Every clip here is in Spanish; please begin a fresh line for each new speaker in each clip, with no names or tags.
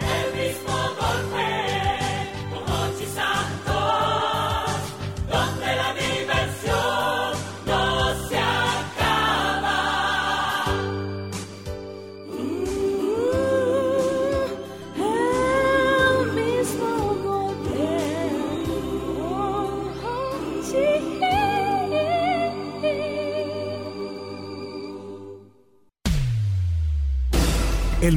El mismo golpe con Hochi Santos, donde la diversión no se acaba. el mismo golpe
Oh,
con
El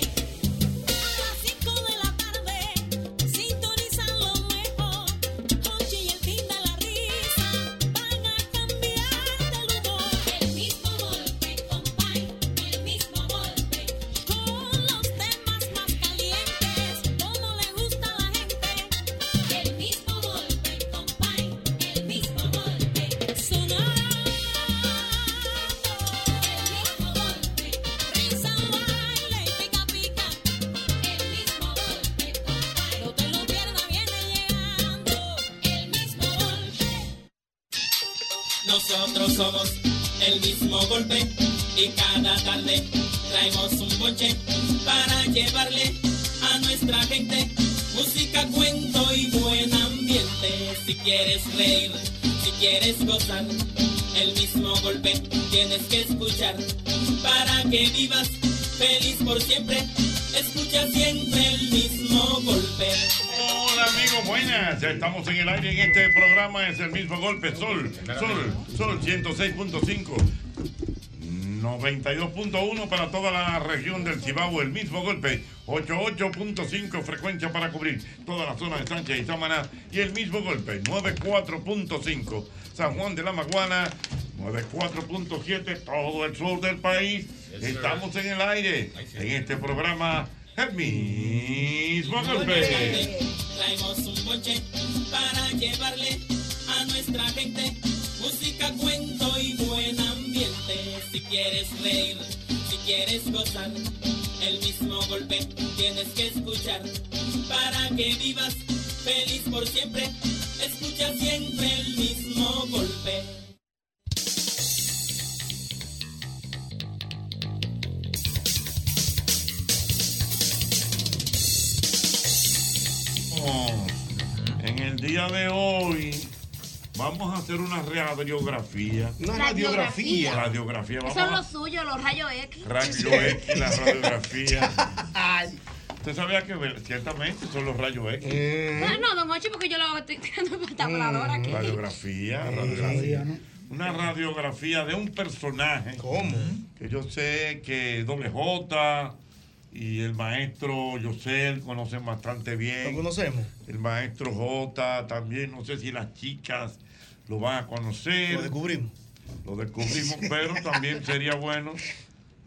A las 5 de la tarde, sintonizan lo mejor. Hochi y el fin de la risa van a cambiar el humor. El mismo golpe, compay, el mismo golpe. Con los temas más calientes, como le gusta a la gente. El mismo golpe, compay, el mismo golpe. Sonar.
Nosotros somos el mismo golpe y cada tarde traemos un boche para llevarle a nuestra gente música, cuento y buen ambiente. Si quieres reír, si quieres gozar, el mismo golpe tienes que escuchar para que vivas feliz por siempre. Escucha siempre el mismo golpe.
Hola amigos, buenas. Ya estamos en el aire en este programa. Es el mismo golpe. Sol, sol, sol 106.5. 92.1 para toda la región del Cibao, el mismo golpe. 88.5 frecuencia para cubrir toda la zona de Sánchez y Samaná. Y el mismo golpe, 94.5. San Juan de la Maguana, 94.7, todo el sur del país. Estamos en el aire, en este programa, el mismo golpe.
Traemos un coche para llevarle a nuestra gente música, cuento y buen ambiente. Si quieres reír, si quieres gozar, el mismo golpe tienes que escuchar para que vivas feliz por siempre. Escucha siempre el mismo golpe.
En el día de hoy, Vamos a hacer una radiografía.
Una radiografía.
Radiografía.
Eso
Vamos
son
a
los suyos, los rayos X.
radio X, la radiografía. ¿Usted sabía que ver- ciertamente son los rayos X?
Ah, No, don Ochi, porque yo lo estoy tirando para esta voladora
Mm.
aquí.
Radiografía, radiografía. Una radiografía de un personaje. ¿Cómo? Que yo sé que Doble J y el maestro Yosel conocen bastante bien. ¿Lo conocemos? El maestro J también, no sé si las chicas lo van a conocer. Lo descubrimos. Lo descubrimos, pero también sería bueno.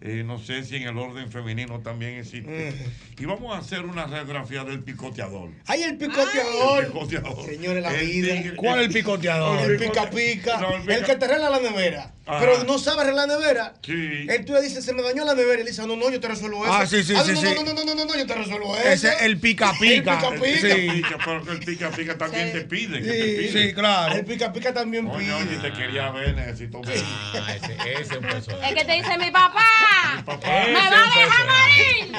eh, no sé si en el orden femenino también existe. Y vamos a hacer una radiografía del picoteador.
¡Ay, el picoteador!
El Ah, picoteador.
Señores, la
El
vida.
tigre-
¿Cuál es el picoteador?
El pica pica.
No, el
el,
pica-
que te arregla la nevera.
Ajá.
Pero no sabe arreglar la nevera.
Sí.
Él tú le dices, se me dañó la nevera. Y le dice, no, no, yo te resuelvo eso.
Ah, sí, sí,
Ah,
sí,
no,
sí.
No, no, no, no, no, no, yo te resuelvo eso.
Ese es el pica pica.
El pica-pica.
Sí.
pica, pero que el pica pica también te pide. Que te
Sí,
pide.
Sí, claro.
El pica pica también
Coño,
pide.
oye, te quería ver, necesito ver. Ah, ese, es un personaje.
Es que te dice mi papá. ¡Me va a dejar
Ah,
morir!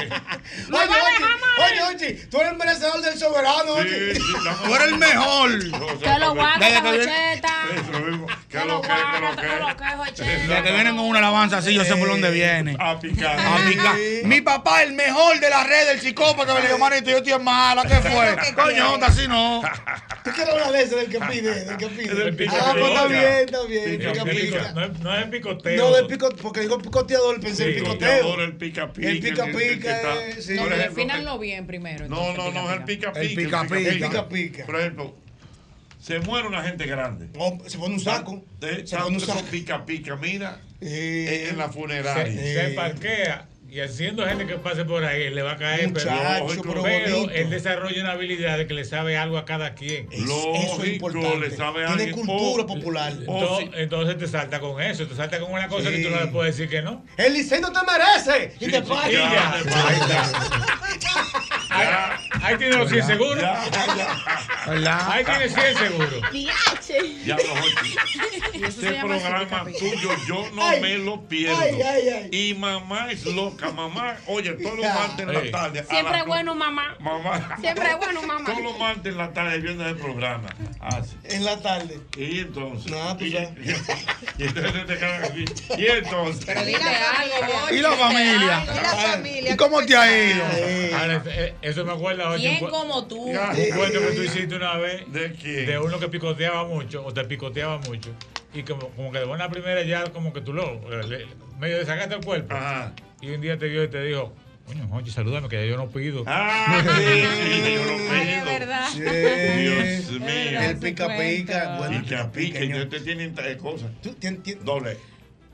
Oye, oye, oye, oye, tú eres el merecedor del soberano, oye.
Tú eres el mejor.
Te lo guardo,
Desde
la
que viene-
bocheta.
Que lo que, que lo que.
desde que vienen con una alabanza así, yo sé por dónde viene.
A picar.
A picar. Mi papá, el mejor de la red, el psicópata, me le dijo, manito, yo estoy en mala, ¿qué fue? Coño, Jota, así no.
¿Tú quieres hablar de ese del que pide? Del que pide.
Del pica
ah, pues
pica.
está bien, está bien. Pica pica.
No es, no es picoteo.
No, del pico, porque digo picoteador, pensé en
El
picoteo.
picoteador, el pica pica.
El pica-pica, eh, sí.
Por
No,
ejemplo,
Defínanlo bien primero.
No,
entonces,
no, no, es el
pica, pica.
pica pica.
El pica-pica.
El pica pica.
Por ejemplo, se muere una gente grande.
Oh, se pone un saco.
Eh,
Se pone un
tanto
saco.
pica pica, mira,
Eh,
en la
Se,
funeraria.
se parquea y haciendo gente que pase por ahí le va a caer. Pero,
Muchacho, pero
pero,
bonito.
él desarrolla una habilidad de que le sabe algo a cada quien.
Es- eso
Lógico,
es importante.
le sabe a
Tiene
alguien.
cultura
Oh,
popular.
Oh, sí.
Entonces, entonces te salta con eso, te salta con una cosa
Sí.
que tú no le puedes decir que no.
El liceo no te merece. Y
Sí,
te
sí,
paga.
ya, te paga.
Ahí está.
Ahí, ahí tiene los 100 seguros.
Ya,
¿Verdad?
Ahí tiene 100 seguros.
¡Diache!
ya, los ocho.
Y eso se
Este
llama
programa
pica, pica.
tuyo yo no
Ay,
me lo pierdo.
ay, ay, ay.
Y mamá es loca. Mamá, oye, todos los martes en la
Sí.
tarde. a
Siempre
las
es bueno, mamá.
dos- Mamá.
Siempre es bueno, mamá.
Todos los martes en la tarde viendo el programa. Así.
En la tarde.
Y entonces.
No, tú
y,
sabes.
y- y entonces te quedas aquí. Y entonces.
Pero dile algo, Bochi,
¿Y la
dile
familia?
algo. ¿Y la familia?
¿Y cómo te ha ido?
Ahora, eh, eso me acuerda oye,
¿Quién
un cu-
como tú?
Ya.
un cuento que tú hiciste una vez
Eh, ¿De quién?
de uno que picoteaba mucho o te picoteaba mucho y como, como que de buena primera ya como que tú lo eh, le- medio le sacaste el cuerpo
Ajá.
y un día te vio y te dijo coño Jochi salúdame que yo no pido
Ah, sí, sí, yo lo
Ay, es
pido.
verdad.
Dios mío.
El pica pica.
Ah,
Bueno,
Y que a pique,
pica,
y usted tiene tres cosas.
Tú, tien- tien-
Doble.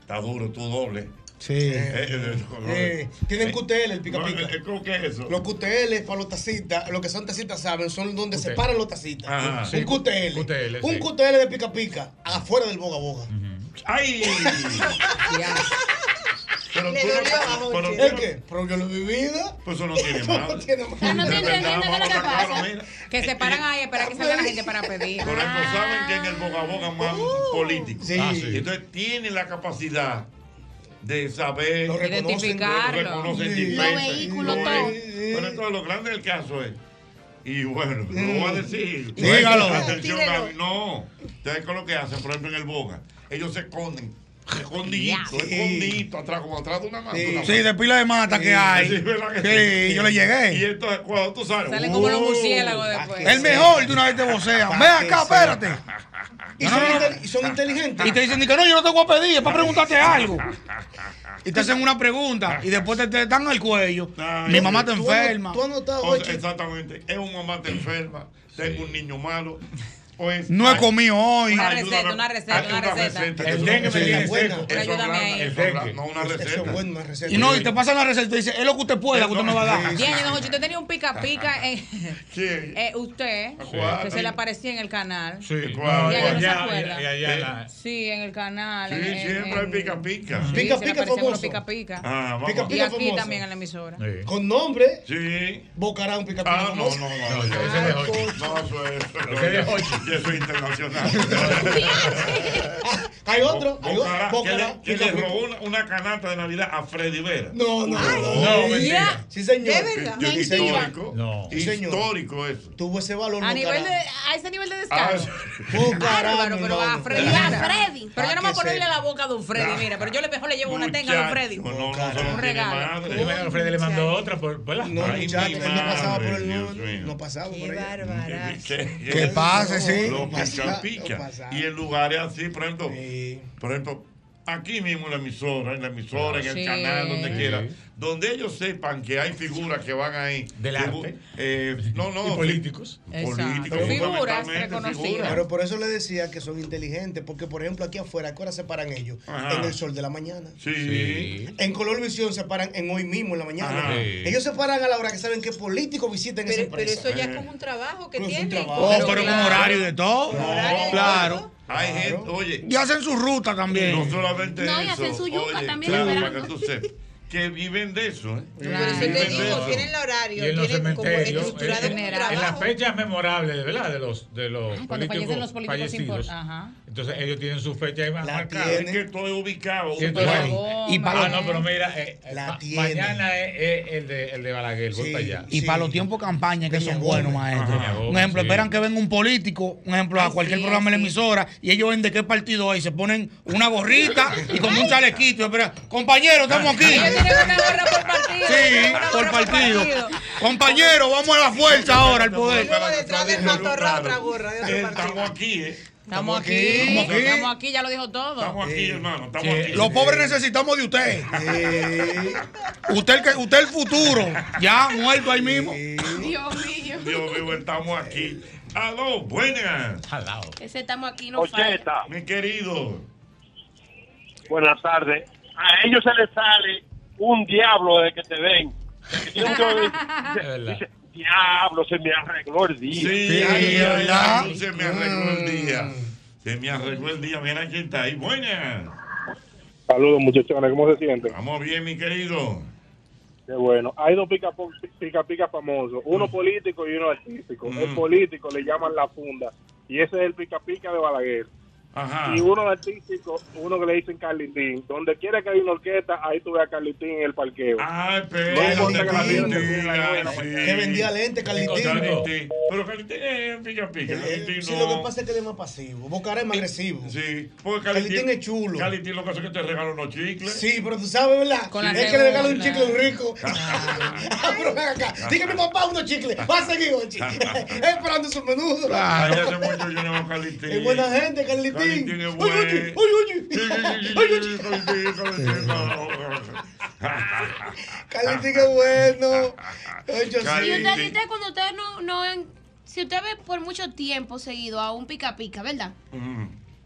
Está duro, tú doble.
Sí.
Eh, eh,
eh, tienen QTL el pica pica.
eh, ¿Cómo que es eso?
Los QTL para los tacitas, los que son tacitas saben, son donde
QTL.
se paran los tacitas.
Ajá.
Sí,
un QTL.
QTL,
un
sí.
QTL de pica pica, afuera del boga boga.
¡Ay! Pero
Le
tú no-
dolió abajo,
pero
chico.
tú
¿Es
no-
qué? Pero yo lo he vivido.
Pues eso no tiene
No
madre.
tiene
Ah,
más.
no
De
estoy
verdad,
entendiendo qué es lo
vamos
que
a sacarlo,
pasa.
mira. Eh,
Que se paran ahí a esperar que salga la gente para pedir. Ah.
Por ejemplo, saben que en el boca a boca más
Uh.
político.
Sí.
Ah, sí.
Entonces tienen la capacidad de saber,
Lo
lo
reconocen,
Identificarlo.
reconocen
Sí.
diferencias.
Los vehículos,
Lo
todo.
ven. Pero entonces lo grande del caso es. Y bueno, lo voy a decir.
Dígalo.
Atención,
Tírelo.
Gaby, No. Ustedes con lo que hacen, por ejemplo, en el boca. Ellos se esconden. Escondiditos, escondiditos, atrás, como atrás de una manta. una
Sí, de pila de mata que hay.
Sí, ¿verdad que
Sí, yo le
Y
llegué.
entonces cuando tú sales.
Salen como los
¡uh!
murciélagos después.
El mejor de una vez te vocea. Ve acá, espérate.
Y son, inte- y son inteligentes.
Y te dicen, que no, yo no te voy a pedir, es para preguntarte algo. Y te hacen una pregunta y después te, te dan al cuello.
Ay,
Mi mamá te
¿Tú has-
enferma.
Tú has notado,
O sea,
Ochi?
exactamente. Es un mamá te enferma, tengo un niño malo. O es,
No he comido hoy.
Una receta, una receta,
Ayuda,
una receta.
que
El
eso-
dengue me
sí.
tiene
buena.
seco.
Eso
Ayúdame
ablanda,
ahí.
eso ablanda, No una
Eso es
receta.
bueno, más receta.
Y no, y te pasan la receta y te dicen, es lo que usted puede, lo que usted me va a dar.
Bien, don Ocho, usted tenía un pica pica. en-
¿Quién?
eh, usted,
¿Cuál?
que se le aparecía en el canal.
sí
¿Y
no,
cuál?
y
Ya que no se
allá,
acuerda.
y allá
Eh.
la-
Sí, en el canal.
Sí,
en- en-
siempre hay
en-
pica pica.
Sí, se
Pica,
le
pica
aparecían unos
famoso.
pica pica.
Ah, vamos.
Pica,
Y
pica.
aquí
famoso.
también en la emisora.
Sí.
Con nombre,
Sí.
Bocarán pica pica.
Ah, no, no, no.
No,
no,
ese es de Jochi.
No, eso es.
Ese es de Jochi.
Y eso es internacional.
Ah, Hay otro, hay otro.
Bocará, que
Bocará,
le, que
y
le
Capitán.
robó una, una canasta de Navidad a Freddy Vera.
No, no,
Ay,
no.
no,
Ya.
mentira.
Sí, señor.
De verdad. Yo
Sí,
histórico.
señor.
No.
Sí, señor.
Histórico eso. Ah,
Tuvo ese valor. Oh,
A,
no,
nivel de,
carajo.
Eh, a ese nivel de descaro.
Bárbaro,
Bárbaro, pero a
hermano.
Freddy.
Claro.
Lara.
Ah,
Pero yo no me
Pa' que
puedo irle
sepa.
la boca a don Freddy, mira. Pero yo le mejor le llevo una tenga a don Freddy.
No, no, no,
Un regalo.
Yo me a Freddy le mandó otra, por, por la
No,
Ay, mi
muchacho, él no
madre,
pasaba por
Dios
el nuevo.
mío.
No pasaba por allá.
Que,
Que pase, sí.
Lo pica,
pasa,
pica.
lo pasa.
Y en lugares así, por ejemplo, por ejemplo, aquí mismo en la emisora, en la emisora, en el
Sí.
canal, donde
Sí.
quiera, donde ellos sepan que hay figuras que van ahí.
Del
que bu-
arte.
eh, no, no.
Y políticos.
Exacto.
Políticos.
Figuras
fundamentalmente,
reconocidas.
figuras.
Pero por eso le decía que son inteligentes, porque por ejemplo aquí afuera, ¿a qué hora se paran ellos?
Ajá.
En el sol de la mañana.
Sí.
En Colorvisión se paran en hoy mismo, en la mañana.
Ajá.
Sí. Ellos se paran a la hora que saben que políticos visitan esa
Pero, pero
empresa.
eso ya es como un trabajo que
Pero es un
tienen.
trabajo.
Oh, pero con
claro.
horario y de todo.
horario y
Claro.
todo.
Hay gente, oye.
Y hacen su ruta también.
No solamente
No, y
eso.
hacen su yuca
oye,
también
claro,
en
para que
verano.
tú sepas. Que viven de eso, ¿eh?
Por eso
Viven
te
de
digo,
eso.
tienen el
Y
horario,
en los
tienen como
cementerios, en,
estructurado como un
en-
trabajo.
en las fechas memorables, ¿verdad? De los, de los
Cuando fallecen los
políticos
políticos
fallecidos.
importantes. Ajá.
Entonces ellos tienen su fecha ahí
La
marcada.
tienen.
Es que estoy ubicado.
Y
ubicado.
entonces-
Oh, y para
ah,
los-
no, pero mira, eh, eh,
La
ma-
tienen.
mañana es, es el, de, el de Balaguer, voy
Sí.
para allá.
Y
Sí.
para los tiempos campaña que
Peña
son
Gómez.
buenos, maestro.
Ajá. Peña
Un
Gómez,
ejemplo,
sí.
esperan que venga un político, un ejemplo, a cualquier
sí,
programa de la
sí.
emisora, y ellos ven de qué partido hay, se ponen una gorrita y como un chalequito. y esperan, compañero, estamos aquí.
Ellos tienen una gorra por partido.
Sí,
tienen una
por
gorra
partido. Compañero, vamos a la fuerza ahora, al poder.
Uno detrás del matorral, otra gorra de otro partido.
Estamos aquí, ¿eh?
Estamos aquí.
Estamos aquí.
Estamos aquí, ya lo dijo todo.
Estamos aquí, hermano. Estamos
Sí.
aquí.
Los pobres necesitamos de usted.
Eh,
Usted el, que- usted el futuro. Ya, muerto ahí mismo.
Dios mío.
Dios mío, estamos aquí. Aló, buenas.
Al lado.
Ese estamos aquí, no falla.
Ocheta,
Mi querido.
buenas tardes. A ellos se les sale un diablo desde que te ven. Desde que tienen que ver,
Es verdad.
dice, diablo, se me arregló el día.
Sí,
ay, ¿verdad?
se me arregló el día.
Mm.
Se me arregló el día. Mira quién está ahí. Buenas.
Saludos, muchachones, ¿cómo se sienten?
Vamos bien, mi querido.
Qué bueno. Hay dos pica po- pica, pica famosos, uno político y uno artístico.
Mm.
El político le llaman la funda y ese es el pica pica de Balaguer.
Ajá.
Y uno artístico, uno que le dicen Carlitín. Donde quiera que haya una orquesta, ahí tú ves a Carlitín en el parqueo.
Ay, espérate,
Vamos, que la
Carlitín.
tienen.
ay,
que vendía
sí.
lente, Carlitín.
Carlitín.
Carlitín. Pero Carlitín es pica pica.
Eh,
Carlitín
Sí, lo que
no.
pasa es que él es más pasivo. Bocara es más agresivo.
Sí, porque
Carlitín es chulo.
Carlitín lo que hace es que te regalan unos chicles.
Sí, pero tú sabes, ¿verdad?
Con la
es que le regala un
segunda.
chicle a un rico. Ah, pero ven acá. Dígame, papá, unos chicles. Va a seguir, Ochi. Esperando su menudo.
Ay, hace mucho yo no veo a Carlitín.
Es buena gente, Carlitín.
Carlitín es
Oye,
bueno.
oye, oye,
Sí, sí, sí, sí,
oye.
sí,
Oye, oye.
Carlitín, Carlitín, no.
Carlitín es bueno.
Carlitín.
Oye,
Y
sí.
usted, y usted cuando usted no, no en- si usted ve por mucho tiempo seguido a un pica pica, ¿verdad?
Mm.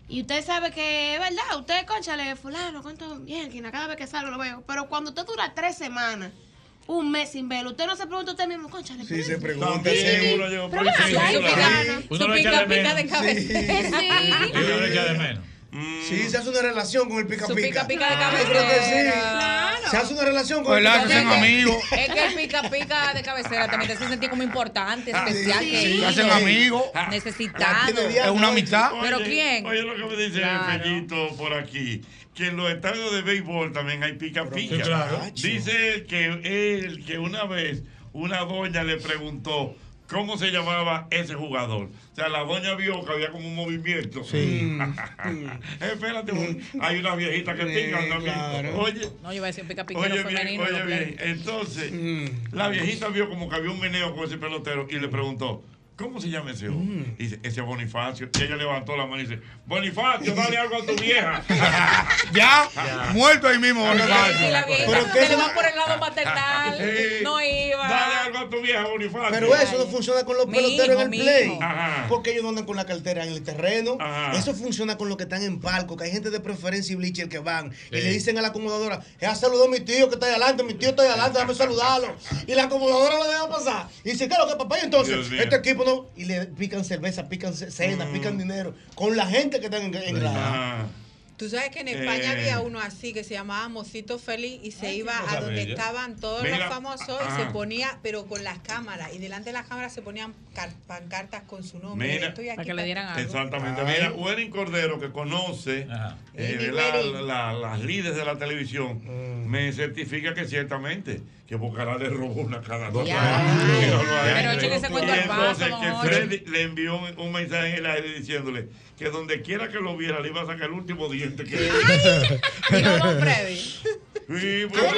Y usted sabe que es verdad, usted, conchale, fulano, cuánto bien, que cada vez que salgo lo veo. Pero cuando usted dura tres semanas, un mes sin verlo, usted no se pregunta usted mismo, conchale.
Sí, se pregunta.
También
sí.
uno llega
Pero
por ahí,
bueno,
sí,
acá hay
claro.
vegana.
Uno
Su
lo echa
pica
de
pica de
menos.
cabeza.
Sí.
Uno lo echa de menos.
Sí, se hace una relación con el pica
Su pica
pica.
pica de
Yo creo que sí.
cabecera.
Se hace una relación con el
¿Verdad?
pica
Que sean
pica.
amigos.
Es que el pica pica de cabecera también te hace sentir como importante, especial,
Se
querido,
hacen amigos.
Ah,
necesitado.
Ah, Tiene
Es
diablo,
una
Ochi.
amistad.
¿Pero quién?
Oye, lo que me dice
Claro.
Fellito por aquí, que en los estadios de béisbol también hay pica pica.
Sí, claro.
Dice él que él que una vez una doña le preguntó cómo se llamaba ese jugador. O sea, la doña vio que había como un movimiento. Sí. Espérate, hay una viejita que pica
Sí,
también.
claro.
Oye.
No, yo iba a decir pica pica de
Oye
los
bien,
femeninos.
oye
los
bien.
play.
Entonces, la viejita vio como que había un meneo con ese pelotero y le preguntó, ¿cómo se llama ese hombre? Y dice, ese es Bonifacio. Y ella levantó la mano y dice, Bonifacio, dale algo a tu vieja.
Ya, muerto ahí mismo. Bonifacio.
Y la viejita
Pero
cuando
que
le
eso-
va por el lado maternal.
Sí.
No iba.
Dale algo a tu vieja, Bonifacio.
Pero eso no funciona con los
Mi
peloteros
hijo,
en
mi
el play.
hijo.
Ajá.
Porque ellos no andan con la cartera en el terreno.
Ajá.
Eso funciona con los que están en palco, que hay gente de preferencia y bleacher que van. Y
Sí.
le dicen a la acomodadora, ya saludó a mi tío que está ahí adelante, mi tío está ahí adelante, déjame saludarlo. Y la acomodadora lo deja pasar. Y dice, claro que papá, y entonces,
Dios mío. Mm.
este equipo no. Y le pican cerveza, pican ce- cena, pican dinero. Con la gente que están en, en grada.
Ah,
Tú sabes que en
Eh.
España había uno así que se llamaba Mocito Feliz y se iba
cosa
a donde
bella.
estaban todos
Mira,
los famosos y
ah, ah.
se ponía, pero con las cámaras. Y delante de las cámaras se ponían car- pancartas con su nombre.
Mira.
Estoy aquí
Exactamente. Mira, Wenin Cordero, que conoce eh,
Lili
¿verdad?
Werin.
La- las líderes de la televisión,
Mm.
me certifica que ciertamente que Bocará le robó una cada dos años. Déjalo ahí.
Pero échale ese cuento
Y
al paso,
entonces que
don Jorge.
Freddy le envió un, un mensaje en el aire diciéndole que donde quiera que lo viera le iba a sacar el último diente que Sí, bueno,
Pero ¿y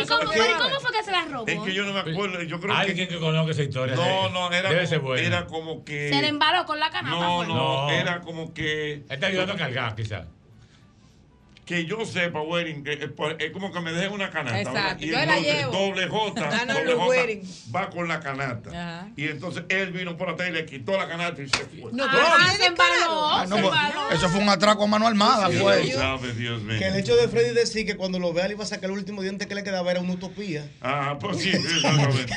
cómo, pero ¿y cómo fue que se la robó?
es que yo no me acuerdo. Yo creo
Alguien que conozca esa historia.
No,
eh,
no, era
debe
como-
ser bueno.
era como que.
Se le embaló con la canasta.
No,
fue.
no, era como que.
Está ayudando a cargar, quizás.
Que yo sepa, Wedding, que es, por- es como que me dejen una canasta.
Exacto,
¿verdad? Y
yo la
entonces
llevo.
doble J,
Ah, no,
doble
los
J
Wedding.
va con la canasta.
Ajá.
Y entonces él vino por atrás y le quitó la canasta y se fue.
No,
Ah,
tú eres
se
bien descarado.
embaló,
Ah, no,
se
pues,
embaló.
eso fue un atraco a mano armada, pues.
Dios
fue.
sabe, Dios mío.
Que el hecho de Freddy decir que cuando lo vea le iba a sacar el último diente que le quedaba era una utopía.
Ah, pues sí, exactamente.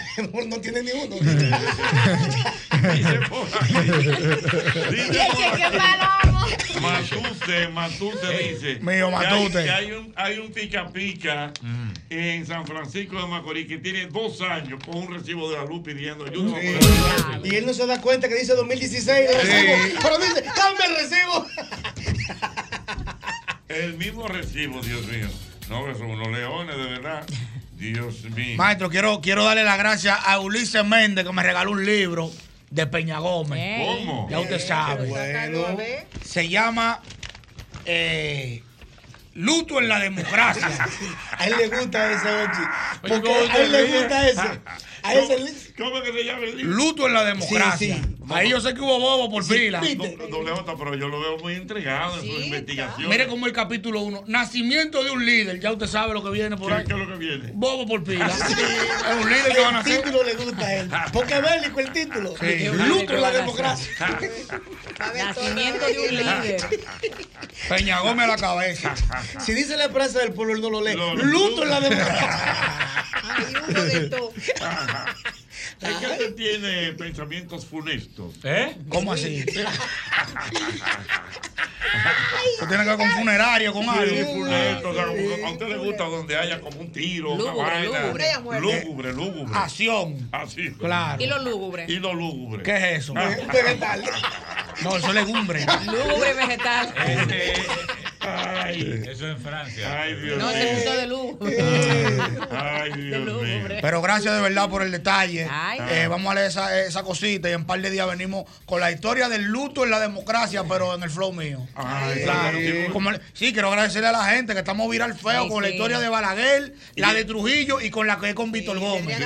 no tiene ni uno.
Matute, Matute dice.
Mío,
que
Matute. Mm.
hay- que hay un, hay un pica pica en San Francisco de Macorís que tiene dos años con un recibo de la luz pidiendo ayuda.
Y él no se da cuenta que dice 2016. el recibo. Pero dice, ¡cambia el recibo!
El mismo recibo, Dios mío. No, que son unos leones, de verdad. Dios mío.
Maestro, quiero, quiero darle las gracias a Ulises Méndez que me regaló un libro de Peña Gómez.
Ey. ¿Cómo?
Ya usted
Ey,
sabe. Se llama eh, Luto en la Democracia.
a él le gusta ese,
Oye,
Porque
¿cómo
a él
te
le
ríes?
gusta ese.
Ah.
A ese le-
¿Cómo que se llama el libro?
Luto en la Democracia.
Sí,
Ahí yo sé que hubo bobo por fila.
Do- Doble J, pero yo lo veo muy entregado en su investigación.
Mire cómo el capítulo 1. Nacimiento de un líder. Ya usted sabe lo que viene por
¿Qué-
ahí.
qué es lo que viene?
Bobo por
Ah,
pila. es un líder que van a
El
hacer.
título le gusta a él. Ah, Porque es bélico el título.
Sí. Ah,
Luto en la democracia.
Nacimiento de un líder.
Peña Gómez a la cabeza.
Ah, Si dice la prensa del pueblo, él no lo lee. Luto en la democracia.
Es que usted tiene pensamientos funestos.
¿Eh? ¿Cómo así?
Eso
tiene que ver con funerario, con algo.
Sí, funesto, o sea, como que a usted le gusta donde haya como un tiro,
Lúgubre,
una vaina.
lúgubre, ya muere.
lúgubre, lúgubre.
Eh, Acción.
Así.
Claro.
Y lo lúgubre.
Y lo lúgubre.
¿Qué es eso? Pues,
Ah.
Vegetal.
No, eso es legumbre.
Lúgubre vegetal.
Ay,
eso en Francia.
Ay, Dios
No, se puso de luz.
Ay, Dios mío.
Pero gracias de verdad por el detalle.
Ay.
Eh, vamos a leer esa, esa cosita y en un par de días venimos con la historia del luto en la democracia, pero en el flow mío.
Ay,
Claro.
sí.
Como- sí, quiero agradecerle a la gente que estamos viral feo
Ay,
con la
sí.
historia de Balaguer, la de Trujillo y con la que es con Víctor Gómez.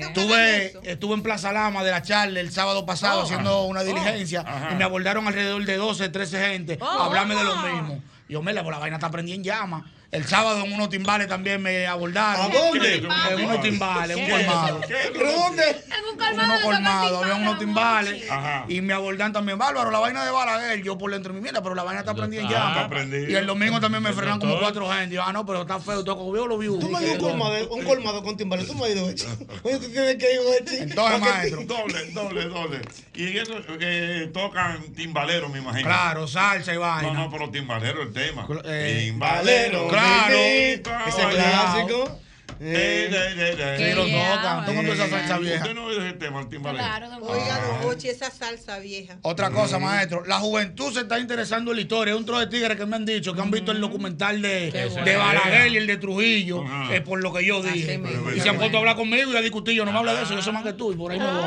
Estuve, estuve en Plaza Lama de la charla el sábado pasado
Oh.
haciendo una
Oh.
diligencia
Ajá.
y me abordaron alrededor de 12, 13 gente
Oh.
a hablarme de lo mismo. Yo me la, la vaina está prendida en llama. El sábado en unos timbales también me abordaron.
¿A dónde?
En unos timbales, un
¿Qué es eso?
colmado.
¿Qué es eso? ¿Dónde?
En un
Uno
colmado.
colmado, había unos timbales
Ajá.
y me abordan también, bárbaro, la vaina de Balaguer, yo por dentro mi mierda, pero la vaina está prendida en
está,
llama.
está prendida.
Y el domingo también me
El
frenaron como
doctor.
cuatro gente. Yo, ah, no, pero está feo, todo cogió, lo vi.
Tú me dio un colmado, un colmado con timbales. Tú me has ido hecho. Oye, tú tienes que ir hecho.
Entonces, maestro.
Doble, doble, doble. Y eso eh, tocan timbaleros, me imagino.
Claro, salsa y vaina.
No, no, pero timbalero el tema.
eh,
timbalero.
claro.
bendito,
Ese
oye.
clásico.
Eh, de, de, de.
Sí, lo tocan. Tocan toda esa
Eh,
salsa vieja.
Usted no oye ese tema, el timbalero.
Oiga, don Ochi, esa salsa vieja.
Otra cosa,
Mm.
maestro. La juventud se está interesando en la historia. Un tro de tigres que me han dicho que han visto el documental de,
Mm. Qué bueno.
de Balaguer y el de Trujillo, eh, por lo que yo dije.
mismo.
Y se han puesto a hablar conmigo y a discutir. Yo no me habla de eso, yo soy más que tú y por ahí me voy.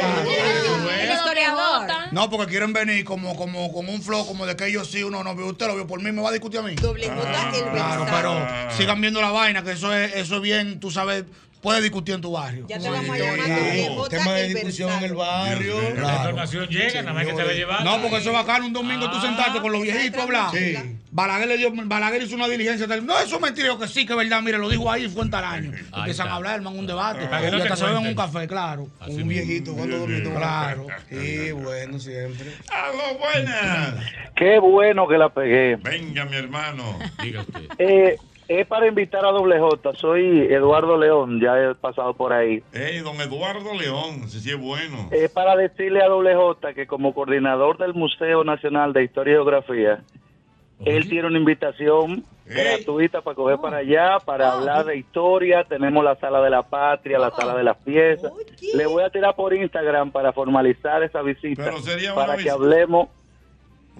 El historiador.
No, porque quieren venir como, como, con un flow como de que yo sí, uno no vio. Usted lo vio por mí, me va a discutir a mí. Ah,
Doble J, el Ah.
Claro,
versátil.
pero sigan viendo la vaina, que eso es, eso es bien, tú sabes, puedes discutir en tu barrio.
Ya te vamos a llamar doble J,
Tema de
el
discusión en el barrio.
La información llega, nada más que se la llevar.
No, porque eso es bacano un domingo tú sentarte con los viejitos a hablar.
Sí.
Balaguer, le dio, Balaguer hizo una diligencia. tal- No, eso es mentira. Yo que sí, que es verdad. Mire, lo dijo ahí, fue en tal año. Empiezan
está.
a hablar, hermano, un debate.
Para que no
y
te
hasta se beben un
cuenten.
café, claro.
Un viejito cuando dominó.
Claro.
Sí, bueno, siempre.
¡Aló, buenas!
Qué bueno que la pegué.
Venga, mi hermano.
Diga usted.
Eh, es para invitar a doble J. Soy Eduardo León, ya he pasado por ahí.
Ey, don Eduardo León, si sí es bueno.
Es para decirle a doble J que como coordinador del Museo Nacional de Historia y Geografía, Él tiene una invitación gratuita para coger
Oh.
para allá,
Ah,
para hablar de historia. Tenemos la sala de la patria, la sala de las piezas. Le voy a tirar por Instagram para formalizar esa visita,
Pero sería una
para que
visita.
hablemos.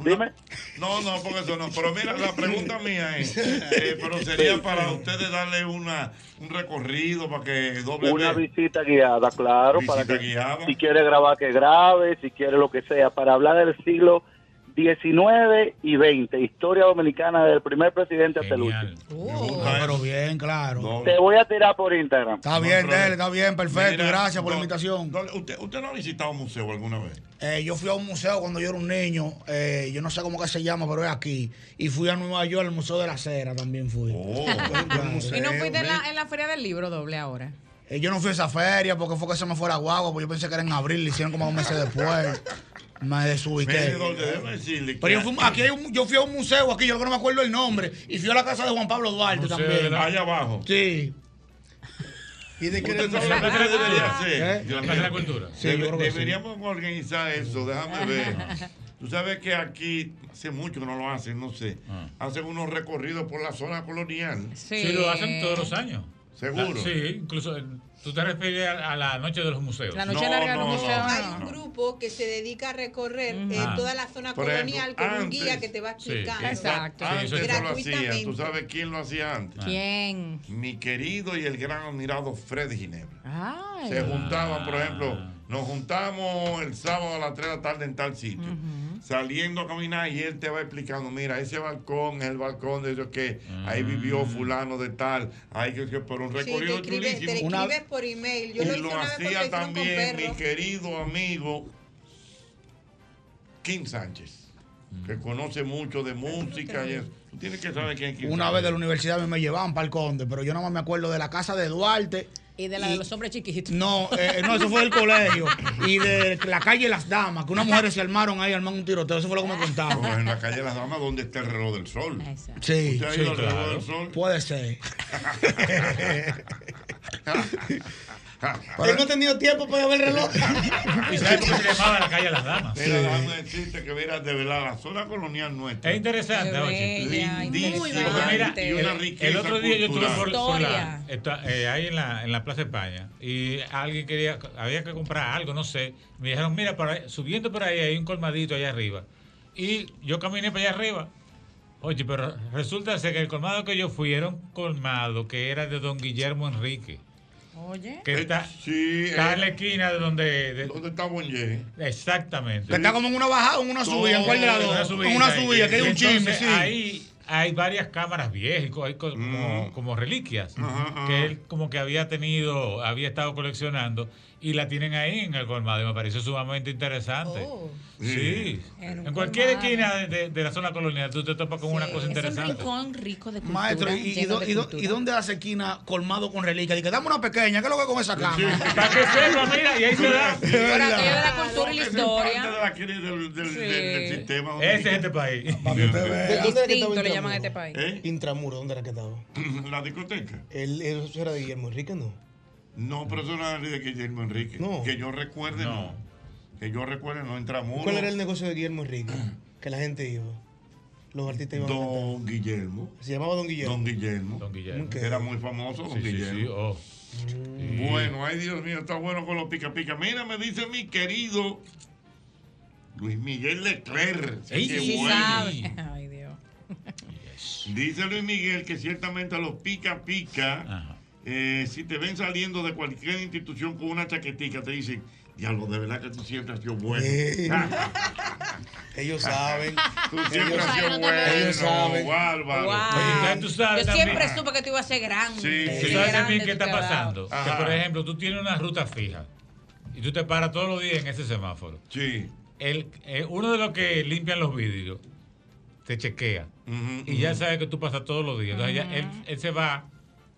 Dime.
No, no, porque eso no. Pero mira, la pregunta mía es, eh, pero sería para ustedes darle una, un recorrido para que doble
Una
vez.
visita guiada, claro,
Visita
para que
guiada.
si quiere grabar que grabe, si quiere lo que sea, para hablar del siglo XIX y XX, historia dominicana del primer presidente hasta el último.
pero bien, claro.
Te voy a tirar por Instagram.
Está bien, Del, está bien, perfecto.
Mira,
Gracias por la
no,
invitación.
¿Usted, usted no ha visitado un museo alguna vez?
Eh, yo fui a un museo cuando yo era un niño, eh, yo no sé cómo que se llama, pero es aquí. Y fui a Nueva York, al Museo de la Cera también fui.
Oh. Y no fuiste en la, en la feria del libro doble ahora.
Eh, yo no fui a esa feria porque fue que se me fuera guagua, porque yo pensé que era en abril, le hicieron como dos meses después. Me desubiqué.
Mire, doble, déjeme decirle
Pero yo fui, aquí hay un- yo fui a un museo aquí, yo creo que no me acuerdo el nombre, y fui a la casa de Juan Pablo Duarte
Museo de
también.
la- allá abajo.
Sí. ¿Y de
¿Usted sabe lo que debería
¿eh?
¿Eh?
hacer? Dios mío. Debe- deberíamos organizar eso, déjame ver. Tú sabes que aquí hace mucho que no lo hacen, no sé. Hacen unos recorridos por la zona colonial.
Ah. Sí. Sí, lo hacen todos los años.
Seguro.
La- sí, incluso eh, tú te refieres a, a la noche de los museos.
Hay
Ah.
un grupo que se dedica a recorrer
Mm.
eh,
Ah.
toda la zona
Por
colonial
ejemplo,
con un
antes-
guía que te va explicando.
Antes eso lo hacía.
Gratuitamente.
¿Tú sabes quién lo hacía antes?
¿Quién?
Mi querido y el gran admirado Fred Ginebra.
Ay.
Se juntaban, por ejemplo, nos juntamos el sábado a las 3 de la tarde en tal sitio. Saliendo a caminar y él te va explicando, mira, ese balcón es el balcón de ellos que ahí vivió
Mm.
fulano de tal, ahí que, que por un
Sí,
recorrido
te escribes, te
chulísimo.
escribes por email. Yo lo
y
hice
lo
una vez porque lo
hacía
hicieron con
también mi
perros.
querido amigo Kim Sánchez,
Mm.
que conoce mucho de música y eso. Tú tienes que saber quién es Kim
Una
Sánchez.
vez de la universidad me llevaban para el conde, pero yo nada más me acuerdo de la casa de Duarte.
Y de la de los hombres chiquitos.
No, eh, no, eso fue del colegio. Y de la calle Las Damas, que unas mujeres se armaron ahí, armaron un tiroteo. Eso fue lo que me contaron.
Pues en la calle Las Damas, donde está el reloj del sol.
Sí,
¿Usted ha
sí,
ido al reloj
claro.
del sol?
Puede ser.
Él no ha tenido tiempo para ver el reloj.
¿Y sabes por qué se llamaba la calle de las damas?
Era dame el chiste que verás de verdad la zona colonial nuestra.
Es interesante, Qué oye. bella,
Lindísima.
Porque mira,
y una
el-
riqueza
El otro día yo estuve
cultural.
por, por la, está- eh, ahí en la, en la Plaza España y alguien quería, había que comprar algo, no sé. Me dijeron, mira, por ahí- subiendo por ahí hay un colmadito allá arriba. Y yo caminé para allá arriba. Oye, pero resulta ser que el colmado que yo fui era un colmado que era de don Guillermo Enrique.
Oye.
Eh,
Que está, está en la esquina de donde. ¿Dónde
está Bonje?
Exactamente.
Que está como en una bajada, en una subida, ¿en cuál de las dos?
En
En una subida,
Y-
que hay
y
un chisme,
entonces
sí.
Ahí hay varias cámaras viejas, hay co-
Mm.
como, como reliquias, que él como que había tenido, había estado coleccionando, y la tienen ahí en el colmado, y me pareció sumamente interesante.
Oh.
Sí.
En un
En cualquier
colmado.
esquina de, de- de la zona colonial, tú te topas con una cosa
Es un
interesante.
rincón rico de cultura.
Maestro, ¿y, y,
lleno
do-
de
y do-
cultura.
y dónde hace esquina colmado con reliquia? Dice, dame una pequeña, ¿qué es lo que con esa cama?
Para que sepa, mira, y ahí se da.
De verdad.
aquello de la cultura y la
Es
historia.
parte de la- del, del-
Sí.
del sistema.
Ese es este país.
¿Dónde era que estaba
Distinto le llaman a
Intramuro?
este país.
Intramuro, ¿dónde era que estaba?
¿Eh?
La discoteca.
El, eso era de Guillermo Enrique, ¿no?
No, pero eso no era de Guillermo Enrique.
No.
Que yo recuerde, no. Que yo recuerde, no entramos.
¿Cuál era el negocio de Guillermo Enrique? Que la gente iba. Los artistas iban.
Don Guillermo.
Se llamaba Don Guillermo.
Don Guillermo.
Guillermo.
Que Era muy famoso, Don
Sí, sí,
Guillermo.
sí, oh.
Mm.
Bueno, ay Dios mío, está bueno con los pica pica. Mira, me dice mi querido Luis Miguel Leclerc.
Sí,
Qué
sí,
bueno.
sabe. Ay, Dios.
Dice Luis Miguel que ciertamente a los pica pica, eh, si te ven saliendo de cualquier institución con una chaquetica, te dicen, diablo, de verdad que tú siempre has sido bueno.
Eh. Ellos saben.
Tú siempre has sido
Ellos
bueno.
saben. Ellos saben.
bárbaro.
Oye, tú sabes
Yo
también-
siempre supe que tú ibas a ser grande.
¿Tú
Qué
sabes
grande
también
tú
qué está
te has dado.
pasando? Que,
Ajá.
por ejemplo, tú tienes una ruta fija y tú te paras todos los días en ese semáforo.
Sí.
El, eh, uno de los que limpian los vidrios te chequea y ya sabe que tú pasas todos los días. Entonces ya él, él se va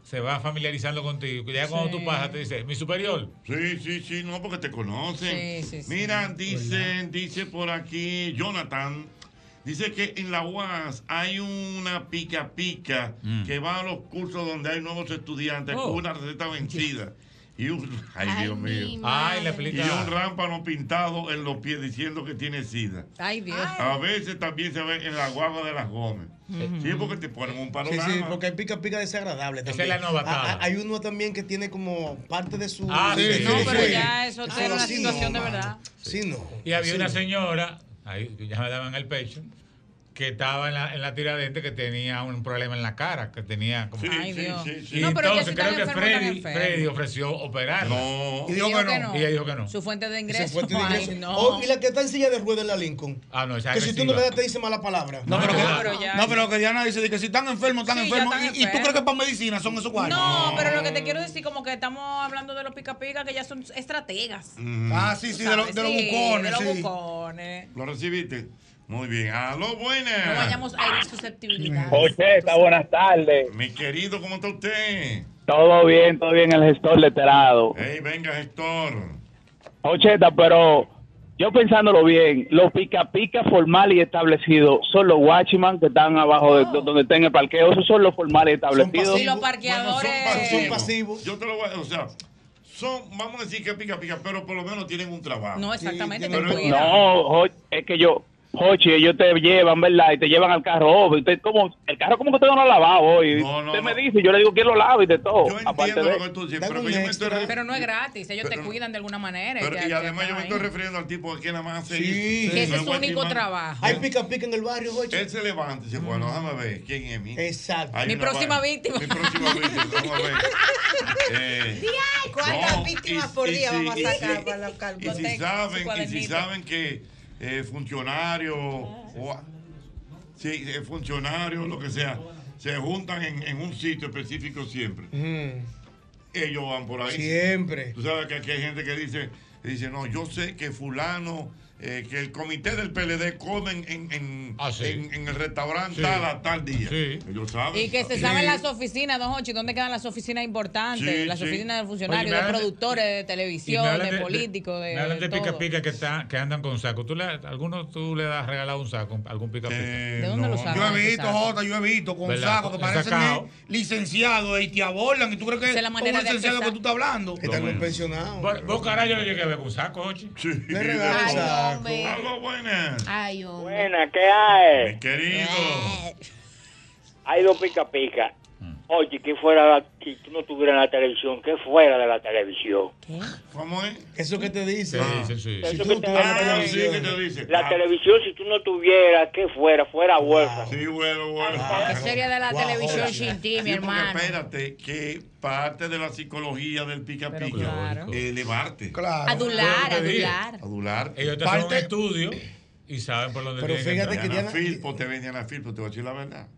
se va familiarizando contigo. que Ya cuando
Sí.
tú pasas te dice, mi superior.
Sí, sí, sí, no, porque te conocen. Mira, dicen, dice por aquí Jonathan, dice que en la UAS hay una
Mm.
pica pica que va a los cursos donde hay nuevos estudiantes
Oh.
con una receta vencida. y un ay Dios mío.
Ay, la película.
Y un rámpano pintado en los pies diciendo que tiene sida.
Ay, Dios.
Ah.
A veces también se ve en la guagua de las Gómez.
Ujú.
Sí, porque te ponen un
Sí,
panorama.
sí, porque hay pica pica desagradable.
Esa
también.
es la novatada.
Ah, ah, Hay uno también que tiene como parte de su.
Ah, sí, sí, No, sí, pero sí. ya
eso
Pero
es una
así no,
situación de
mano.
verdad.
Sí, no.
Y había
Sí,
una
no.
señora, ahí ya me daban el pecho, que estaba en la, en la tiradente que tenía un problema en la cara, que tenía como.
Sí, Ay, sí, Dios. sí, sí.
Y
No, pero que
entonces
si
creo
están
que
enfermos, están
Freddy,
enfermos.
Freddy ofreció operarla.
No.
Y dijo que no.
Y ella dijo que no.
Su fuente de ingreso.
Esa fuente de
Ay,
ingreso.
no.
Oh, y la que está en silla de ruedas en la Lincoln.
Ah, no, esa
Que si tú no
agresiva.
le das, te dice mala palabra.
No, pero, que,
ya.
no, pero que Diana dice de que si están enfermos, están
Sí, ya
enfermos.
están
y, y tú crees
enfermos.
que para medicina son esos cuartos?
No, pero lo que te quiero decir, como que estamos hablando de los pica pica, que ya son estrategas.
Mm.
Ah, sí, sí, de los-
¿Sabes?
de los
De
bucones,
los
sí.
bucones.
¿Lo recibiste? Muy bien. ¡Aló, buenas!
No vayamos a herir susceptibilidad.
Ocheta, buenas tardes.
Mi querido, ¿cómo está usted?
Todo bien, todo bien, el gestor letrado.
Ey, venga, gestor.
Ocheta, pero yo pensándolo bien, los pica pica formal y establecido son los watchman que están abajo de donde estén el parqueo, esos son los formales establecidos.
Y los parqueadores.
pasivos. Yo te lo voy a... O sea, son, vamos a decir que pica, pica, pero por lo menos tienen un trabajo.
No, exactamente, te
Pero-
cuidan.
No, Jo- es que yo, Jochi, ellos te llevan, ¿verdad? Y te llevan al carro. oh, usted como, el carro como que usted no lo ha lavado hoy. usted me dice, yo le digo que lo lave y de todo. aparte de...
pero que yo me estoy re-
Pero no es gratis, ellos te
Pero-
cuidan de alguna manera.
pero-
ya-
y
ya
además yo me
están
estoy
ahí.
refiriendo al tipo que nada más hace
Sí.
eso.
Que ese
No
es su único
guachimán.
trabajo.
Hay pica pica en el barrio, Jochi.
Él se levanta y dice, bueno, déjame ver quién es mi.
Exacto.
Hay
Mi
una
próxima
vaina.
víctima.
Mi próxima víctima, vamos a ver. Eh,
¿Cuántas
no,
víctimas
y-
por
y
día
si-
vamos
y
a
si-
sacar para la
Y si saben, y si saben que eh, funcionarios o a- sí, eh, funcionarios, lo que sea, se juntan en, en un sitio específico siempre. Ellos van por ahí.
Siempre.
Tú sabes que aquí hay gente que dice, dice, no, yo sé que fulano, eh, que el comité del PLD comen en, en, en- en el restaurante
Ah, Sí.
tal a tal día. Ellos saben.
Y que se saben las oficinas, don Hochi, dónde quedan las oficinas importantes,
Sí,
las
sí.
oficinas de funcionarios,
Oye, me
de
hablan de-
productores, de
Y me
televisión,
hablan
de,
de- de-
políticos, de,
Me hablan de
todo.
pica pica que, está, que andan con saco. ¿Tú le, algunos tú le has regalado un saco, algún pica pica.
¿De
dónde lo sacan? Yo he visto, Jota, yo he visto con
¿Verdad?
sacos que
Con
parecen
sacao.
eh, licenciados eh, y te abordan. ¿Y tú crees que
Esa es la manera
un
de
licenciado
empezar.
que tú estás hablando?
Están los pensionados.
Vos, vos, caray, yo le llegué a ver con saco, Ochi.
Sí.
Le regalan Ay, saco.
hombre. Algo buenas.
Ay, hombre.
Buena, ¿qué hay? Eh.
Mi querido.
Hay dos pica pica.
Mm.
Oye, que fuera, la- si tú no estuvieras en la televisión, que fuera de la televisión.
¿Cómo es?
Eso que te dice.
Eso
tú
que
no
te-
tuvieras la
Ah,
televisión.
sí, que te
dice. Ah.
La televisión, si tú no estuvieras, que fuera, fuera huérfano.
Sí, bueno, bueno.
Que sería de la
Guau,
televisión
ahora.
sin ti, mi
Sí, porque
hermano.
Espérate, que parte de la psicología del pica pica elevarte.
Claro.
Adular,
Yo te dije.
adular.
Adular.
Ellos te hacen un estudio y saben por dónde
Pero
tienen
fíjate que Diana
entrar.
Filpo te ven, Diana Filpo, te voy a decir la verdad.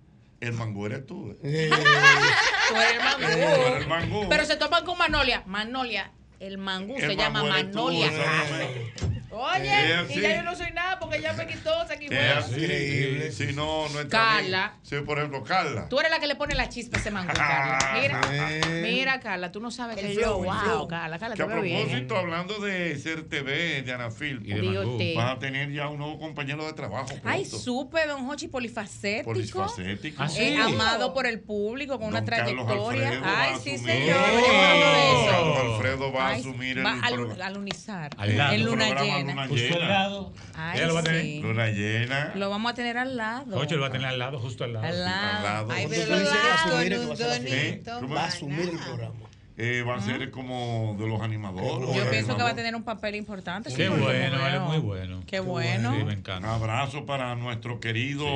El mangú eres tú. eh.
Tú eres el
Tú eres el
mangú.
mangú.
Pero se topan con Manolia. Manolia, el mangú
El
se llama
mangú eres tú,
Manolia.
exactamente.
Oye,
Es
y
así.
ya yo no soy nada porque ya me quitó, se quitó.
Es increíble. Si no, no está.
Carla.
Sí, por ejemplo, Carla.
Tú eres la que le pone la chispa a ese mangú, Carla. Mira, mira, Carla, tú no sabes
El
que yo.
flow, el
Wow,
flow.
Carla, Carla,
Que
te
a
ve bien.
propósito, hablando de ser TV, Diana Filpo,
de Digo mangú. te.
vas a tener ya un nuevo compañero de trabajo.
Ay,
pronto.
supe, don Hochi, polifacético.
¿Ah,
Polifacético.
Eh, amado por el público, con una
Carlos
trayectoria.
Alfredo va
Ay,
a
sí,
asumir.
señor.
Oh.
hablando de eso.
Carlos Alfredo va a
Ay,
asumir el
va a
programa.
lu- a lunizar.
Al lado.
En luna
Programa
llena.
Luna Llena.
Ay, Ella lo va a tener. sí.
Luna llena.
Lo vamos a tener al lado.
Ocho lo va a tener al lado, justo al lado.
Al lado.
Al lado.
Ay,
Cuando
pero
tú
lo
dices
hago
asumir,
en
¿qué
un
vas a hacer? ¿Eh?
tonito
¿Cómo es?
Va a asumir el programa.
Eh, va a ser como de los animadores.
Yo pienso que va a tener un papel importante. sí,
Qué
por lo que
bueno,
veo.
vale, muy bueno.
Qué bueno.
Sí, me encanta. Un abrazo para nuestro querido.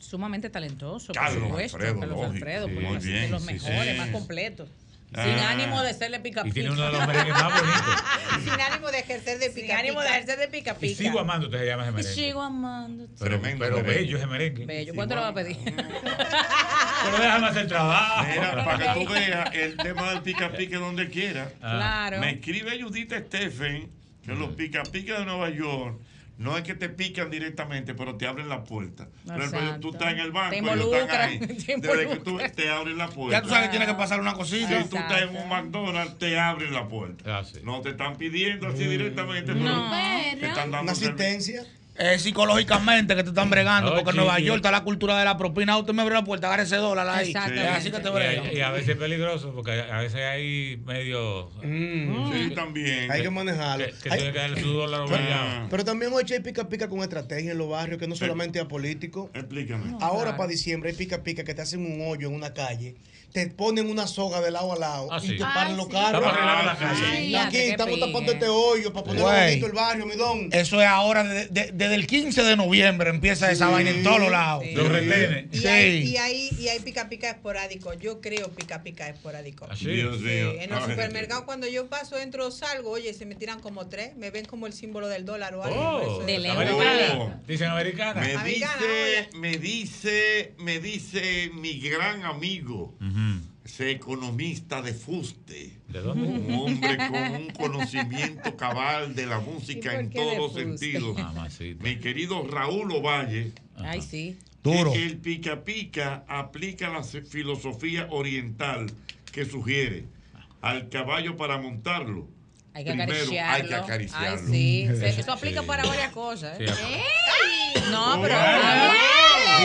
Sumamente talentoso,
Carlos
por supuesto.
Alfredo,
Carlos
lógico.
Alfredo,
Sí,
por
muy
así, de
bien,
los
sí,
mejores,
sí.
más completos. Sin
Ah.
ánimo de serle pica pica.
Y tiene uno de los merengues más bonitos.
Sin ánimo de ejercer de pica.
Sin ánimo de ejercer de pica
Y
pica.
sigo amándote, se llama ese
Y
merengue.
sigo amándote.
Pero, pero bello ese merengue.
Bello, ¿cuánto le va a pedir?
Pero déjame hacer trabajo.
Mira, para que tú veas el tema del pica pica donde quiera.
Ah. Claro.
Me escribe Judith Stephen que los pica pica de Nueva York. No es que te pican directamente, pero te abren la puerta. Por ejemplo, tú
Exacto.
estás en el banco,
Te
ellos están ahí.
involucran, te
Desde que tú te abren la puerta.
Ya tú sabes que tiene que pasar una cosita.
Si tú estás en un McDonald's, te abren
Mm.
la puerta. No te están pidiendo así directamente, pero
No.
te están dando
Una
un servicio.
asistencia.
eh, psicológicamente que te están bregando, porque
Oye,
en Nueva
y-
York está la cultura de la propina. Usted me abre la puerta, agarre ese dólar ahí. Eh,
Exactamente.
Así que te brega.
Y, a veces es peligroso porque a veces hay medio.
Sí, también.
Mm. Hay que manejarlo.
Que, que
Hay-
tiene que darle su dólar obligado.
Pero también hoy hay pica pica con estrategia en los barrios, que no solamente a políticos.
Explícame.
Ahora para diciembre hay pica pica que te hacen un hoyo en una calle, te ponen una soga de lado a lado
Ah,
y
sí.
te
Ay,
paran los
sí.
carros.
Vamos a arreglar la
Ah,
calle.
sí.
Ay,
Aquí
ya, qué
estamos
pique.
tapando este hoyo para poner
Güey.
bonito el barrio, mi don.
Eso es ahora, de- de- desde el 15 de noviembre empieza esa vaina en todos los lados.
Sí. Los retenes.
Y,
Sí.
hay, y, hay, y hay pica pica esporádico. Yo creo pica pica esporádico.
¿Ah, sí? Dios
Sí,
mío.
En
A
los
ver.
supermercados, cuando yo paso, entro, salgo, oye, se me tiran como tres. Me ven como el símbolo del dólar o algo.
Oh,
Eso-
americana. Dicen americana.
pues, eh, Me dice, me dice, me dice mi gran amigo, ese economista de fuste.
¿De
dónde? Un hombre con un conocimiento cabal de la música
¿Y por
en
qué de
todos los
fuste?
sentidos. Mi querido Raúl Ovalle.
Ay, sí.
Duro. El pica pica aplica la se- filosofía oriental que sugiere al caballo para montarlo.
Hay que
primero
acariciarlo.
hay que acariciarlo.
Ay, sí. Se- Eso aplica para varias cosas. ¿eh?
Sí,
¡Ey! No, pero.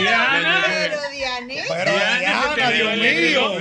Diana. Diana.
Pero Diane.
Pero Diana, Dios mío.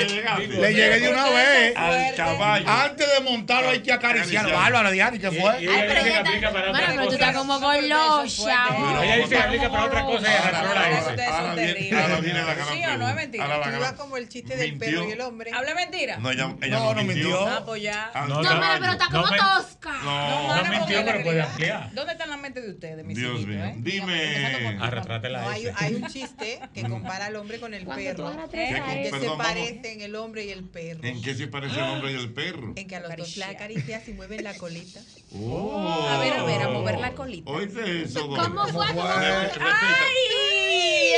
Le llegué de una vez.
Al caballo.
Antes de montarlo hay que acariciar. Bárbara, Diana, ¿y qué fue?
y- y- Ay, pero ya-
Aplica para otra
Mano, pero tú
cosa.
estás como golosa.
Pero ella dice que aplica para otra cosa y a la no la dice.
Ahora viene, ahora viene la gran
Sí o no es
pregunta.
mentira.
Ahora la
Tú
gran-
ibas como el chiste del
Mintió.
perro y el hombre. Habla
mentira.
No, ella, ella no, mintió.
Ah, pues ya.
Al
No,
No,
caballo.
mano, pero está como
No me-
tosca.
Ah. No,
No mintió, pero puede ampliar.
¿Dónde está la mente de ustedes,
Dios mío. Dime.
No,
Arretrátela
hay,
ese.
hay un chiste que compara al hombre con el perro.
tres
¿eh?
años.
Que se
Perdón, vamos.
parecen el hombre y el perro.
¿En qué se parece el hombre y el perro?
En que a los dos la acaricias y mueven la colita.
Oh.
A ver, a ver, a mover la
colita.
Oíste eso, Dolly.
¿Cómo fue? ¿Cómo fue?
Eh, repita.
¡Ay!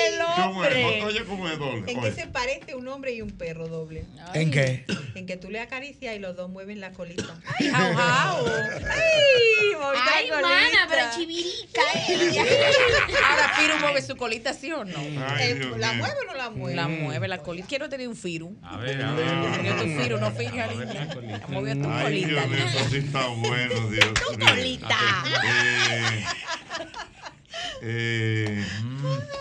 El
¿Cómo es?
hombre.
Oye, ¿cómo es, Dolly?
¿En qué
Oye.
se parece un hombre y un perro doble?
¿En qué?
En que tú le acaricias y los dos mueven la colita.
¡Jau, jau!
¡Ay! moviste
Ay,
la
mana,
colita.
pero chivirica
ella.
Ahora Firu mueve su colita, ¿sí o no?
Ay, El- Dios ¿la mío. mueve
o no Eh, la mueve? La mueve la colita. Quiero tener un Firu.
Ah,
A ver, a
Movió tu Firu, no finja, niña. Movió tu
Ay,
colita.
Dios mío, eso sí está bueno, Dios mío.
colita.
Eh, eh,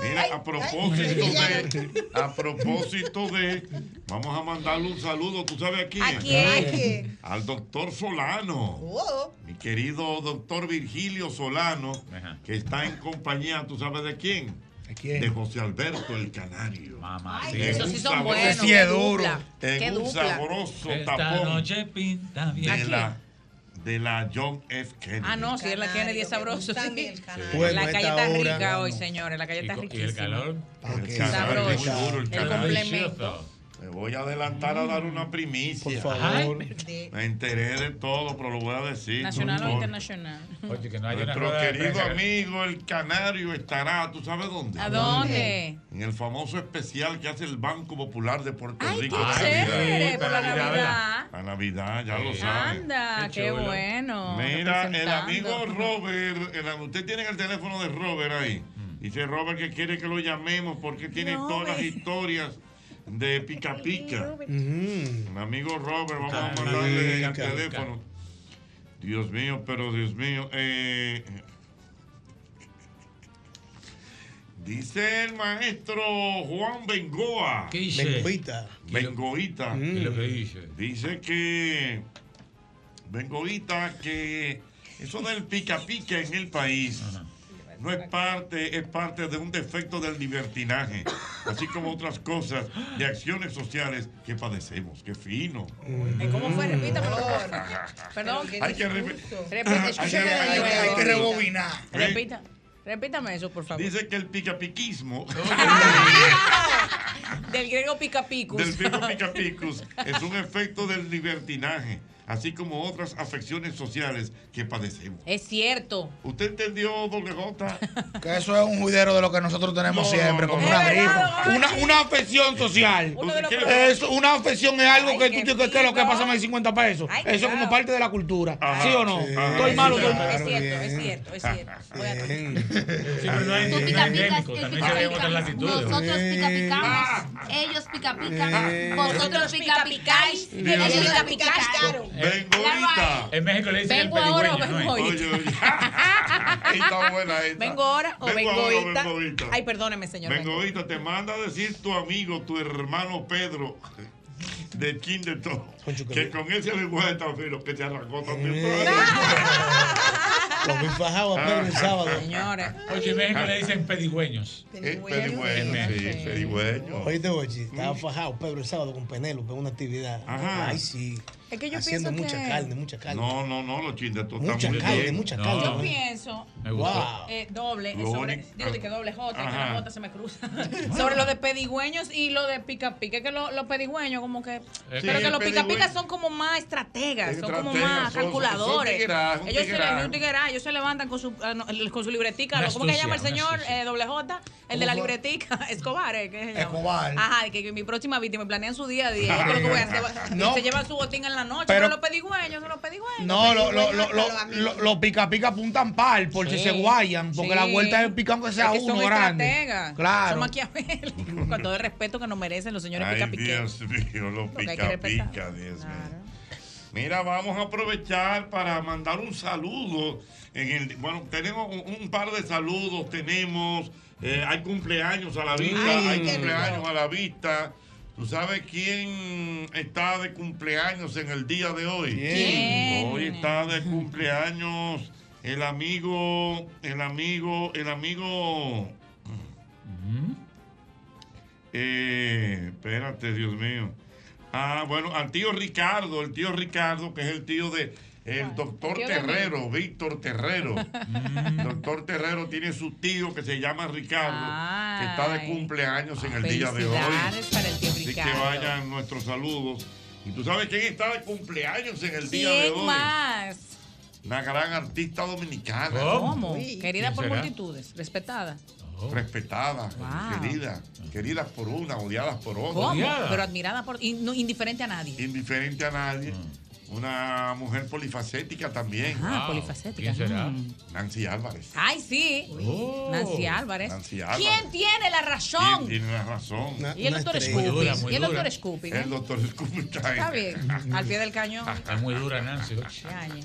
mira, a propósito de, a propósito de, vamos a mandarle un saludo, ¿tú sabes a quién?
¿A quién? ¿A quién?
Al doctor Solano,
Oh,
mi querido doctor Virgilio Solano, que está en compañía, ¿tú sabes de quién? De José Alberto el Canario.
Ay,
En
esos
un
sí son
sabroso-
buenos, Ese sí es qué duro. dupla,
en
qué
un
dupla.
sabroso
Esta
tapón
noche pinta bien. ¿A
de
quién?
la, de la John F. Kennedy.
Ah, no, sí, es la Kennedy es sabroso. sí.
Bueno,
la
esta
calle está
hora,
rica hoy,
no.
señores. La calle está
co- y el
riquísima.
calor. El
Sabroso.
canal es muy duro, el
El
canal.
complemento.
Me voy a adelantar a dar una primicia.
Por favor. Ay,
me enteré de todo, pero lo voy a decir.
Nacional
por
o
favor.
internacional.
Oye, que no hay una
Nuestro
rueda de
querido
prensa.
amigo el canario estará, ¿tú sabes dónde?
¿A dónde?
En el famoso especial que hace el Banco Popular de Puerto Rico.
qué
para
chévere,
Navidad.
por la Navidad.
Para Navidad, ya lo saben.
Anda,
Qué
qué
chulo.
bueno.
Mira, el
representando.
amigo Robert, el- usted tiene el teléfono de Robert ahí. Dice Robert que quiere que lo llamemos porque tiene
No,
todas las
me-
historias de pica pica. El amigo Robert, vamos a
Pica,
mandarle el
pica.
teléfono. Dios mío, pero Dios mío. eh, dice el maestro Juan Bengoa.
¿Qué dice?
Ah,
Bengoita.
Bengoita.
¿Qué es lo que
dice?
Dice que. Bengoita, que eso del pica pica en el país. No es parte, es parte de un defecto del libertinaje, así como otras cosas de acciones sociales que padecemos. Qué fino.
¿Cómo fue? Repítame, por favor. Perdón.
Hay que repe-
Repite, escúchame de
Hay que- hay que-
nuevo.
hay que rebobinar.
Repita. Repítame eso, por favor.
Dice que el picapiquismo
Del griego pica picus.
del pico picapicus es un efecto del libertinaje, así como otras afecciones sociales que padecemos.
Es cierto.
¿Usted entendió, doble J?
Que eso es un juidero de lo que nosotros
No,
tenemos siempre,
no,
como
no.
una
Es
gripa. Una, una afección social.
Uno de los
Eso, una afección es algo
Ay,
que
qué
tú tienes que es lo que pasa en 50 pesos. Eso es como parte de la cultura.
Ajá,
¿Sí o no?
sí.
Estoy malo. Ah.
Es
estoy-
cierto,
Es cierto, es cierto.
Sí, pero no hay no
Tú
hay
pica picas,
endémico,
tú
también
pica
se ve en otras
picas.
latitudes.
Nosotros pica picamos, ellos pica pican, vosotros pica picáis, ellos pica picaron.
Vengo ahorita.
Eh, En México le dicen el
Vengo ahora o
pedigüeño,
vengo
¿no es?
hoy.
Ahí está buena esta.
¿Vengo ahora o vengo
ahora o
ahorita?
vengo ahorita?
Ay, perdóneme, señor.
Vengo ahorita, te manda a decir tu amigo, tu hermano Pedro. De Kinderton, que con ese lenguaje está filo que te arrancó también.
Eh. Lo vi fajado a
Ah.
Pedro el sábado.
Señores.
Oye, en México le dicen pedigüeños. En
Pedigüeño,
México.
sí, pedigüeño. Oíste, Bochi, estaba fajado Pedro el sábado con Penélope en una actividad.
Ajá.
Ay, sí.
Es que yo
Haciendo
pienso
mucha
que-
carne, mucha carne.
No, no, no, los Kinderton están
Mucha
muy
carne,
bien.
mucha
Yo pienso,
Me gustó.
Wow. eh, doble,
Lo
eh, sobre,
único-
digo de que doble J, que
Ajá.
la J se me cruza, sobre lo de pedigüeños y lo de pica pica, que lo- los pedigüeños como que, pero
que
que
el
los pica pica
pedigüeño-
son como más estrategas, son como
Estrategas,
más
son- son- son
calculadores,
tigueras, son
ellos, se,
tigueras.
ellos tigueras, ellos se levantan con su, ah, no, el- con su libretica,
Una
lo- ¿cómo que
astucia,
llama el
una
señor eh, doble J? El de la
¿Cómo fue?
libretica, Escobar, eh, ¿qué se llama?
Escobar.
Ajá, que, que mi próxima víctima, planean su día a día, yo creo que voy a hacer,
No.
se llevan su botín en la noche,
Pero-
pero, los pedigüeños, son los pedigüeños.
No, lo- lo-
Pedigüeños hasta
lo- lo-
los amigos.
lo- los pica pica apuntan par por si
Sí.
se guayan, porque
Sí.
la vuelta es pica aunque sea
Es que
uno
son
grande.
estrategas. Son
Claro.
maquiavélicos. Con todo el respeto que nos merecen los señores
Ay,
pica piqué.
Dios mío, los
que hay que
pica
respetar.
pica, Dios mío. Mira, vamos a aprovechar para mandar un saludo. En el, bueno, tenemos un, un par de saludos, tenemos, eh, hay cumpleaños a la vista,
Ay,
hay
qué
cumpleaños
rico.
a la vista. ¿Tú sabes quién está de cumpleaños en el día de hoy?
¿Quién?
Hoy está de cumpleaños el amigo, el amigo, el amigo. Eh, espérate, Dios mío. Ah, bueno, al tío Ricardo, el tío Ricardo, que es el tío de el doctor
tío de
Terrero, Víctor Terrero. Mm. doctor Terrero tiene su tío que se llama Ricardo, que está de
Ay.
cumpleaños en el día de hoy.
Felicidades
para el tío
Así que
Ricardo.
vayan nuestros saludos. Y tú sabes quién está de cumpleaños en el día de
¿Quién
hoy.
más?
Una gran artista dominicana.
¿Cómo? Querida
¿Quién
por
será? Oh.
multitudes, respetada.
Respetada, querida, queridas por una, odiadas por otra.
¿Cómo? Pero admirada por y no- indiferente a nadie.
indiferente a nadie. Una mujer polifacética también.
Ajá, Wow. polifacética.
¿Quién será?
Mm.
Nancy Álvarez.
Ay, sí. Nancy Álvarez.
Oh. Nancy Álvarez.
¿Quién tiene la razón?
Tiene la razón.
Y el doctor
estrella.
Scooping. Y el doctor Scooping.
El doctor Scooping está ahí.
Está
Ah,
bien. Al pie del cañón.
Está muy dura, Nancy.
Yañe.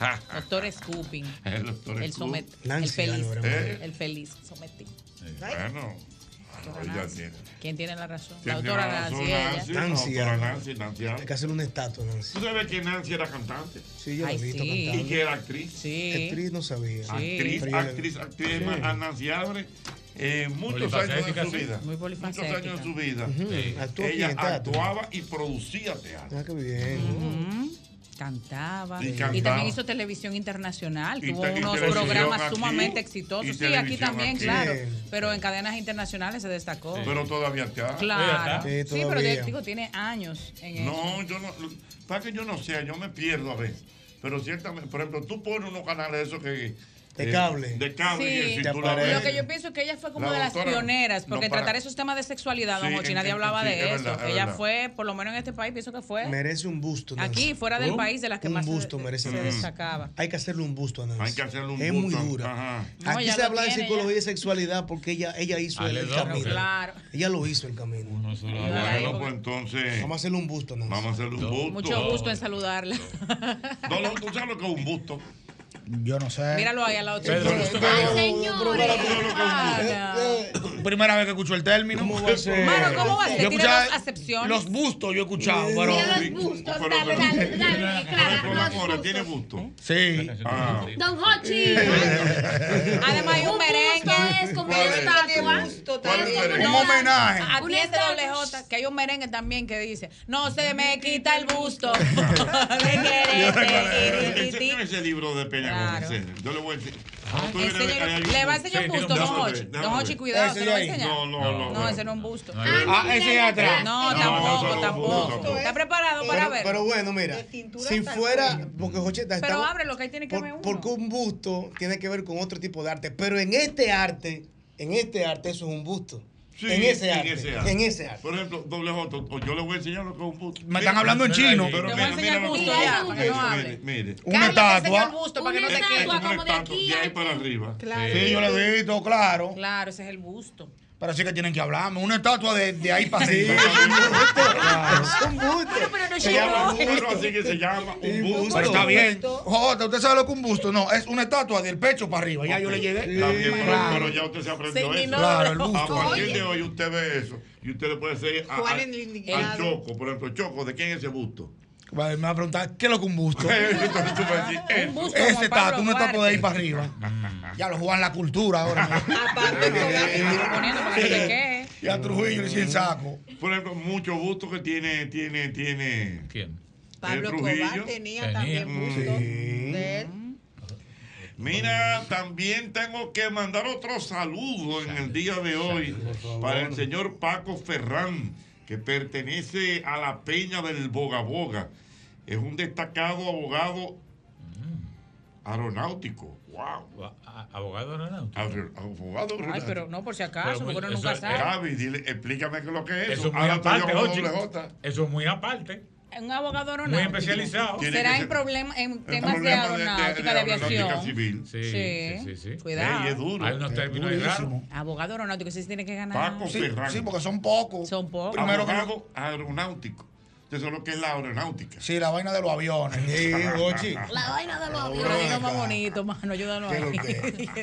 ah,
Doctor Scooping.
El doctor
El
Scoop. ¿Eh?
somet, el feliz, el feliz sometido.
Bueno, ella tiene.
¿Quién tiene la razón? La
Tiene
doctora
la razón,
Nancy. ella.
Nancy, la
Nancy,
doctora
Álvarez.
Nancy, Nancy Álvarez.
Hay que hacerle una estatua, Nancy.
¿Tú sabes que Nancy era cantante?
Sí, yo la he Ay, visto sí. cantando.
¿Y que era actriz?
Sí.
Actriz no sabía.
Actriz,
Pero yo la-
actriz, actriz. Es más, a Nancy Álvarez, eh, muchos años de
Polifacética,
su
sí.
vida.
Muy
muchos
polifacética.
años de su vida.
Ujú.
eh,
Actuó aquí
ella
en teatro.
actuaba y producía teatro.
Ah, qué bien.
Ujú. Cantaba.
Y
Y,
cantaba.
también hizo televisión internacional.
Y
Tuvo
te- y
unos
televisión
programas
aquí,
sumamente
y
exitosos. Sí, aquí
televisión
también,
aquí.
claro.
Sí.
Pero en cadenas internacionales se destacó.
Pero todavía está.
Claro. Sí, pero te digo, tiene años en
No,
eso.
yo no. Para que yo no sea, yo me pierdo a veces. Pero ciertamente, por ejemplo, tú pones unos canales esos que.
De
eh,
cable.
De cable.
Sí.
y si
Te
tú la
aparece.
ves-
Lo que yo pienso es que ella fue como
La
de las
doctora-
pioneras, porque
no, para-
tratar esos temas de sexualidad, don
Sí,
Jochi,
en-
nadie
en-
hablaba
sí,
de
es
eso.
verdad, es
ella
verdad.
fue, por lo menos en este país, pienso que fue.
Merece un busto. Nancy.
Aquí, fuera del
¿Oh?
país, de las que
un
más se-
busto merece
se
Nancy.
destacaba.
Hay que hacerle un busto a Nancy.
Hay que hacerle un
es
busto,
muy dura.
ajá. Ah,
No,
Aquí
ya
se
lo
habla de
tiene,
psicología y sexualidad porque ella, ella hizo el, el
Aledón,
camino.
claro.
Ella lo hizo el camino.
Bueno, pues entonces.
Vamos a hacerle un busto, Nancy.
Vamos a hacerle un busto.
Mucho gusto en saludarla.
No, no, tú sabes lo que es un busto.
Yo no sé.
Míralo ahí al lado tuyo.
Pedro,
Ay,
Pedro,
señores. Ah, no.
Primera vez que escucho el término. ¿Cómo
va a ser? Mano, ¿cómo va a ser?
Yo
Tiene
escuchaba-
dos acepciones.
Los bustos yo he escuchado, pero.
Tiene los bustos, dale, dale, dale, claro.
tiene gusto.
Sí.
Don Hochi.
Además, hay un merengue.
es como una estatua.
Un homenaje.
A ti es doble J, que hay un merengue también que dice, no se me quita el busto. de quererte, ti, ti, ti".
Enséñame ese libro de Peña
Claro.
Gómez. enséñame. Yo le voy a enseñar. No, tú eres de
Enséñalo.
Carayo.
Le va a enseñar un
Sí,
busto,
déjame
don
ver,
Hochi.
déjame
Don
ver.
Hochi, cuidado, se lo va a enseñar.
No, no, no.
No, ese no es un busto.
Ah, ese es atrás.
No,
No,
tampoco,
no, no,
tampoco.
tampoco.
¿Está preparado para
Pero,
ver?
pero bueno, mira, si fuera, porque Jocheta está.
Pero ábrelo, que ahí tiene que haber
por-
uno.
porque un busto tiene que ver con otro tipo de arte. Pero en este arte, en este arte, eso es un busto.
Sí,
en ese arte. En ese arte.
Por ejemplo, doble J, o yo le voy a enseñar lo que es un busto.
Me están hablando en chino.
Pero
Te voy
mira,
a enseñar
mira,
el busto
mira,
ya,
mira,
para que no
mire,
hable.
mire.
Una
Ah,
estatua.
busto para que no
Una
te quede.
estatua, como de aquí. De ahí para arriba.
Claro.
Sí, yo lo he visto, claro.
Claro, ese es el busto.
Pero sí que tienen que hablarme. Una estatua de, de ahí para arriba.
un busto. se llama un busto, así que se llama un busto.
Pero está bien. Jota, ¿usted sabe lo que es un busto? No, es una estatua del pecho para arriba. Ya yo le llegué.
Está bien, pero, pero ya usted se aprendió
Sí, mi
eso.
nombre. Claro, el busto.
A partir de
Oye.
hoy usted ve eso y usted le puede decir a,
Juan
a-
el indignado.
al Choco, por ejemplo, Choco, ¿de quién es ese busto?
Vale, me va a preguntar, ¿qué es lo que es un busto?
Entonces tú vas a decir, eso.
Ese estatua, una estatua de ahí para arriba.
Mm.
Ya lo juegan la cultura ahora. Y a Trujillo le sin saco.
Mm. Por ejemplo, mucho gusto que tiene, tiene, tiene. Mm.
¿Quién?
Pablo Escobar tenía, también gusto de él.
Mira, también tengo que mandar otro saludo en el día de hoy para el señor Paco Ferrán, que pertenece a la Peña del Boga Boga. Es un destacado abogado aeronáutico. ¡Wow!
Abogado Mm. ah, aeronáutico.
Abogado
Ay, pero no, por si acaso,
Pero,
porque uno
eso
nunca
es-
sabe.
Gaby, dile, explícame qué es lo que es
Eso
eso.
es muy
Ahora estoy yo
aparte,
con
Jochi.
doble J.
Eso es muy aparte.
Un abogado aeronáutico.
Muy especializado. Tiene
Será
que
en,
ser-
problema, en
El
temas de
problema de- de-
aeronáutica, de, aviación.
civil.
Sí,
Sí.
sí, sí. sí.
Cuidado. Ey, es
duro.
Hay unos
Es
términos ahí raros.
durísimo.
Abogado aeronáutico, sí se tiene que ganar.
Paco Ferrán.
Sí, porque son pocos.
Son pocos.
Primero abogado aeronáutico. Eso es lo que es la aeronáutica.
Sí, la vaina de los aviones. Sí, Gochi.
La vaina de los
Ahora
aviones. Diga
acá.
más bonito, mano. Ayúdalo ahí.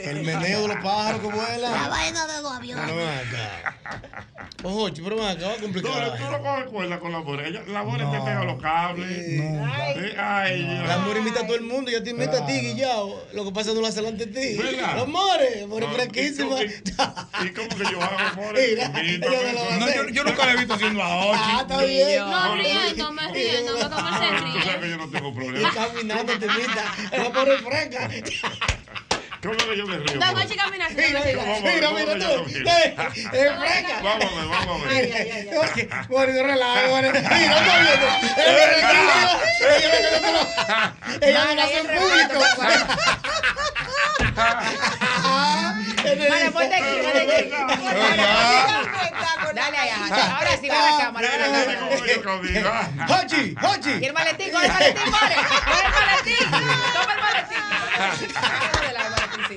El meneo de los pájaros que vuelan.
La vaina de los
Pero
aviones.
ven acá. Ojo, pero ven acá, va a complicar.
No,
la
tú
vaina.
no coges cuerda con la mora. Ella- La mora te pega los cables. Ay, ay, Dios.
La amor imita a todo el mundo, ya te imita a ti, Guillao. Lo que pasa es que no lo hace delante de ti.
¿Verdad?
Los amores, amor
No,
es fresquísima.
¿Y cómo que yo hago, amor?
Mira, ella me lo va a
No,
hacer.
yo, yo nunca la he visto haciendo a Ochi.
Ah, está bien.
No, riéndome, riéndome, como él se
Tú
ríe.
sabes que yo no tengo problema.
Y caminando te imita. La amor es fresca.
¿Cómo que yo me río?
La guachi camina así.
Mira, mira, mira,
Vamos a ver, vamos
mira
a ver,
tú.
ya
Eh, Es fresca.
Vamos a ver, vamos a ver.
Oye, bueno, no relaja, bueno. Mira, no, no, no. Es fresca. Ella no, no, no, no. Ella no lo hace en público.
Vale, ponte aquí, ponte aquí. Dale ahí, ajá. Ahora sí, va a la cámara, va a la cámara.
¡Hochi! ¡Hochi!
Y el maletín, coge el maletín, vale. Coge el maletín. Toma el maletín. Cógela, el maletín, sí.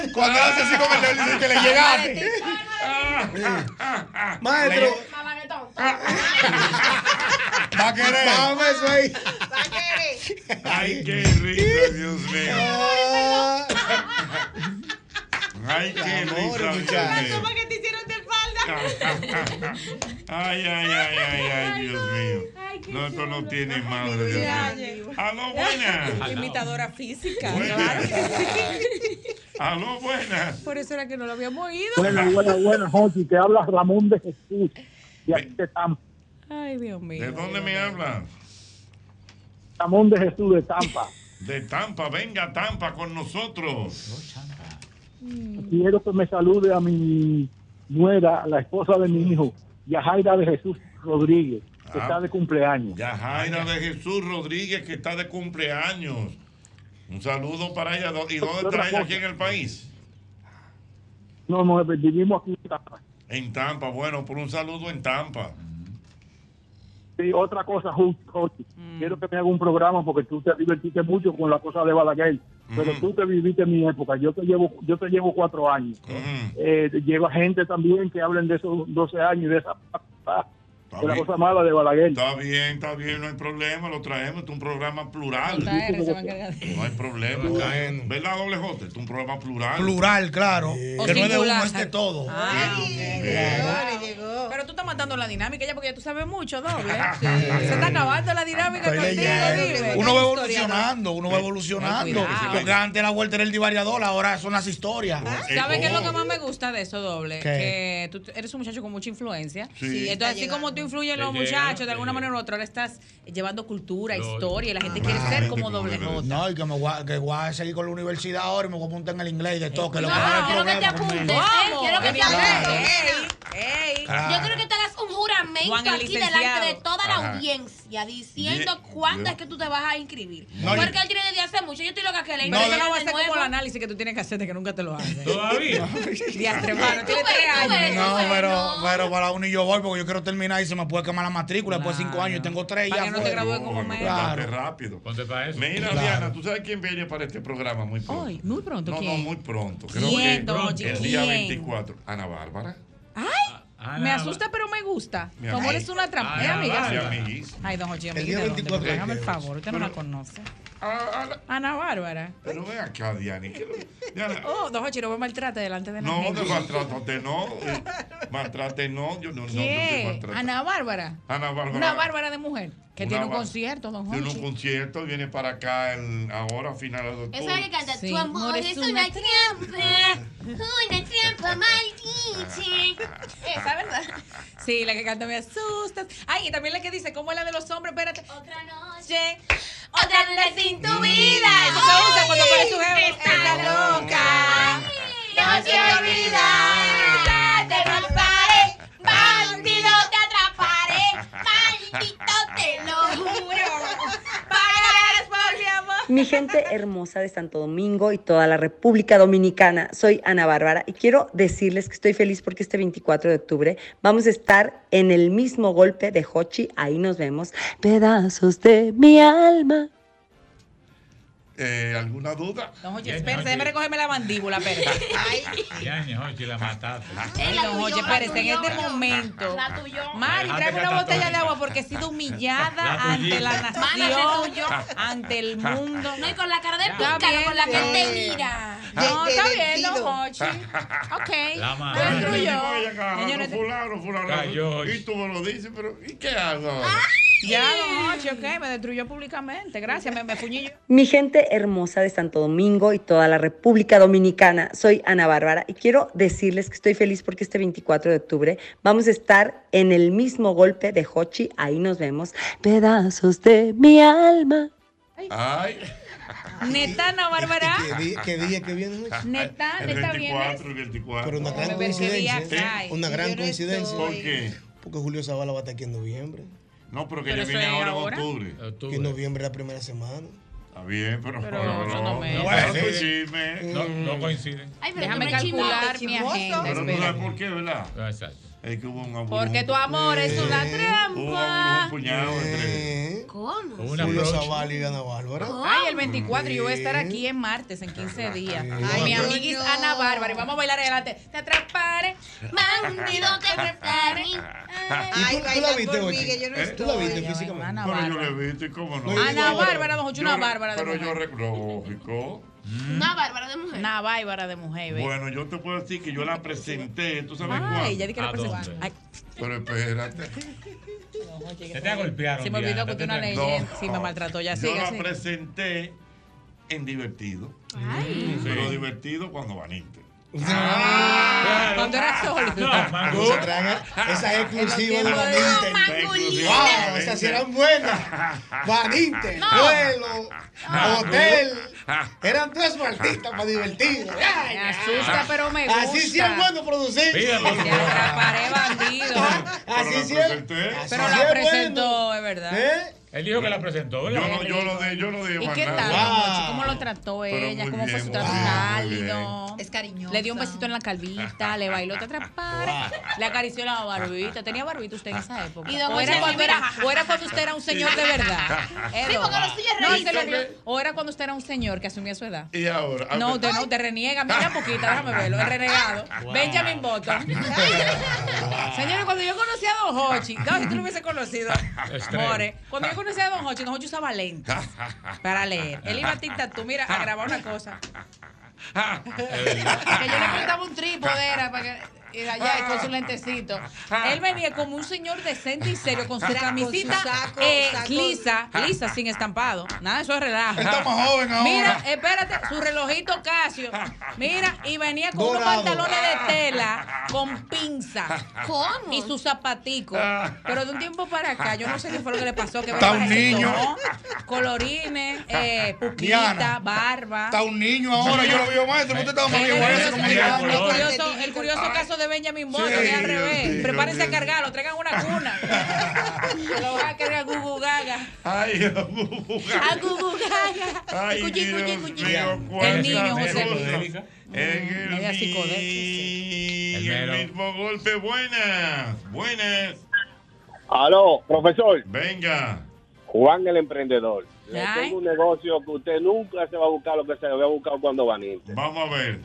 Güey, cuando hace así con el dedo, dice que le llegaste.
Maestro.
Va a querer.
Vamos eso ahí.
Ay, qué risa, Dios mío.
Ah,
Ay, qué risa, Dios mío.
¿Cómo que te hicieron de espalda?
Ay, ay, ay, ay, ay, Dios mío.
Ay, qué
No, esto no tiene madre, Dios
Ya
mío.
llegó.
Aló, buenas.
Imitadora física. claro que sí.
Aló, buenas.
Por eso era que no lo habíamos oído.
Bueno, bueno, bueno, Jochi, te habla Ramón de Jesús, de aquí de Tampa.
Ay, Dios mío.
¿De dónde me hablan?
Ramón de Jesús de Tampa.
De Tampa, venga Tampa con nosotros.
Quiero que me salude a mi nuera, la esposa de mi hijo, Yajaira de Jesús Rodríguez, que
Ah.
está de cumpleaños.
Yajaira de Jesús Rodríguez, que está de cumpleaños. Un saludo para ella. ¿Y dónde está ella aquí en el país?
No, no, vivimos aquí en Tampa.
En Tampa, bueno, por un saludo en Tampa.
Sí, otra cosa, Jo- Jochi, quiero que me haga un programa porque tú te divertiste mucho con la cosa de Balaguer, pero
Mm.
tú que viviste mi época, yo te llevo, yo te llevo cuatro años. Eh, lleva gente también que hablen de esos 12 años y de esa de la
bien.
cosa mala de Balaguer.
Está bien, está bien, no hay problema, lo traemos. Es un programa plural.
Está bien, se va a
No hay problema. ¿Verdad, doble J? Es un programa plural.
Plural, claro.
O
Que no es de uno,
singular.
es de todo.
Llegó, llegó. Pero tú estás matando la dinámica ya porque ya tú sabes mucho, doble. Se está acabando la dinámica
Estoy
contigo,
leyendo.
dime.
Uno va evolucionando, uno va evolucionando.
cuidado.
Porque antes la vuelta era el divariador, ahora son las historias.
¿Sabes qué es lo que más me gusta de eso, doble?
¿Qué?
Que tú t- eres un muchacho con mucha influencia.
Sí.
Y
Está
entonces, así como tú influyes en los
Te llega,
muchachos, de
te
alguna
llega. Ah,
manera u otra, ahora estás llevando cultura,
Lógico.
historia, y la gente quiere ser como doble J.
No, y que me voy a, que voy a seguir con la universidad ahora y me voy a apuntar en el inglés y de todo. Que lo
No,
que
Ah,
quiero que te
apunte.
apuntes, ¿eh? Quiero que te apuntes.
Claro.
Yo creo que te hagas un juramento
Juan
juramento
el
aquí
licenciado.
delante de toda la
Ajá.
audiencia diciendo
Bien,
cuándo
bien.
es que tú te vas a inscribir.
No,
Porque
yo-
él tiene desde hace mucho. Yo estoy loca que le
Pero eso no va a
de
ser como el
nuevo.
análisis que tú tienes que hacer de que nunca te lo haces.
Todavía.
Diastre, mano, tiene tres años.
este No, pero, pero para uno y yo voy porque yo quiero terminar y se me puede quemar la matrícula después de cinco años. y Tengo tres ya. fue.
Ponte
Claro.
rápido.
eso.
Mira,
Claro.
Diana, ¿tú sabes quién viene para este programa muy pronto?
Hoy, muy pronto.
no,
¿quién?
no, muy pronto. Creo
¿Quién,
que
Dochi?
el día
¿Quién?
24. Ana Bárbara.
Ay, me asusta, pero me gusta.
Mi Ah,
Como
amiga.
eres una trampa.
Ay,
Eh,
Bárbara.
amiga.
Amiguísima.
Ay, don Jochi,
El
amiguita,
día
¿dónde?
24
Pero Hágame el
es.
favor, usted no
Pero-
la conoce. Ana Bárbara.
Pero ven acá, Diana. ¿qué le- Diana,
Oh, don Jochi, no me maltrate delante de la
no,
gente.
no, maltrátate, no. Eh, Maltrate, no. Yo no, no, no te
¿Qué?
maltrato.
Ana Bárbara.
Ana Bárbara.
Una Bárbara de mujer. Que
Una
tiene un
Bárbara.
concierto, don
Tiene un
Jochi.
concierto, viene para acá el, ahora a finales de
Esa es
octubre.
que canta,
Sí,
tu amor
amor
es
es
una trampa, una trampa maldita.
Esa, ¿verdad? Eh, Sí, la que canta me asustas. Ay, y también la que dice, ¿cómo es la de los hombres? Espérate. Otra noche. Otra noche sin tu vida. Eso se usa cuando
Oye,
pone su jefe. Está loca.
No te olvidas, te atraparé, bandido te atraparé, maldito te lo juro. Pagarás por mi amor.
Mi gente hermosa de Santo Domingo y toda la República Dominicana, soy Ana Bárbara y quiero decirles que estoy feliz porque este 24 de octubre vamos a estar en el mismo golpe de Hochi. Ahí nos vemos. Pedazos de mi alma.
Eh, ¿Alguna duda?
Don Jochi,
Ya,
espérese,
Jochi.
déjeme recogerme la mandíbula, espérese. Ay,
Ya, ñe, Jochi, la mataste.
Ay, don Jochi, espérese, en este momento. Mari, tráeme
Déjate
una
catar
botella
todo.
de agua porque he sido humillada
La
ante la
tuya.
Mana, se
nación,
tuyó.
ante el mundo.
No, y con la cara de
Está
pícaro,
bien,
con la que él te
sí.
mira.
No,
De- de
está bien,
vencido.
don Jochi. Ok.
La
Me
madre.
destruyó.
Oye, acá,
Señores,
fulano, fulano.
Cayó,
Y tú me lo dices, pero ¿y qué hago? ahora?
Ya, don Jochi, ok, me destruyó públicamente. Gracias, me, me fuñí yo.
Mi gente hermosa de Santo Domingo y toda la República Dominicana, soy Ana Bárbara y quiero decirles que estoy feliz porque este 24 de octubre vamos a estar en el mismo golpe de Hochi. Ahí nos vemos. Pedazos de mi alma.
Ay.
Netana Bárbara.
¿Qué día, qué día que viene?
Neta,
El
neta vienes.
24, el 24.
Pero una gran
Déjame ver qué día
coincidencia.
cae.
¿eh? Una
Y
gran
yo no
coincidencia.
estoy.
¿Por qué?
Porque Julio Zavala va a estar aquí en noviembre.
No, pero que ya
Pero eso
viene
es
ahora en
ahora.
octubre. Ah,
Que en noviembre es la primera semana.
Está bien, pero,
Pero
no,
eso no me-
no,
Bueno,
no
sí. Mm.
coinciden.
No- no
coinciden.
Ay, pero Déjame tú me calcular chismoso, mi chismoso. agenda,
Pero tú
espera.
sabes por qué, ¿verdad? Exacto. Es que hubo un abuso.
Porque tu amor es una
Hubo un abuso, un
trampa.
puñado entre.
¿Cómo?
Julio Zavala y Ana Bárbara.
Ay, el 24 yo voy a estar
Sí.
aquí en martes, en 15 días.
Ay,
Con mi amiguis Ana Bárbara. Y vamos a bailar adelante. Te atraparé, bandido, te atraparé.
¿Y tú, tú la viste, Ochi?
¿Eh?
¿Tú la viste físicamente?
Pero yo le he visto y cómo no.
Ana Bárbara, don Jochi,
Yo
una
re-
Bárbara de
Pero
mujer.
yo, re- lógico.
Una bárbara de mujer. Una bárbara de mujer, ve.
Bueno, yo te puedo decir que yo la presenté, ¿tú sabes cuándo?
Ay, ya di que la presentaste. Ay,
Pero espérate.
Se te golpearon.
Se me olvidó que usted es una leyenda.
No.
Sí, me maltrató. Ya
Yo
sigue,
la
sigue.
presenté en divertido.
Ay.
Pero divertido cuando vaniste.
Cuando era sólido.
No, Mangú.
Esa traga- Ah. esa es exclusiva de
En los tiempos
Van
de-
Inter.
No, Mangú,
Wow, esas sí eran buenas. Van Inter,
No.
vuelo,
Ah,
No.
hotel. Eran tres malditas para divertir. Ay,
Me asusta, pero me gusta.
Así sí es bueno producir.
Te atraparé, bandido.
Así sí es.
Pero
así
la
es bueno.
presentó, es verdad.
Él dijo que la presentó, ¿verdad?
Yo no, yo no de, yo no de
¿Y qué
Juan
tal,
Carlos.
Mochi? ¿Cómo lo trató
Pero
ella?
muy
¿Cómo fue
bien,
su Ah,
muy
trato
bien,
cálido? Es cariñoso. Le dio un besito en la calvita, le bailó te atrapar, le acarició la barbita. ¿Tenía barbita usted en esa época?
Y don
¿O era,
José
cuando
Rivera,
era, o era cuando usted era un señor de verdad? Eh,
Sí,
don.
porque los suyos
No,
reían.
se lo dio. ¿O era cuando usted era un señor que asumía su edad?
Y ahora.
Ah,
a
No,
ver,
usted no, te reniega. Mira poquita, déjame verlo. El renegado.
Ah.
Wow.
Benjamin Button. Señores, cuando yo conocí a Don Hochi, no, si tú lo hubiese conocido,
Estrella.
More, cuando yo conocí a Don Hochi, Don Hochi usaba lentes
Ah.
para leer. Él iba a TikTok, mira, a grabar una cosa. Que yo le prestaba un trípode, era para que. Y allá y con su lentecito. Él venía como un señor decente y serio, con su
Saco,
camisita
saco,
eh,
saco. Ah.
lisa, lisa, sin estampado. Nada, eso es relajo.
Está más joven ahora.
Mira, espérate, su relojito Casio. Mira, y venía con unos
Dorado.
pantalones de tela con pinza.
¿Cómo?
Y sus zapaticos. Pero de un tiempo para acá, yo no sé qué fue lo que le pasó. Que
Está
me
un
parece que
niño.
tomó Colorines, eh, puquita,
Ah, Diana,
barba.
Está un niño ahora, yo lo veo maestro. Usted estaba más
Eh,
viejo a eso,
el
como
curioso-
diablo.
el curioso, el curioso caso de Benjamin Button, es al revés. Prepárense a cargarlo, traigan una cuna. Se lo van a cargar Gugu Gaga.
Ay, a Gugu
A
Gaga.
Gugu Gaga.
Ay,
Cuchi,
Dios
cuchi, cuchi.
mío,
El niño,
cuántas
José
cosas.
Luis.
En el,
Media
el, mismo golpe. Buenas, buenas.
Aló, profesor.
Venga.
Juan el emprendedor. Le
Ay.
tengo un negocio que usted nunca se va a buscar lo que se había buscado cuando van
Vamos a ver.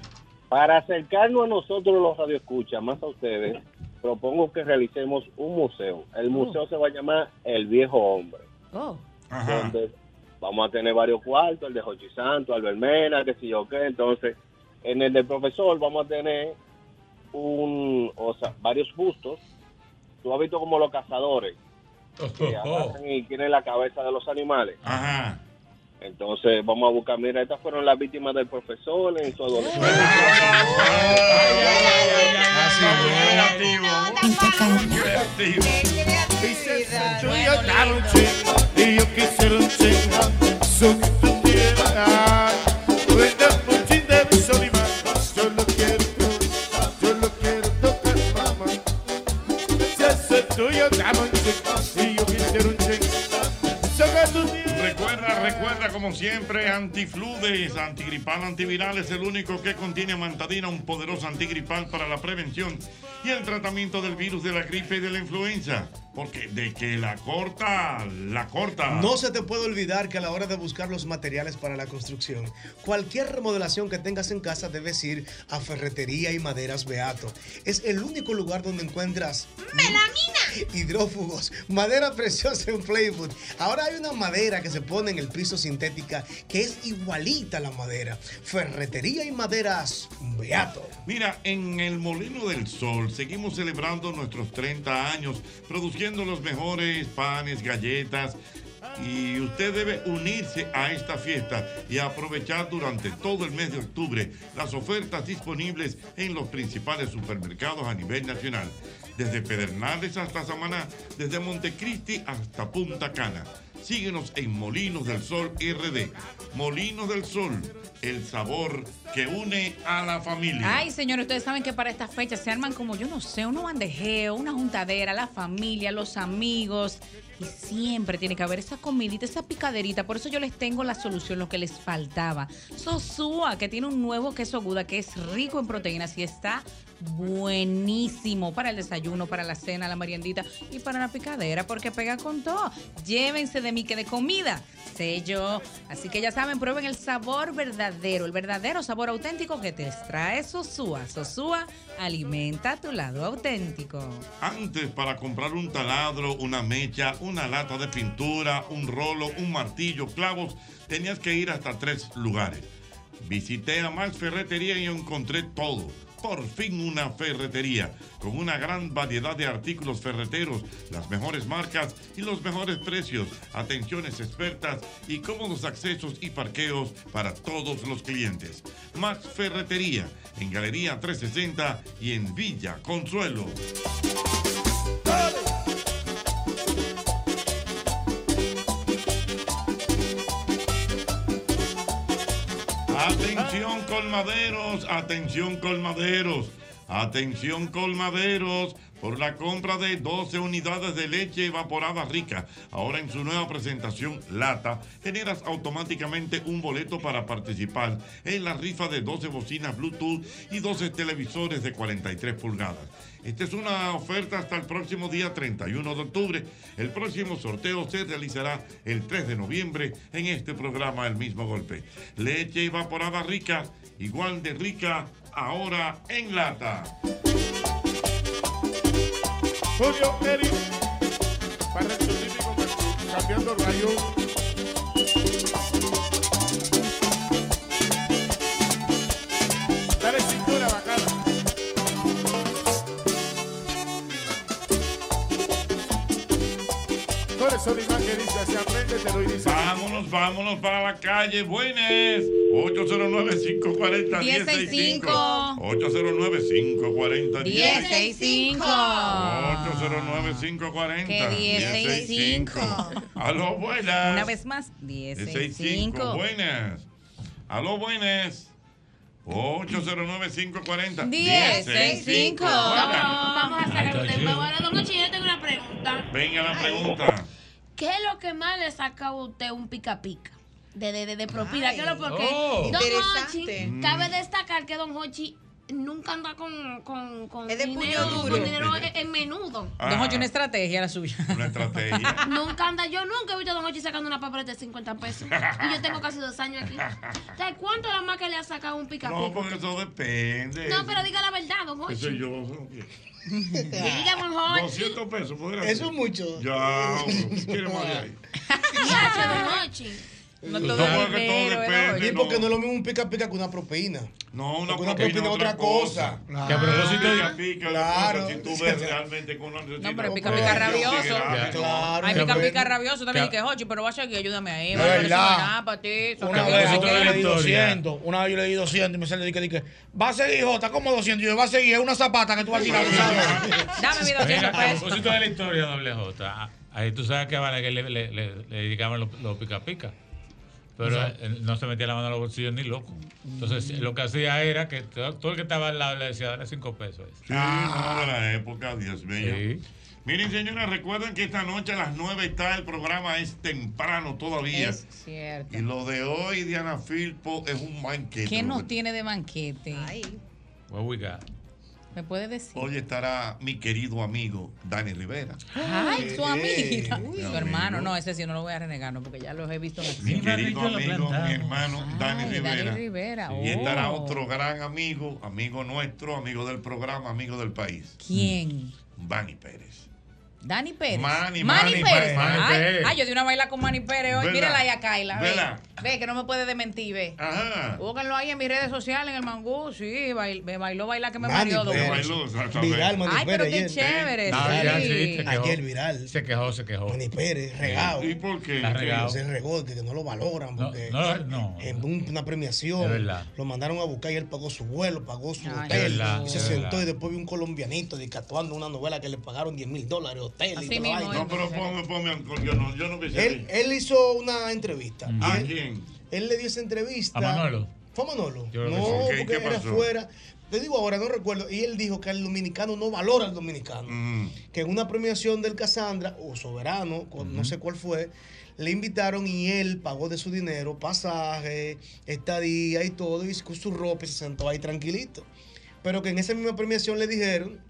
Para acercarnos a nosotros los radioescuchas, más a ustedes, propongo que realicemos un museo. El museo se va a llamar El Viejo Hombre.
Oh.
Entonces, vamos a tener varios cuartos, el de Jochi Santo, Albert Mena, qué sé yo qué. Entonces, en el del profesor vamos a tener un, o sea, varios bustos. Tú has visto como los cazadores que agarran y tienen la cabeza de los animales. Entonces vamos a buscar, mira, estas fueron las víctimas del profesor en su
adolescencia.
Y yo quisiera un chico, su que tú quieras. Tú eres un chin de mi soledad. Yo lo quiero, yo lo quiero tocar, mamá. Si ese es tuyo, dame un chico. Y yo quisiera un chico, su que tú
Recuerda, recuerda como siempre, antifludes, antigripal, antiviral es el único que contiene mantadina, un poderoso antigripal para la prevención y el tratamiento del virus de la gripe y de la influenza. Porque de que la corta, la corta.
No se te puede olvidar que a la hora de buscar los materiales para la construcción, cualquier remodelación que tengas en casa debes ir a Ferretería y Maderas Beato. Es el único lugar donde encuentras melamina, hidrófugos, madera preciosa en Playwood. Ahora hay una madera que se pone en el piso sintética que es igualita a la madera. Ferretería y Maderas Beato.
Mira, en el Molino del Sol seguimos celebrando nuestros 30 años, produciendo los mejores panes, galletas. Y usted debe unirse a esta fiesta y aprovechar durante todo el mes de octubre las ofertas disponibles en los principales supermercados a nivel nacional, desde Pedernales hasta Samaná, desde Montecristi hasta Punta Cana. Síguenos en Molinos del Sol RD. Molinos del Sol, el sabor que une a la familia.
Ay, señores, ustedes saben que para esta fecha se arman como, yo no sé, un bandejeo, una juntadera, la familia, los amigos. Y siempre tiene que haber esa comidita, esa picaderita. Por eso yo les tengo la solución, lo que les faltaba. Sosúa, que tiene un nuevo queso aguda que es rico en proteínas y está buenísimo para el desayuno, para la cena, la meriendita y para la picadera, porque pega con todo. Llévense de mí que de comida, sé yo. Así que ya saben, prueben el sabor verdadero, el verdadero sabor auténtico que te trae Sosúa. Sosúa alimenta tu lado auténtico.
Antes para comprar un taladro, una mecha, una lata de pintura, un rolo, un martillo, clavos, tenías que ir hasta tres lugares. Visité a Max Ferretería y encontré todo. Por fin una ferretería, con una gran variedad de artículos ferreteros, las mejores marcas y los mejores precios, atenciones expertas y cómodos accesos y parqueos para todos los clientes. Max Ferretería, en Galería 360 y en Villa Consuelo. Atención colmaderos, atención colmaderos, atención colmaderos por la compra de 12 unidades de leche evaporada rica. Ahora en su nueva presentación lata, generas automáticamente un boleto para participar en la rifa de 12 bocinas Bluetooth y 12 televisores de 43 pulgadas. Esta es una oferta hasta el próximo día 31 de octubre. El próximo sorteo se realizará el 3 de noviembre en este programa El mismo golpe. Leche evaporada rica, igual de rica, ahora en lata.
Julio Pérez, para el científico cambiando el rayo. Dale cintura bacana. Tú eres un imán que dice así, apréndetelo y dice.
Vámonos, vámonos para la calle. Buenas. 809-540-1065.
1065.
809-540-1065.
1065.
809-540.
Que 1065.
Aló, buenas.
Una vez más,
1065.
1065.
Buenas. Aló, buenas. 809-540.
1065. Vamos a sacar un
Entonces,
tema. Ahora, don Ochi, yo tengo una pregunta.
Venga la pregunta.
¿Qué es lo que más le saca a usted un pica pica? De, de, de, de propina,
Ay.
¿qué es lo porque
Oh.
Don
Interesante.
Hochi,
Mm.
cabe destacar que Don Hochi nunca anda con, con, con
Es de puño
dinero,
duro.
con dinero en, en menudo.
Ah,
Ah.
Don Jochi, una estrategia la suya.
Una estrategia.
Nunca anda, yo nunca he visto a Don Hochi sacando una papeleta de 50 pesos. Y yo tengo casi dos años aquí. ¿Sabes cuánto es lo más que le ha sacado un pica
No,
pica?
porque eso depende.
No, pero diga la verdad, Don
Eso
Hochi.
yo.
Diga, Don Hochi.
200 pesos, podría ser.
Eso es mucho.
Ya, quiere más de ahí.
Gracias, Don Hochi.
No todo No, es porque todo dinero, ¿verdad, depende, Jorge?
Y porque no es lo mismo un pica pica que una propina.
No, una
Porque una
propina
propina es
otra
otra cosa.
Que a propósito de pica, pica,
Claro.
claro. si tú ves realmente con una necesidad.
No, pero pica
Porque
pica
yo
rabioso.
que-
Ay, pica pica rabioso también
Ya.
que Jochi, pero vaya aquí, ayúdame ahí.
Es
vaya, pero
verdad.
eso no es nada para ti, eso
Una
no es
vez
nada.
yo le di 200, una vez yo le di 200 y me sale dije, dije, va a seguir Jota, como 200? Y yo, va a seguir, es una zapata que tú vas a tirar. tú sabes".
Dame mi
Mira,
200
a
pesos.
propósito de la historia, doble J, a- ahí tú sabes que a Balaguer le, le, le- le dedicaban los los pica pica. Pero
O sea.
él no se metía la mano a los bolsillos ni loco. Entonces,
Mm.
lo que hacía era que to- todo el que estaba al lado le decía, dale cinco pesos.
Sí,
ah.
no, Ah, la época, Dios mío. Miren, señoras, recuerden que esta noche a las 9 está el programa, es temprano todavía.
Es cierto.
Y lo de hoy, Diana Filpo, es un banquete.
¿Qué
lo
nos
que-
tiene de banquete?
What we got?
¿Me puedes decir?
Hoy estará mi querido amigo Dani Rivera.
Ay, su amiguita.
Uy.
Su hermano, no, ese sí no lo voy a renegar, no, porque ya los he visto en
Mi
acción.
querido amigo, mi hermano Dani
Ay, Ah, Dani
Rivera.
Rivera,
Y estará
oh.
otro gran amigo, amigo nuestro, amigo del programa, amigo del país.
¿Quién?
Dani Pérez.
Dani Pérez. Manny
Manny, Manny Pérez.
Pérez.
Manny
ay,
Pérez.
ay, yo di una baila con Manny Pérez hoy.
Vela.
Mírala ahí a Kaila. Ve,
Vela.
ve, que no me puede desmentir, ve.
Ajá.
Búsquenlo ahí en mis redes sociales, en el mangú. Sí, bail- me bailó bailar que me
Manny
mareó. don
Pérez.
Juan.
Bailó, exactamente.
Viral, Manny
Ay, pero
Pérez,
qué
ayer.
chévere.
No, ya
sí.
sí, se quejó.
Ayer viral.
Se quejó, se quejó.
Manny Pérez, regado.
¿Y por qué?
Está regado.
Se regó, que que no lo valoran. Porque
No, no.
en un- una
Es
premiación
verdad.
lo mandaron a buscar y él pagó su vuelo, pagó su
Ay,
hotel.
Es verdad,
y se
es
sentó
verdad.
y después vi un colombianito discatuando una novela que le pagaron 10 mil dólares, hotel y
Así
toda la
mismo,
vaina.
No, pero ponme, ponme alcohol, yo no, yo no quise.
Él, él hizo una entrevista.
¿A
Y él-
quién?
Él le dio esa entrevista.
¿A Manolo?
¿Fue a Manolo?
Yo creo que sí.
no,
Ok, ¿qué
porque era
pasó?
afuera. Te digo ahora, no recuerdo. Y él dijo que el dominicano no valora al dominicano. Que en una premiación del Casandra o Soberano, cu- no sé cuál fue, le invitaron y él pagó de su dinero, pasaje, estadía y todo, y con su ropa y se sentó ahí tranquilito. Pero que en esa misma premiación le dijeron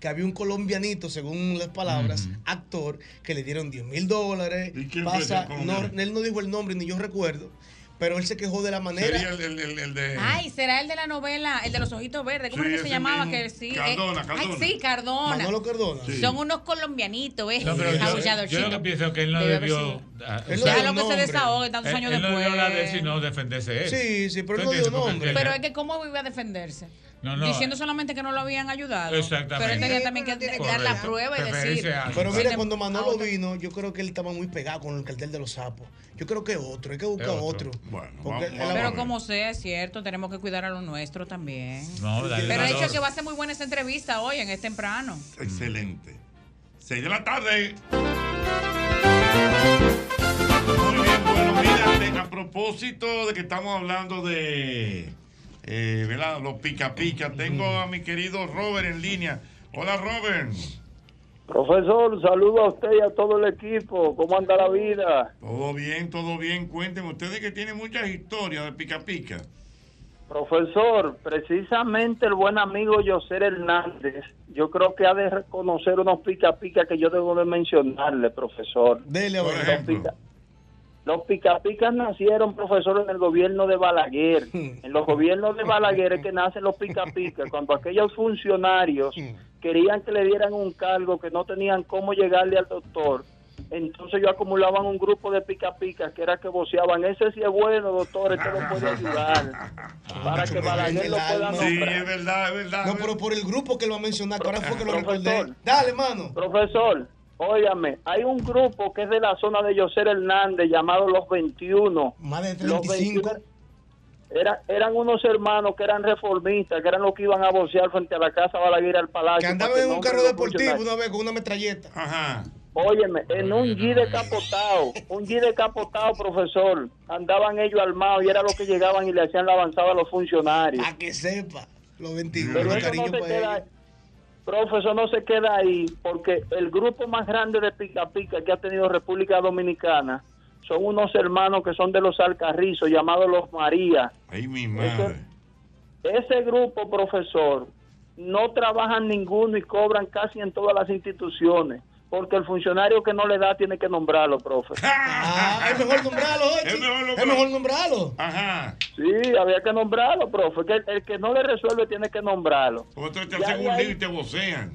que había un colombianito, según las palabras, actor, que le dieron 10 mil dólares.
quién fue ese
Pasa, no,
colombiano?
él no dijo el nombre ni yo recuerdo, pero él se quejó de la manera.
Sería el, el, el, el de.
Ay, será el de la novela, el de los ojitos verdes, ¿cómo
Sí,
es que se
ese
llamaba?
mismo.
Que sí, eh,
Cardona,
Ay,
Cardona.
sí, Cardona.
Manolo Cardona. Sí.
Son unos colombianitos, ¿eh?
No, pero yo,
Abulladorcitos.
yo lo que pienso es que él no
Debe haber
debió.
sido.
ah,
Él no dio
usar-
Déjalo que se nombre. desahogue tantos
Él-
años
él no debió
después.
hablar de él, sino defenderse él.
Sí, sí, pero
¿Tú
él no dio
entiendes? Porque
nombre.
él-
Pero es que cómo iba a defenderse.
No, no,
Diciendo solamente que no lo habían ayudado.
Exactamente.
Pero él tenía también que dar la
Correcto.
prueba y decir.
Preferirse a-
Pero
Sí,
mira,
te-
cuando
a
Manolo
otra-
vino, yo creo que él estaba muy pegado con el cartel de los sapos. Yo creo que otro, hay que buscar
Es otro.
otro. Porque él-
Pero como sea, es cierto, tenemos que cuidar a lo nuestro también.
No, dale
Pero el hecho
valor.
es que va a ser muy buena esa entrevista hoy, en es temprano.
Excelente. 6 de la tarde. Muy bien, bueno, mírate, a propósito de que estamos hablando de eh, ¿verdad? los pica pica, tengo a mi querido Robert en línea. Hola Robert.
Profesor, saludo a usted y a todo el equipo. ¿Cómo anda la vida?
Todo bien, todo bien. Cuéntenme ustedes que tienen muchas historias de pica pica.
Profesor, precisamente el buen amigo José Hernández, yo creo que ha de reconocer unos pica pica que yo debo de mencionarle, profesor.
Dele,
por Los pica picas nacieron, profesor, en el gobierno de Balaguer. En los gobiernos de Balaguer es que nacen los pica picas. Cuando aquellos funcionarios querían que le dieran un cargo que no tenían cómo llegarle al doctor, entonces ellos acumulaban un grupo de pica picas que era que voceaban, ese sí es bueno, doctor, este lo puede ayudar. Para que Balaguer lo pueda nombrar.
verdad, es verdad.
No, pero por el grupo que lo va a mencionar, que ahora fue que lo recordé.
Profesor.
Dale, mano.
Profesor, óigame, hay un grupo que es de la zona de José Hernández llamado Los 21.
Más de
Los
35.
Era- eran unos hermanos que eran reformistas, que eran los que iban a vocear frente a la casa Balaguer al palacio.
Que andaba
para
en
no
un carro
lo
deportivo
funcionara.
una vez con una metralleta.
Ajá.
Óyeme, en un G decapotado, un G decapotado, profesor, andaban ellos armados y era lo que llegaban y le hacían la avanzada a los funcionarios.
A que sepa, los 21
Pero eso
cariño pues,
no se
para
queda,
ellos.
profesor, no se queda ahí, porque el grupo más grande de Pica Pica que ha tenido República Dominicana son unos hermanos que son de los Alcarrizos, llamados los María.
Ay, mi madre.
Ese grupo, profesor, no trabajan ninguno y cobran casi en todas las instituciones, porque el funcionario que no le da tiene que nombrarlo, profe.
Ah, es mejor nombrarlo, Ochi. Es mejor nombrarlo.
pues. Ajá.
Sí, había que nombrarlo, profe. Que el, el que no le resuelve tiene que nombrarlo.
Otros te
Ya
hacen
de
un
ahí-
lío y te vocean.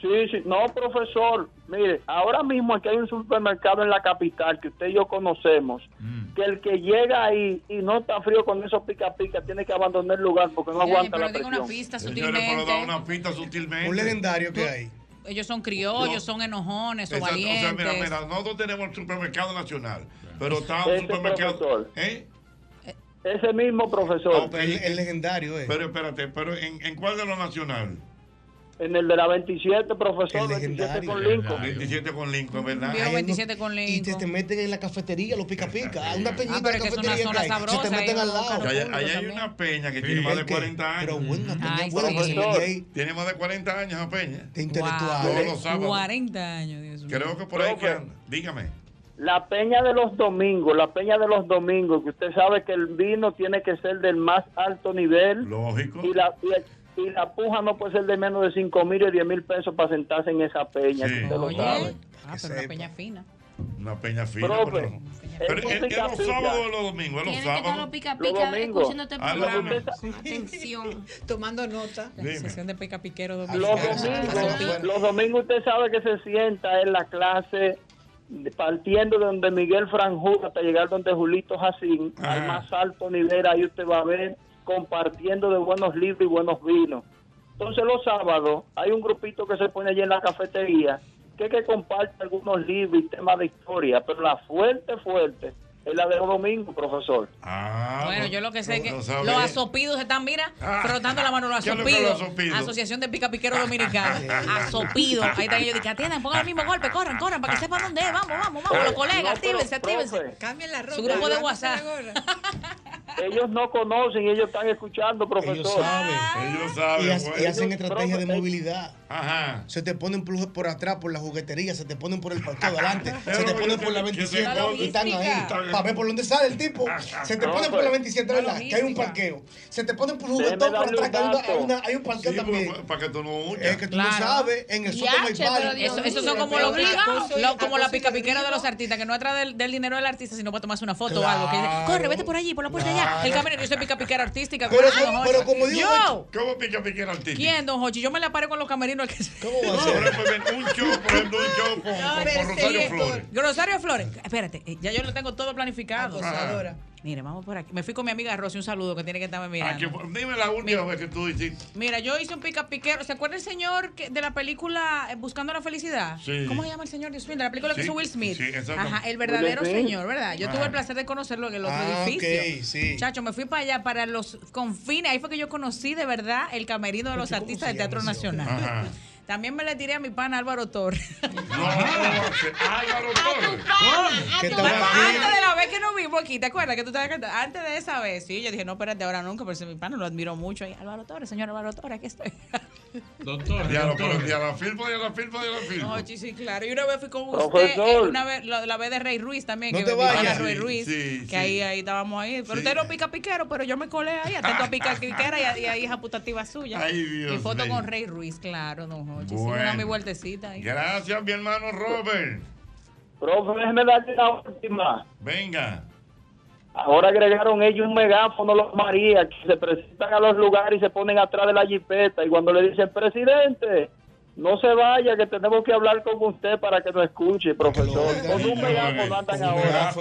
Sí, sí. No, profesor, mire, ahora mismo aquí hay un supermercado en la capital que usted y yo conocemos,
Mm.
que el que llega ahí y no está frío con esos pica pica tiene que abandonar el lugar porque no aguanta la presión.
Señores, pero da una pista sutilmente.
Un
legendario que hay.
Ellos son criollos,
No.
son enojones, son
Exacto, o sea,
valientes. Ah,
mira, mira, nosotros tenemos el supermercado nacional, pero está un
Ese
supermercado. ¿eh?
Ese mismo profesor.
el, legendario, ¿eh?
Pero espérate, pero ¿en, en cuál de lo nacional?
En el de la 27, profesor, 27 con Lincoln.
27 con Lincoln, ¿verdad?
Ay, no-
27 con
Y te, te meten en la cafetería, los pica
Ah,
pica. a Una peñita
Ah, pero
de
es que es una
cafetería
zona
que hay.
sabrosa,
Se te meten
ahí
al
no
lado.
Allá, allá hay una peña que tiene más de 40 años. Pero buena
peña, Ay, buena, sí. que se
Profesor,
vende ahí.
Tiene más de 40 años la peña. De
Wow.
¿eh?
Todos los sábados.
40 años, Dios mío.
Creo que por ahí que anda. Dígame.
La peña de los domingos, la peña de los domingos, que usted sabe que el vino tiene que ser del más alto nivel.
Lógico.
Y la, y, y la puja no puede ser de menos de 5 mil o 10 mil pesos para sentarse en esa peña, que usted lo sabe.
Ah, pero una peña fina.
Una peña fina.
Profe,
pero- pero
es un
es, es los
pica-pica.
sábados o los domingos. Es los
Tienen que estar los
sábados.
pica
Los
pica
domingos.
escuchándote
Ah, los domingos.
Atención.
Tomando nota.
La Dime. asociación
de pica piquero
Los domingos, los domingos usted sabe que se sienta en la clase de- partiendo de donde Miguel Franjú hasta llegar donde Julito Jacín,
Ajá.
al más alto nivel, ahí usted va a ver compartiendo de buenos libros y buenos vinos. Entonces los sábados hay un grupito que se pone allí en la cafetería que, que comparte algunos libros y temas de historia, pero la fuerte, fuerte es la de los domingos, profesor.
Bueno, yo Ah, lo que sé es que
no
los
sabe.
asopidos están, mira,
Ah,
frotando la mano, los
¿qué es lo que
asopidos.
los asopidos?
Asociación de Pica Piquero Dominicano. asopidos. Ahí están ellos, dije, atiendan, pongan el mismo golpe, corran, corran, para que sepan dónde es. Vamos, vamos, vamos, los
Eh,
colegas,
no, pero,
actívense, actívense.
profe.
Cambien la ropa.
Su grupo de
levántense
WhatsApp.
la gorra.
Ellos no conocen, ellos están escuchando, profesor.
Ellos saben.
Ah.
Ellos
Ah. Y, ha- y hacen
Ellos-
estrategias de movilidad.
Ajá.
Se te ponen por, por atrás, por la juguetería, se te ponen por el parqueo de adelante, se te ponen por la
que se
27 y están ahí
logística.
para ver por dónde sale el tipo. Se te
No,
ponen por
pues,
la 27,
la
¿verdad? Que hay un
logística.
parqueo. Se te ponen por el
Déjeme
juguetón por
darle un
atrás, que hay, una-
dato.
hay una- hay un parqueo
Sí,
también.
para- Para que tú no huyas.
Es que tú no sabes, en el sótano hay varios.
Eso- Esos son como,
Pero
los,
mira,
lo-
acoso y-
como la
acoso y
pica piquera de
derribo.
los artistas, que no es atrás del, del dinero del artista, sino para tomarse una foto o algo.
Claro.
Que dice, corre, vete por allí, por la puerta allá. El camerino, yo soy pica piquera artística.
Pero,
Ay,
como-
no,
pero
eso-
como digo,
yo,
¿Cómo pica pica el artista?
¿quién, don Hochi? Yo me la paro con los camerinos. al que-
¿Cómo
No, pero pues, ven, un show, por ejemplo, un show con, con- con Rosario Flores.
eh, Rosario Flores. Espérate, eh, ya yo lo tengo todo planificado.
Acosadora.
Mire, vamos por aquí. Me fui con mi amiga Rosy, un saludo que tiene que estarme
Ah, que
mirando.
fue- dime la última vez que tú hiciste.
Mira, yo hice un pica piquero. ¿Se acuerda el señor que- de la película eh, Buscando la Felicidad?
Sí.
¿Cómo se llama el señor Dios mío? De la película que
Sí,
hizo Will Smith.
sí, exactamente.
Ajá, el verdadero
Will Smith.
señor, ¿verdad? Yo
Ah.
tuve el placer de conocerlo en el otro
Ah,
edificio.
ok, sí.
Chacho, me fui para allá, para los confines. Ahí fue que yo conocí de verdad el camerino de los artistas del Teatro Nacional.
Ajá.
También me le tiré a mi pana Álvaro Torres.
Álvaro Torres.
Que
Bueno,
estaba
antes
aquí.
de la vez que nos vimos aquí, ¿te acuerdas que tú estabas cantando? Antes de esa vez, sí, yo dije, no, espérate, ahora nunca, pero ese es mi pana lo admiro mucho. Y Álvaro Torres, señor Álvaro Torres, aquí estoy.
Doctor. Ya lo pero ya la firmo, ya la firmo, ya la firmo.
No, sí, sí, claro. Y una vez fui con usted,
Profesor.
eh, una vez, la, la vez de Rey Ruiz también,
No
que
te
me invitó
vayas.
a Rey
Sí,
Ruiz,
sí,
que
sí.
ahí, ahí estábamos ahí. Pero
Sí.
usted no pica piquero, pero yo me colé ahí, atento a pica piquera y a- y ahí es putativa suya.
Ay, Dios
Mi foto
mío.
con Rey Ruiz, claro, don Hochi. Sí, me da
Bueno.
mi vueltecita ahí.
Gracias, mi hermano Robert.
Profe, déjeme darle la última.
Venga.
Ahora agregaron ellos un megáfono, los María, que se presentan a los lugares y se ponen atrás de la jipeta. Y cuando le dicen, presidente, no se vaya, que tenemos que hablar con usted para que nos escuche, profesor. Con un megáfono andan ahora.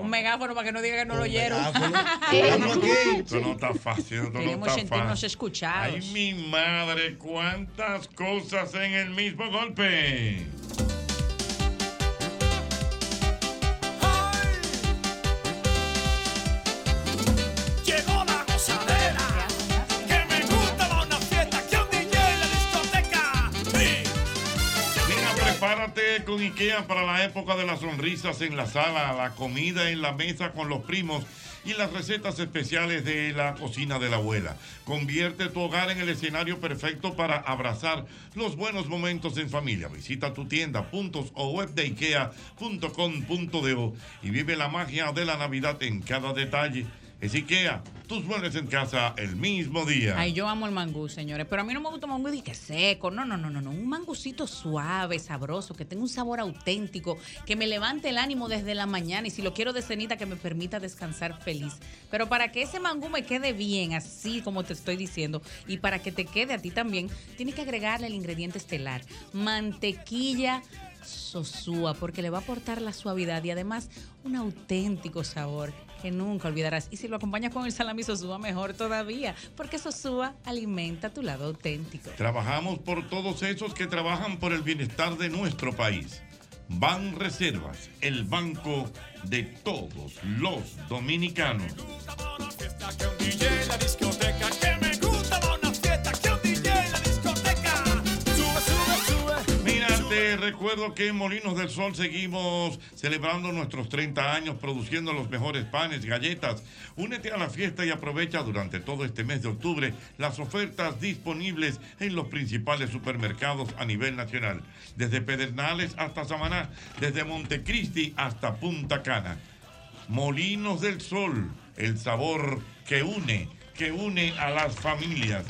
Un megáfono para que no diga que no lo oyeron.
Esto no está fácil, esto no
Queremos
está
sentirnos
fácil.
escuchados.
Ay, mi madre, cuántas cosas en el mismo golpe.
Llegó la gozadera, que me gusta va a una fiesta, que a un DJ en la discoteca. Sí.
Mira, prepárate con un IKEA para la época de las sonrisas en la sala, la comida en la mesa con los primos y las recetas especiales de la cocina de la abuela. Convierte tu hogar en el escenario perfecto para abrazar los buenos momentos en familia. Visita tu tienda, puntos o web de ikea.com.do y vive la magia de la Navidad en cada detalle. Es IKEA, tus muebles en casa el mismo día.
Ay, yo amo el mangú, señores, pero a mí no me gusta un mangú de que seco. No, no, no, no, no. Un mangucito suave, sabroso, que tenga un sabor auténtico, que me levante el ánimo desde la mañana y si lo quiero de cenita, que me permita descansar feliz. Pero para que ese mangú me quede bien, así como te estoy diciendo, y para que te quede a ti también, tienes que agregarle el ingrediente estelar: mantequilla sosúa, porque le va a aportar la suavidad y además un auténtico sabor que nunca olvidarás. Y si lo acompañas con el salami sosúa, mejor todavía, porque sosúa alimenta tu lado auténtico.
Trabajamos por todos esos que trabajan por el bienestar de nuestro país. Ban Reservas, el banco de todos los dominicanos. Mira, te recuerdo que en Molinos del Sol seguimos celebrando nuestros 30 años produciendo los mejores panes, galletas. Únete a la fiesta y aprovecha durante todo este mes de octubre las ofertas disponibles en los principales supermercados a nivel nacional, desde Pedernales hasta Samaná, desde Montecristi hasta Punta Cana. Molinos del Sol, el sabor que une, que une a las familias.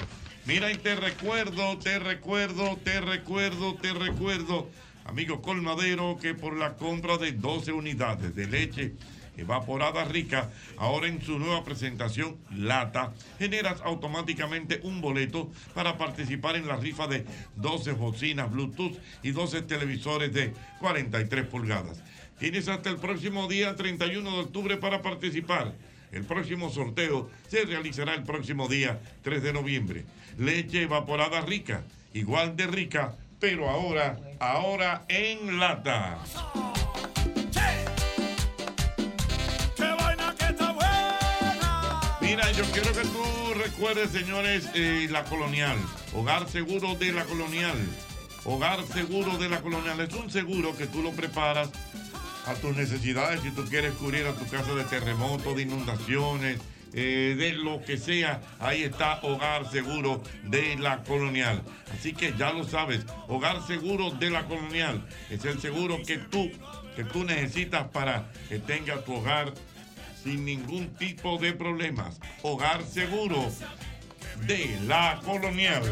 Mira, y te recuerdo, te recuerdo, te recuerdo, te recuerdo, amigo Colmadero, que por la compra de 12 unidades de leche evaporada rica, ahora en su nueva presentación lata, generas automáticamente un boleto para participar en la rifa de 12 bocinas Bluetooth y 12 televisores de 43 pulgadas. Tienes hasta el próximo día 31 de octubre para participar. El próximo sorteo se realizará el próximo día 3 de noviembre. Leche evaporada rica, igual de rica, pero ahora, ahora en lata. Mira, yo quiero que tú recuerdes, señores, eh, la colonial, hogar seguro de la colonial. Hogar seguro de la colonial es un seguro que tú lo preparas a tus necesidades, si tú quieres cubrir a tu casa de terremotos, de inundaciones, eh, de lo que sea, ahí está Hogar Seguro de la Colonial. Así que ya lo sabes, Hogar Seguro de la Colonial es el seguro que tú, que tú necesitas para que tenga tu hogar sin ningún tipo de problemas. Hogar Seguro de la Colonial.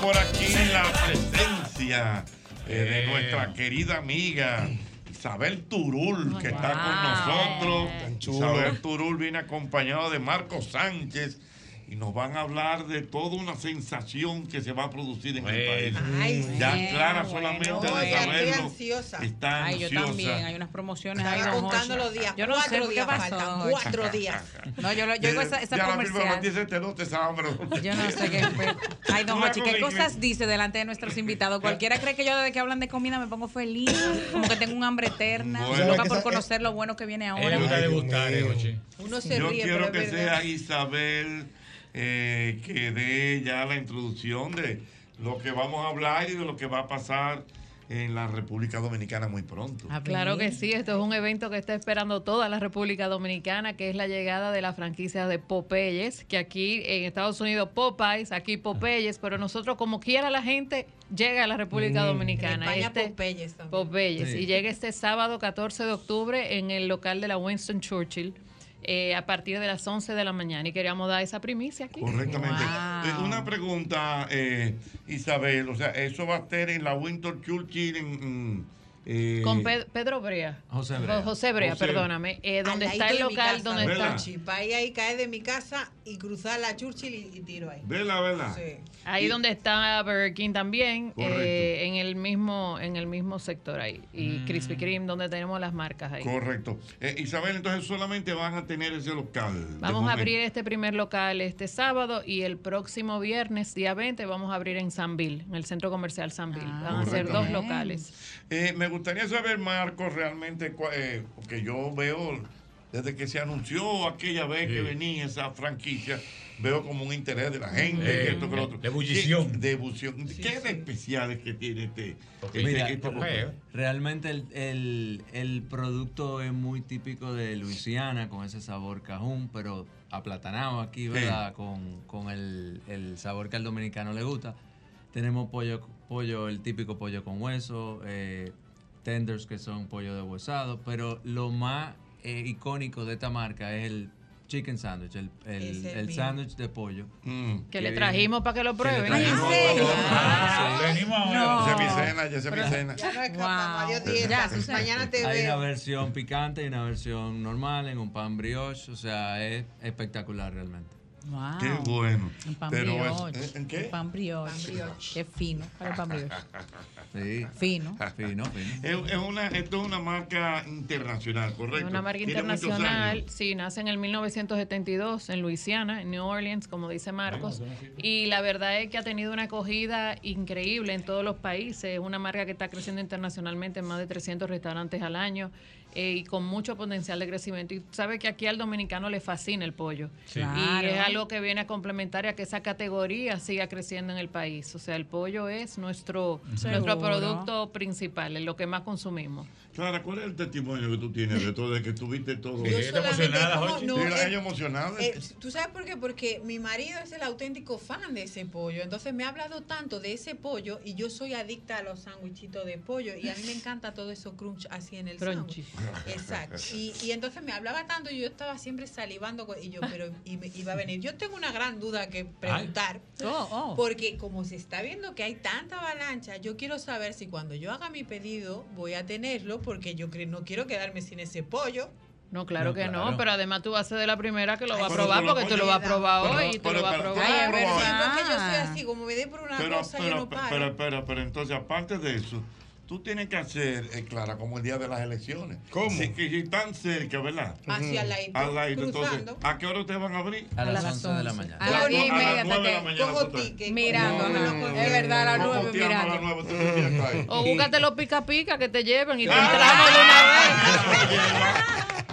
por aquí la presencia eh, de nuestra querida amiga Isabel Turul, que está con nosotros. Isabel Turul viene acompañado de Marco Sánchez. Y nos van a hablar de toda una sensación que se va a producir en el país.
Ay,
ya
bueno,
Clara solamente
bueno.
de
Ay, estoy
saberlo
ansiosa.
está
Ay, yo
ansiosa.
también, hay unas promociones. ahí,
Estaba
don
contando
Jorge.
los días.
Yo no sé
Cuatro
qué
días
pasó,
faltan,
Jorge.
cuatro días.
No, yo, lo- yo oigo esa, esa
Eh, ya la
comercial.
dice, te note esa hambre.
Yo no sé qué fue. Ay, don
Una
Hochi, ¿qué
comida
cosas dice delante de nuestros invitados? Cualquiera cree que yo desde que hablan de comida me pongo feliz, como que tengo un hambre eterna,
Bueno.
loca por conocer lo bueno que
Eh,
viene ahora.
Uno se
Yo
ríe,
quiero
pero
que
es verdad.
sea Isabel eh, que dé ya la introducción de lo que vamos a hablar y de lo que va a pasar en la República Dominicana muy pronto.
Claro que sí, esto es un evento que está esperando toda la República Dominicana, que es la llegada de la franquicia de Popeyes, que aquí en Estados Unidos Popeyes, aquí Popeyes, pero nosotros como quiera la gente llega a la República
Mm. En
Dominicana.
España,
Popeyes Popeyes,
Sí.
y llega este sábado 14 de octubre en el local de la Winston Churchill. eh, a partir de las 11 de la mañana y queríamos dar esa primicia aquí.
Correctamente. Eh, Una pregunta, eh, Isabel, o sea, eso va a estar en la Winter Churchill en... en, eh,
Con Pe- Pedro Brea.
José
Jo- José Brea,
José-
perdóname. eh, donde
Al
está el
ladito de mi
local,
casa,
donde
de
está...
Churchill. Pa' Ahí, ahí cae de mi casa y cruzar la Churchill y, y tiro ahí.
Vela, vela.
Sí.
Ahí donde está Burger King también,
Correcto.
eh, en el mismo en el mismo sector ahí. Y
Mm.
Krispy Kreme, donde tenemos las marcas ahí.
Correcto. Eh, Isabel, entonces solamente van a tener ese local. de
Vamos a
momento.
abrir este primer local este sábado y el próximo viernes, día 20, vamos a abrir en Sanville, en el centro comercial Sanville.
Ah,
Van a ser dos
Correctamente.
locales.
Eh, me gustaría saber, Marcos, realmente, cua- eh, porque yo veo desde que se anunció aquella vez que venía esa franquicia, veo como un interés de la gente,
Eh,
que esto, que lo otro.
de ebullición.
¿Qué, de ebullición. ¿Qué de especiales que tiene este? este-
Mira, eh,
este-
realmente el, el- el producto es muy típico de Luisiana, con ese sabor cajún, pero aplatanado aquí, ¿verdad? Con, con el, el sabor que al dominicano le gusta. Tenemos pollo, pollo el típico pollo con hueso, eh, tenders que son pollo de huesado, pero lo más eh, icónico de esta marca es el chicken sandwich, el, el-
Ese
el
mismo.
sándwich de pollo.
Que le
viene-
trajimos para que lo
que le
prueben.
trajimos
¿En serio?
para-
Ah,
Sí.
venimos
No.
Ya se mi cena, ya se mi
Pero-
cena.
Ya no
Ah,
escapamos. Adiós, dieta.
Este,
Mañana te
Hay
veo.
una versión picante y una versión normal en un pan brioche. O sea, es espectacular realmente.
Wow.
Qué bueno.
Un pan
Pero es-
brioche.
¿eh, en
Un pan brioche. Qué fino para el pan brioche.
Sí.
Fino.
Fino, fino.
Es, es una, esto es una marca internacional,
Es
correcto.
una marca
Tiene muchos
internacional,
años.
sí, nace en el 1972 en Luisiana, en New Orleans, como dice Marcos, y la verdad es que ha tenido una acogida increíble en todos los países, es una marca que está creciendo internacionalmente en más de 300 restaurantes al año eh, y con mucho potencial de crecimiento. Y sabe que aquí al dominicano le fascina el pollo
Sí.
y
Claro.
es algo que viene a complementar y a que esa categoría siga creciendo en el país. O sea, el pollo es nuestro,
Seguro.
nuestro producto principal, es lo que más consumimos.
Clara, ¿cuál es el testimonio que tú tienes de todo, de que tuviste todo?
Sí, Yo está solamente emocionada, como- Jochi.
Sí,
no,
ella
eh,
emocionada.
Eh, ¿Tú sabes por qué? Porque mi marido es el auténtico fan de ese pollo. Entonces me ha hablado tanto de ese pollo y yo soy adicta a los sándwichitos de pollo y a mí me encanta todo eso crunch así en el
Crunchy.
sándwich. Exacto. Y, y entonces me hablaba tanto y yo estaba siempre salivando con- y yo, pero y me- iba a venir. Yo tengo una gran duda que preguntar.
Oh, oh.
Porque como se está viendo que hay tanta avalancha, yo quiero saber si cuando yo haga mi pedido voy a tenerlo porque yo cre- no quiero quedarme sin ese pollo.
No, claro
No,
que
claro.
no, pero además tú vas a ser de la primera que lo va a
Pero
probar
tú lo
porque tú lo vas a probar
Pero-
hoy y tú
pero-
lo vas a
pero-
probar. Ah.
Ay, es verdad.
Porque yo soy así, como me dé por una
Pero,
cosa, yo
pero,
no paro.
pero, pero, pero entonces, aparte de eso, tú tienes que hacer, eh, Clara, como el día de las elecciones. ¿Cómo? Si, que si tan cerca, ¿verdad?
Hacia al ladito,
Al ladito. Entonces,
cruzando.
¿a qué hora ustedes van a abrir?
A las 11 de la mañana.
A las diez y media, hasta que cojo
Mirando, es verdad, a las nueve,
A las
mirando.
nueve, tú te quedas
Mm.
ahí.
O búscate los pica pica que te lleven y te entramos de una vez.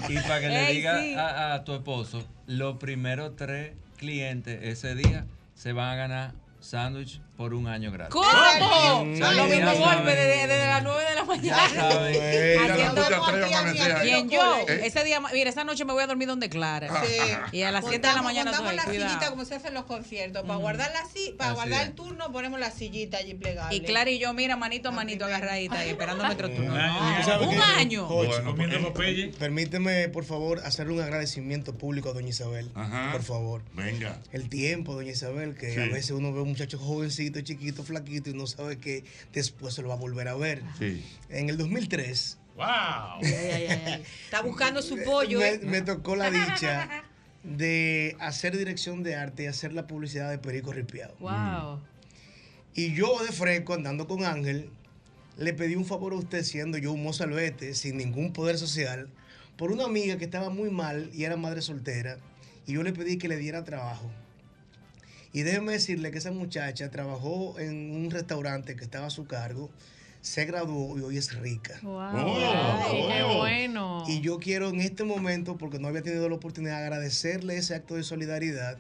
Y para que le
Ey,
digas
sí.
a, a tu esposo, los primeros tres clientes ese día se van a ganar sándwich por un año gratis.
¿Cómo?
Sí,
Son los
ya
mismos
saben.
golpes desde, desde las 9 de la mañana.
saben.
Haciendo
Ya no te
como
atreves a
hacían
amanecer
aquí,
ahí. ¿Quién,
aquí en los
yo?
colegios.
Ese día, mira, esa noche me voy a dormir donde
Ah.
Clara.
Sí.
Y a las 7 de la
Montamos-
mañana
montamos
estoy,
la sillita
cuidado.
como se hace en los conciertos. Para guardar la si- para
Así
guardar
es.
el turno ponemos la sillita allí plegable.
Y Clara y yo, mira, manito a manito agarradita ahí, esperando nuestro turno.
Tú
Uh,
sabes
Un
que-
año.
Jochi,
comiendo
eh,
Popeye.
Permíteme, por favor, hacerle un agradecimiento público a doña Isabel. Por favor.
Venga.
El tiempo, doña Isabel, que
Sí.
a veces uno ve a un muchacho jovencito, chiquito, flaquito y no sabe que después se lo va a volver a ver.
Sí.
En el 2003.
¡Wow!
Está buscando su pollo.
Me,
¿eh?
me tocó la dicha de hacer dirección de arte y hacer la publicidad de Perico Ripiado.
Wow.
Y yo de fresco, andando con Ángel, le pedí un favor a usted, siendo yo un mozalbete, sin ningún poder social, por una amiga que estaba muy mal y era madre soltera, y yo le pedí que le diera trabajo. Y déjeme decirle que esa muchacha trabajó en un restaurante que estaba a su cargo, se graduó y hoy es rica.
Ay, qué bueno.
Y yo quiero en este momento, porque no había tenido la oportunidad, agradecerle ese acto de solidaridad,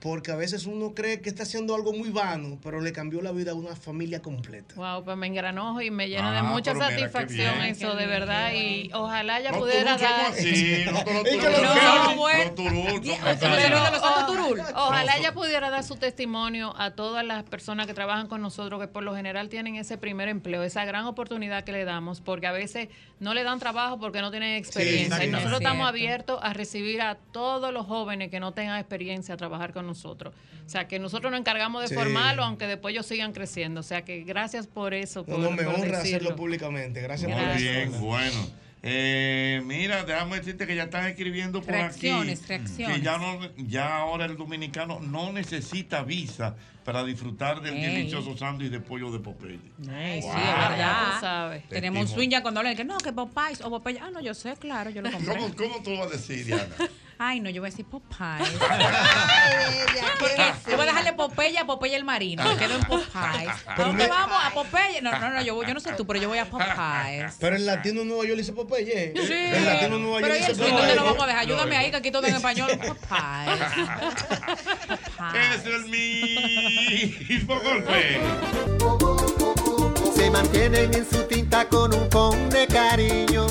porque a veces uno cree que está haciendo algo muy vano, pero le cambió la vida a una familia completa.
Wow, pues me engranojo y me llena de
Ah,
mucha
pero mira, qué
satisfacción
bien.
eso, de verdad. Y ojalá ya
No, tú
pudiera
no seas
dar.
así, no te lo
Es que
turul,
no,
no,
bueno.
Los turul,
Ya,
los
pero,
turul.
o- Ojalá
No,
ella pudiera dar su testimonio a todas las personas que trabajan con nosotros, que por lo general tienen ese primer empleo, esa gran oportunidad que le damos, porque a veces no le dan trabajo porque no tienen experiencia.
exacto.
y nosotros
Es
estamos
cierto.
abiertos a recibir a todos los jóvenes que no tengan experiencia a trabajar con nosotros. O sea, que nosotros nos encargamos de
Sí.
formarlo, aunque después ellos sigan creciendo. O sea, que gracias por eso.
No,
Por,
no, me
por decirlo.
honra hacerlo públicamente. Gracias
Muy
por
bien, bueno. Eh, mira, déjame decirte que ya están escribiendo por
Reacciones,
aquí.
reacciones.
Que ya, no, ya ahora el dominicano no necesita visa para disfrutar del
Ey.
delicioso sándwich de pollo de Popeye.
Ay, sí,
Wow.
es verdad.
Sabes.
Tenemos un
Testimonio.
swing ya cuando hablan de que no, que Popeyes o Popeyes. Ah, no, yo sé, claro, yo lo compré.
¿Cómo, ¿Cómo tú vas a decir, Diana?
Ay, no, yo voy a decir Popeye. yo voy a dejarle Popeye a Popeye el marino. Me quedo en Popeye. ¿A
Pero
dónde
me-
vamos? ¿A Popeye? No, no, no, yo, voy- yo no sé tú, pero yo voy a Popeye.
Pero el latino de Nueva York le hizo Popeye.
Sí.
El latino de Nueva
Pero
York
¿y
le
el
hizo
fin dónde lo
Popeye.
vamos a dejar? Ayúdame ahí, que aquí todo en español. Popeye.
Es el mismo golpe.
Se mantienen en su tinta con un phone de cariño.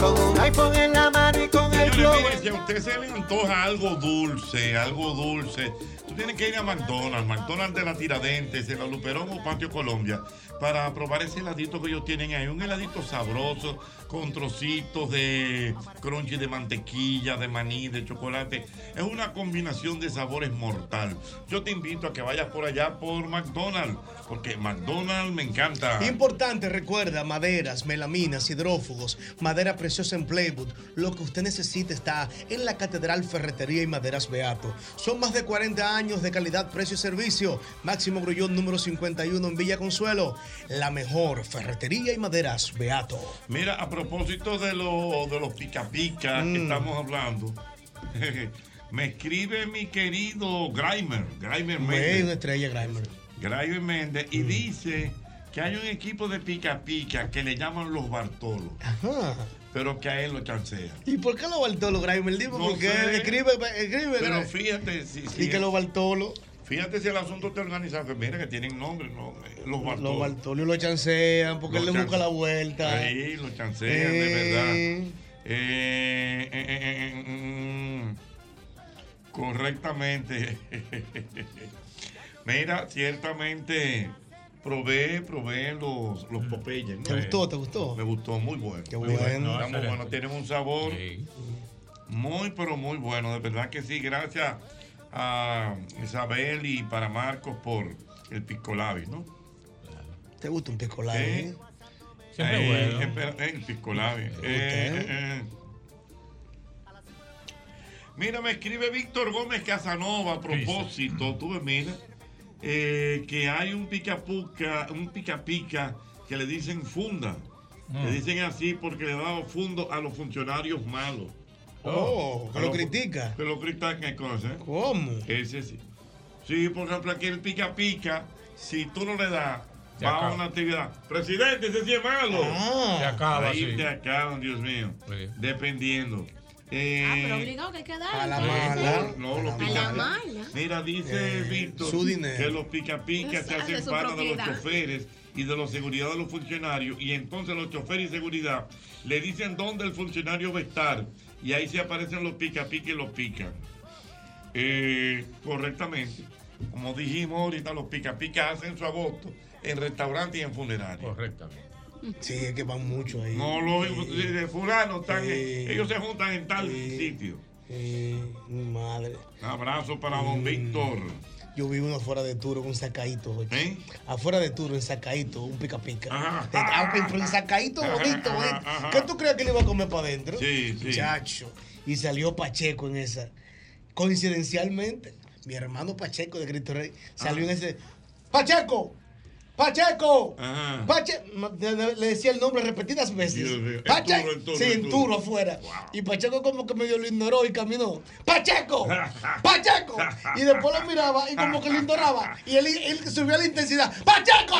Con un iPhone en la mano y con el
Señores,
globo.
miren, si a usted se le antoja algo dulce, algo dulce, tú tienes que ir a McDonald's, McDonald's de la Tiradentes, en la Luperón o Patio Colombia, para probar ese heladito que ellos tienen ahí. Un heladito sabroso, con trocitos de crunchy de mantequilla, de maní, de chocolate. Es una combinación de sabores mortal. Yo te invito a que vayas por allá por McDonald's, porque McDonald's me encanta.
Importante, recuerda, maderas, melaminas, hidrófugos, madera preciosa en Playwood. Lo que usted necesita está en la Catedral Ferretería y Maderas Beato. Son más de 40 años de calidad, precio y servicio. Máximo Grullón número 51 en Villa Consuelo. La mejor ferretería y maderas Beato.
Mira, a propósito de, lo- de los pica pica
Mm.
que estamos hablando, me escribe mi querido Grimer, Grimer
Güey, una
Méndez,
estrella, Grimer.
Grimer Méndez, y dice que hay un equipo de pica pica que le llaman los Bartolos, pero que a él lo chancea.
¿Y por qué lo Bartolo, Grimer? Dime,
No
porque
sé.
escribe, eh, escribe.
Pero fíjate, si, si-
y que lo Bartolo,
fíjate si el asunto está organizado, que mira que tienen nombre, no, eh, los Bartolos.
lo Bartolo lo chancean porque
Lo
él le busca
chan-
la vuelta.
Ahí lo chancean, de verdad.
Eh.
Eh, eh, eh, eh, mm, correctamente. Mira, ciertamente probé, probé los, los Popeyes.
¿Te
Eh,
gustó? ¿Te gustó?
Me gustó, muy bueno. Qué
bueno.
muy bueno. Tienen un sabor muy, pero muy bueno. De verdad que sí. Gracias a Isabel y para Marcos por el piscolabis, ¿no?
¿Te gusta un picolado?
Eh,
Siempre
eh,
bueno.
espera, eh, el piscolabis. Eh, eh, eh. Mira, me escribe Víctor Gómez Casanova a propósito, tú ves, mira, eh, que hay un picapuca, un pica pica que le dicen funda.
Mm.
Le dicen así porque le da fundo a los funcionarios malos.
Oh, que
A
lo
los-
critica.
Que lo critican, cosas.
¿Cómo?
Ese sí. Sí, por ejemplo, aquí el pica pica, si tú no le das,
Se
va
acaba.
a una actividad. Presidente, ese sí es malo.
Ah. Se acaba,
Ahí
sí.
te acaban, Dios mío. Dependiendo. Eh,
Ah, Pero obligado que hay que darle.
a la
entonces. ¿eh?
mala. Eh, No, los
A
pica-
la mala.
Mira, dice Víctor
su dinero.
que los pica pica se
Exacto,
hacen
su
pana de los
propiedad.
choferes y de la seguridad de los funcionarios. Y entonces los choferes y seguridad le dicen dónde el funcionario va a estar. Y ahí se aparecen los pica pica y los pican. Eh, correctamente. Como dijimos ahorita, los pica pica hacen su agosto en restaurantes y en funerarios. Correctamente.
Sí, es que van mucho ahí.
No, pues, los de fulano están,
Eh.
ellos se juntan en tal sitio.
Mi madre.
Un abrazo para don Víctor.
Yo vi uno afuera de Turo con un sacaíto. oye. Afuera de Turo, en sacaíto, un pica pica.
¿Eh? Ajá.
Ah, pero en sacaíto
Ajá,
bonito,
ajá,
bonito.
ajá.
¿Qué tú crees que le iba a comer para adentro?
Sí, sí.
Chacho. Y salió Pacheco en esa. Coincidencialmente, mi hermano Pacheco de Cristo Rey
Ah.
salió en ese. ¡Pacheco! ¡Pacheco!
Ajá.
Pache, ma- de- de- le decía el nombre repetidas veces.
Dios mío.
Pache-
En Turo, en Turo,
sí,
en
en
Turo.
Turo afuera. Y Pacheco como que medio lo ignoró y caminó. ¡Pacheco! ¡Pacheco! Y después lo miraba y como que lo ignoraba. Y él, él subió a la intensidad. ¡Pacheco!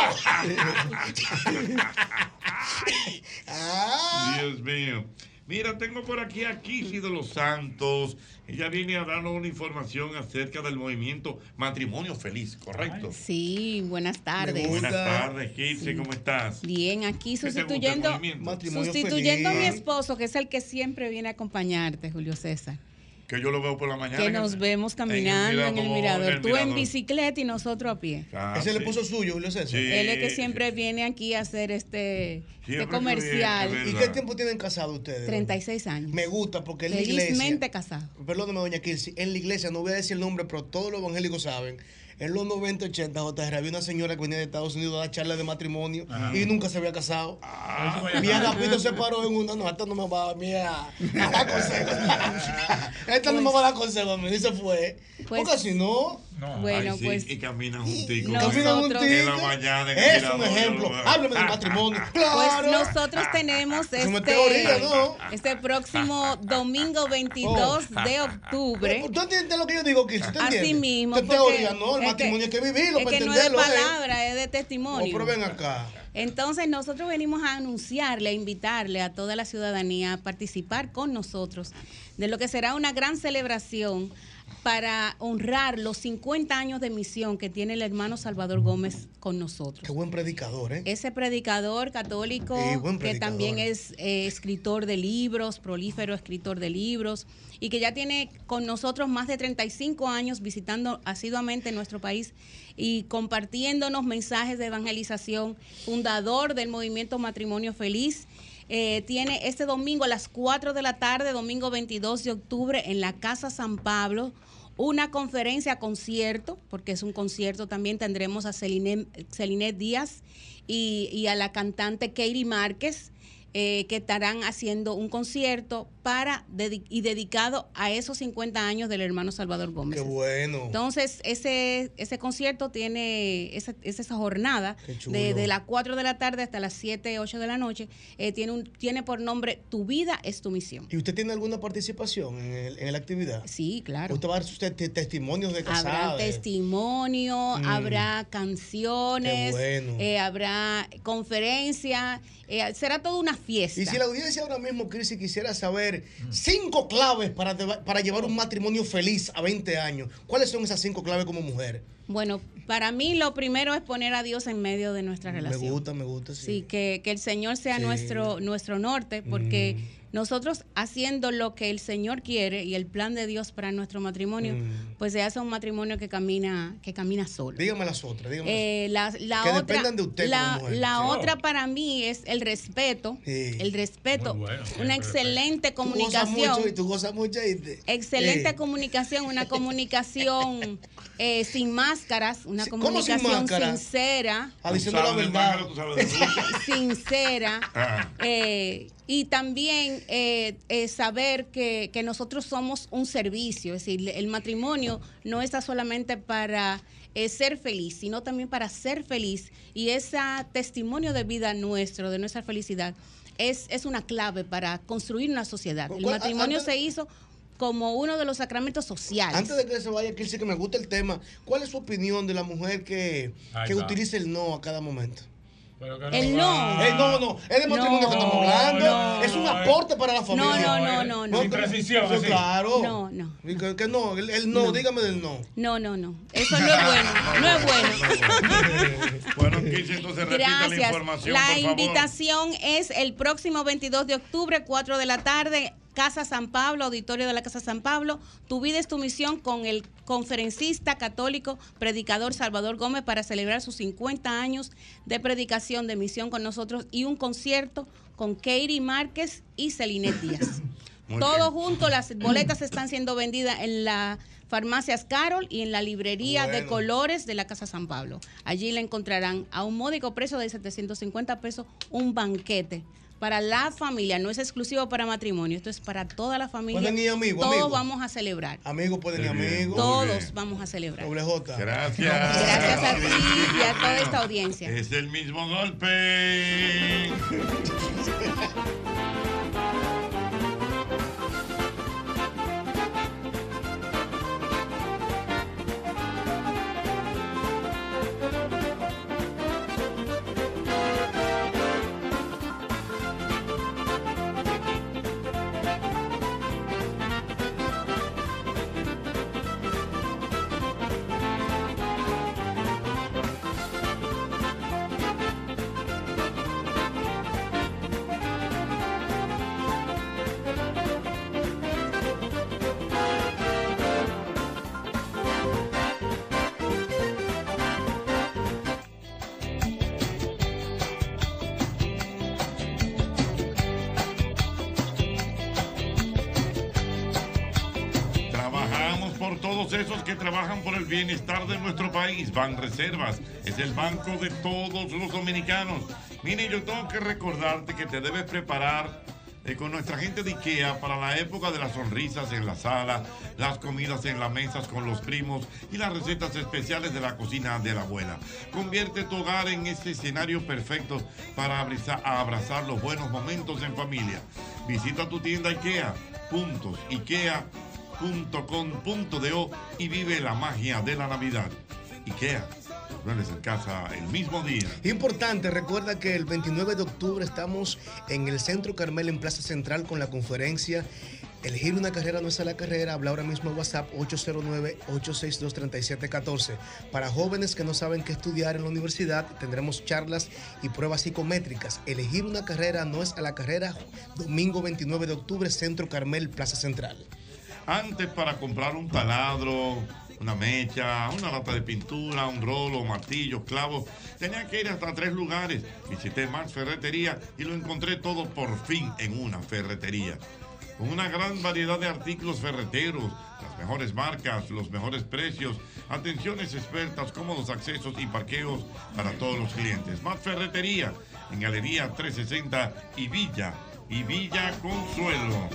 Dios mío. Mira, tengo por aquí a Kisi de los Santos. Ella viene a darnos una información acerca del movimiento Matrimonio Feliz, ¿correcto?
Sí, buenas tardes.
Buenas tardes, Kisi, ¿cómo estás?
Bien, aquí sustituyendo,
Matrimonio
sustituyendo a mi esposo, que es el que siempre viene a acompañarte, Julio César.
Que yo lo veo por la mañana.
Que nos vemos caminando en el mirador. Tú en bicicleta y nosotros a pie.
Ese le puso suyo, Julio César.
Él es que siempre viene aquí a hacer este, este
Siempre
comercial.
¿Y qué tiempo tienen casado ustedes?
36 años.
Me gusta porque en la iglesia.
Felizmente casado.
Perdóname, doña Kirsi. En la iglesia, no voy a decir el nombre, pero todos los evangélicos saben. En los 90, 80, JR, había una señora que venía de Estados Unidos a dar charlas de matrimonio y nunca se había casado.
Ah,
Mi Agapito se paró en una, no, esta no me va a dar a dar consejos. esta no me va a dar consejo a mí, y se fue.
Pues-
Porque si no.
No,
Bueno,
ay, sí,
pues,
Y caminan juntico.
nosotros- Caminan juntico.
En la mañana. en el
Es un
mirador,
ejemplo.
en el-
Háblame del
Ah,
matrimonio.
Pues
Claro.
nosotros tenemos
Eso no
este,
es teoría, ¿no?
este próximo domingo 22
Oh.
de octubre.
¿Usted entiende lo que yo digo, Kirsi? ¿Usted entiende?
Así mismo.
Usted
porque
teoría, no, el
es
matrimonio hay que vivirlo
es
para
que no es de
entenderlo, ¿eh?
palabra, es de
No,
testimonio.
pero ven acá.
Entonces nosotros venimos a anunciarle, a invitarle a toda la ciudadanía a participar con nosotros de lo que será una gran celebración para honrar los 50 años de misión que tiene el hermano Salvador Gómez con nosotros.
Qué buen predicador, ¿eh?
Ese predicador católico
Eh, buen
que
predicador.
también es eh, escritor de libros, prolífero escritor de libros, y que ya tiene con nosotros más de 35 años visitando asiduamente nuestro país y compartiéndonos mensajes de evangelización, fundador del movimiento Matrimonio Feliz. Eh, tiene este domingo a las 4 de la tarde, domingo 22 de octubre, en la Casa San Pablo, una conferencia concierto, porque es un concierto también, tendremos a Celine, Celine Díaz y, y a la cantante Katie Márquez, eh, que estarán haciendo un concierto para dedi- y dedicado a esos 50 años del hermano Salvador Gómez.
Qué bueno.
Entonces, ese, ese concierto tiene, esa, es esa jornada
Qué chulo.
de, de las 4 de la tarde hasta las 7, 8 de la noche, eh, tiene, un, tiene por nombre Tu vida es tu misión.
¿Y usted tiene alguna participación en, el- en la actividad?
Sí, claro.
¿Usted va a dar sus te- te- testimonios de
Habrá
casados?
testimonio,
Mm.
habrá canciones,
Qué bueno.
eh, habrá conferencia, eh, será toda una fiesta.
Y si la audiencia ahora mismo, Cris, quisiera saber cinco claves para, deba- para llevar un matrimonio feliz a 20 años, ¿cuáles son esas cinco claves como mujer?
Bueno, para mí lo primero es poner a Dios en medio de nuestra
Me
relación.
gusta, me gusta. Sí.
Sí, que, que el Señor sea
Sí. Mm.
nuestro, nuestro norte, porque nosotros haciendo lo que el Señor quiere y el plan de Dios para nuestro matrimonio,
Mm.
pues se hace un matrimonio que camina, que camina solo.
Dígame las otras, dígame. las-
Eh, la, la
Que
otra,
dependan de usted
la,
como mujer.
la
Sí. Oh.
otra para mí es el respeto.
Sí.
El respeto.
Muy bueno,
una
siempre
excelente
Tú gozas
comunicación.
mucho y tú gozas mucho. y te-
Excelente
Eh,
comunicación, una comunicación eh, sin máscaras, una
Sí, ¿cómo sin
comunicación
máscara?
sincera,
ah, diciendo la verdad.
sincera.
Ah.
Eh, y también eh, eh, saber que, que nosotros somos un servicio, es decir, el matrimonio no está solamente para eh, ser feliz, sino también para ser feliz. Y ese testimonio de vida nuestro, de nuestra felicidad, es, es una clave para construir una sociedad. El
¿Cuál- a-
matrimonio
antes-
se hizo como uno de los sacramentos sociales.
Antes de que se vaya, Kirsi, que me gusta el tema, ¿cuál es su opinión de la mujer que,
Ahí
que
va.
utiliza el no a cada momento?
Pero que
El no.
Eh, no, no, es de matrimonio que estamos hablando.
no,
es un
no,
aporte para la familia.
no, no, no, no.
que-
Imprecisión,
pues,
así.
claro.
No, no.
Que, que no, el, el no, dígame del no.
No, no, no. Eso no es bueno. No es bueno.
Bueno, Kirsi, entonces repita la
Gracias.
información,
La,
por favor.
invitación es el próximo 22 de octubre, 4 de la tarde, Casa San Pablo, auditorio de la Casa San Pablo. Tu vida es tu misión con el conferencista católico, predicador Salvador Gómez para celebrar sus 50 años de predicación, de misión con nosotros y un concierto con Katie Márquez y Celine Díaz.
Muy
Todo junto, las boletas están siendo vendidas en la farmacias Carol y en la librería de Bueno. colores de la Casa San Pablo. Allí le encontrarán a un módico precio de 750 pesos un banquete para la familia. No es exclusivo para matrimonio, esto es para toda la familia.
Pueden ir, amigo,
Todos
amigo.
vamos a celebrar.
Amigos pueden ir amigos.
Todos vamos a celebrar.
Doble J.
Gracias.
Gracias a ti y a toda esta audiencia.
Es el mismo golpe. Trabajamos por todos esos que trabajan por el bienestar de nuestro país. Banreservas es el banco de todos los dominicanos. Mire, yo tengo que recordarte que te debes preparar eh, con nuestra gente de IKEA para la época de las sonrisas en la sala, las comidas en las mesas con los primos y las recetas especiales de la cocina de la abuela. Convierte tu hogar en ese escenario perfecto para abriza- abrazar los buenos momentos en familia. Visita tu tienda IKEA, puntos, ikea.com.do y vive la magia de la Navidad. IKEA, vuelves en casa el mismo día.
Importante, recuerda que el 29 de octubre estamos en el Centro Carmel, en Plaza Central, con la conferencia Elegir una carrera no es a la carrera. Habla ahora mismo al WhatsApp 809-862-3714. Para jóvenes que no saben qué estudiar en la universidad, tendremos charlas y pruebas psicométricas. Elegir una carrera no es a la carrera. Domingo 29 de octubre, Centro Carmel, Plaza Central.
Antes para comprar un taladro, una mecha, una lata de pintura, un rolo, martillos, clavos, tenía que ir hasta tres lugares. Visité Max Ferretería y lo encontré todo por fin en una ferretería. Con una gran variedad de artículos ferreteros, las mejores marcas, los mejores precios, atenciones expertas, cómodos accesos y parqueos para todos los clientes. Más Ferretería en Galería 360 y Villa, y Villa Consuelo.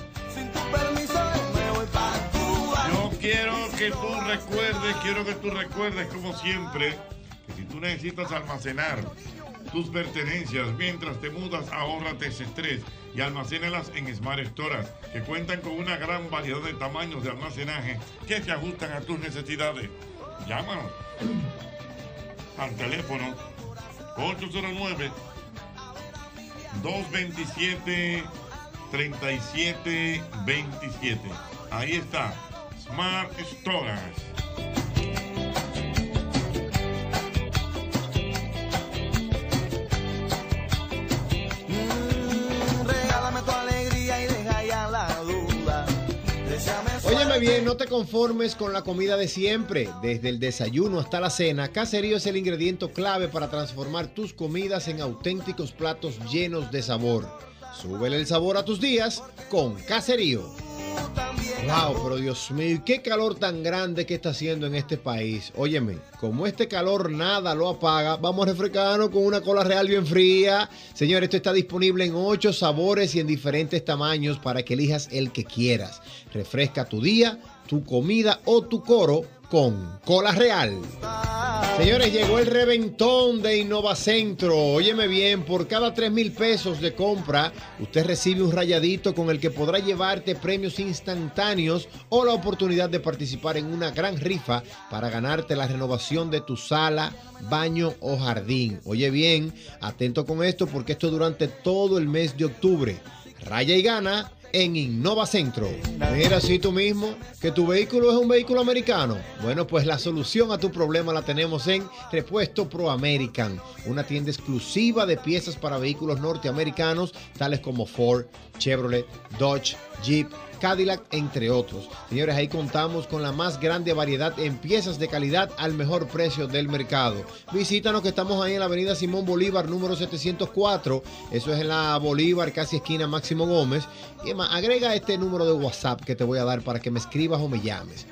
Yo quiero que tú recuerdes, quiero que tú recuerdes como siempre, que si tú necesitas almacenar tus pertenencias mientras te mudas, ahórrate ese estrés y almacénalas en Smart Storage, que cuentan con una gran variedad de tamaños de almacenaje que se ajustan a tus necesidades. Llámanos al teléfono 809 227 3727. Ahí está, Smart Storage.
Regálame tu alegría y deja ya la duda. Deseame
Óyeme bien, no te conformes con la comida de siempre. Desde el desayuno hasta la cena, Caserío es el ingrediente clave para transformar tus comidas en auténticos platos llenos de sabor. Súbele el sabor a tus días con Caserío. Wow, pero Dios mío, ¿y qué calor tan grande que está haciendo en este país. Óyeme, como este calor nada lo apaga, vamos a refrescarnos con una cola real bien fría. Señor, esto está disponible en ocho sabores y en diferentes tamaños para que elijas el que quieras. Refresca tu día, tu comida o tu coro con cola real. Señores, llegó el reventón de Innovacentro. Óyeme bien, por cada 3 mil pesos de compra, usted recibe un rayadito con el que podrá llevarte premios instantáneos o la oportunidad de participar en una gran rifa para ganarte la renovación de tu sala, baño o jardín. Oye bien, atento con esto porque esto durante todo el mes de octubre. Raya y gana en Innova Centro. Mira, si tú mismo, que tu vehículo es un vehículo americano. Bueno, pues la solución a tu problema la tenemos en Repuesto Pro American, una tienda exclusiva de piezas para vehículos norteamericanos, tales como Ford, Chevrolet, Dodge, Jeep. Cadillac, entre otros. Señores, ahí contamos con la más grande variedad en piezas de calidad al mejor precio del mercado. Visítanos que estamos ahí en la avenida Simón Bolívar, número 704. Eso es en la Bolívar, casi esquina Máximo Gómez. Y además, agrega este número de WhatsApp que te voy a dar para que me escribas o me llames.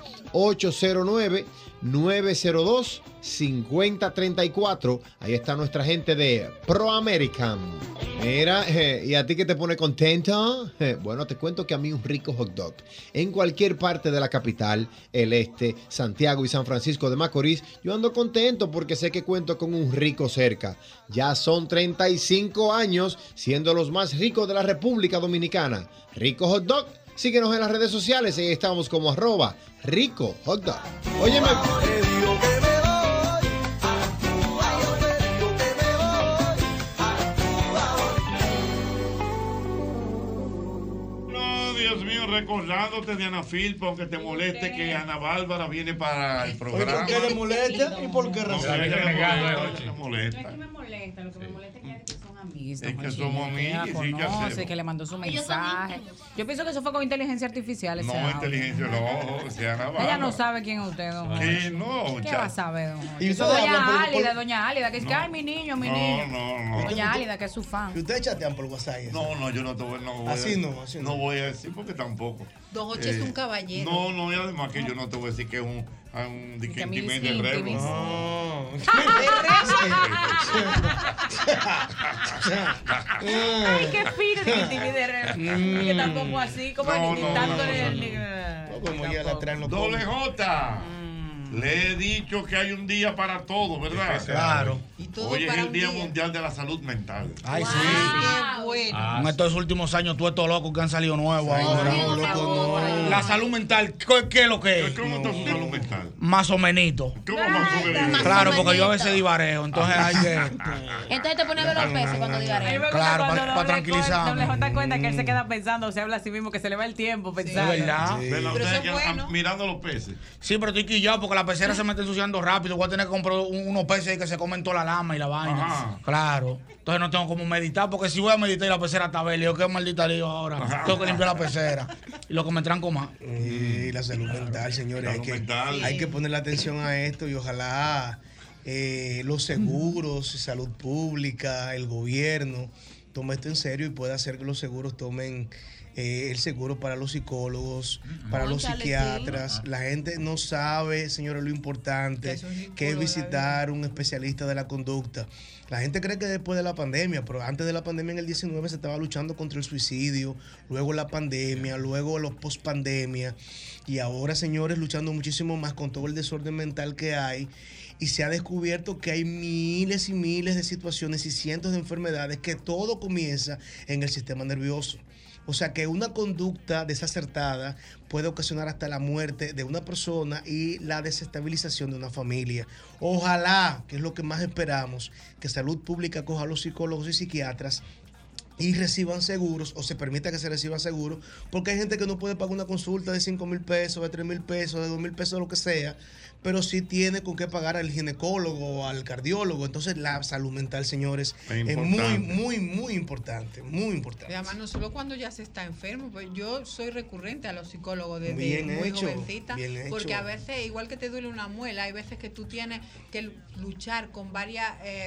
809-902-5034. Ahí está nuestra gente de Pro American. Mira, eh, ¿y a ti que te pone contento? Eh, bueno, te cuento que a mí un rico hot dog. En cualquier parte de la capital, el este, Santiago y San Francisco de Macorís, yo ando contento porque sé que cuento con un rico cerca. Ya son 35 años siendo los más ricos de la República Dominicana. Rico hot dog. Síguenos en las redes sociales, ahí estamos como arroba rico hot dog. Óyeme.
No, Dios mío, recordándote de Ana Filpo, aunque te moleste que Ana Bárbara viene para el
¿Y por
programa.
qué le molesta? ¿Y por qué razón?
Porque ella le molesta, le molesta.
me molesta, lo que me molesta es que ahora que son amigos.
Es que
Jochi,
somos amigos,
ella
sí, ¿qué
conoce,
hacemos?
que le mandó su
Ellos son
mensaje. Yo pienso que eso fue con inteligencia artificial. ese
No, este
audio.
inteligencia, no, o sea, Ana
Ella no
Bárbara.
sabe quién es usted, don Jorge.
Que no,
¿Qué
ya.
va a saber, don Jorge?
Y
Eso es
ustedes
doña
hablan por-
Álida,
por-
doña Álida, que es que, ay, mi niño, mi niño.
no, no.
Doña Álida, que es su fan.
¿Y ustedes chatean por WhatsApp? y eso?
No, no, yo no te voy, no voy
Así
a,
no, así no.
voy a decir porque tampoco. Eh,
Don Jochi es un caballero.
No, no, y además que yo no te voy a decir que es un, a un disquintimé de rebo.
Ah.
No.
Ah.
Ay, qué fino de intimide
Mm.
Rebo. Que tampoco así, como
No, no,
dándole
no, no,
el.
Como ya la traen los Doble J.
Mm.
Le he dicho que hay un día para todo, ¿verdad?
Claro.
Hoy es el Día Mundial de la Salud Mental.
Ay, sí.
Ah,
Ah,
En estos últimos años, tú estos locos que han salido nuevos ahora. La salud mental, ¿qué, qué es lo que es?
¿Cómo está su salud mental?
Más o menito.
menito?
Claro, porque yo a veces divareo, entonces hay que.
Entonces te pones a ver los peces cuando digas
Claro, pa- pa' tranquilizarme.
No le da cuenta que él se queda pensando, se habla a sí mismo, que se le va el tiempo pensando.
¿Verdad?
Mirando los peces.
Sí, pero estoy quillado porque la pecera se mete ensuciando rápido. Voy a tener que comprar un- unos peces ahí que se comen toda la lama y la vaina.
Ajá.
Claro. Entonces no tengo como meditar porque si voy a meditar y la pecera está verde, yo qué maldita lío ahora. Tengo que limpiar la pecera. Y lo que me tranco más.
Y Eh, la salud mental, señores. Hay que, hay que ponerle atención a esto y ojalá eh, los seguros, salud pública, el gobierno tome esto en serio y pueda hacer que los seguros tomen eh, el seguro para los psicólogos, para los
Cónchale, sí.
psiquiatras. La gente no sabe, señores, lo
Que
importante
eso es ridículo,
que es
David.
visitar un especialista de la conducta. La gente cree que después de la pandemia, pero antes de la pandemia en el 19 se estaba luchando contra el suicidio, luego la pandemia, luego los post-pandemia y ahora, señores, luchando muchísimo más con todo el desorden mental que hay y se ha descubierto que hay miles y miles de situaciones y cientos de enfermedades que todo comienza en el sistema nervioso. O sea que una conducta desacertada puede ocasionar hasta la muerte de una persona y la desestabilización de una familia. Ojalá, que es lo que más esperamos, que salud pública coja a los psicólogos y psiquiatras y reciban seguros o se permita que se reciban seguros, porque hay gente que no puede pagar una consulta de 5 mil pesos, de 3 mil pesos, de 2 mil pesos, lo que sea, pero sí tiene con qué pagar al ginecólogo o al cardiólogo. Entonces la salud mental, señores, es, muy,
importante.
muy, muy importante, muy importante.
Y además, no solo cuando ya se está enfermo, pues yo soy recurrente a los psicólogos desde
Bien
muy
hecho,
jovencita,
bien hecho.
porque a veces, igual que te duele una muela, hay veces que tú tienes que luchar con varios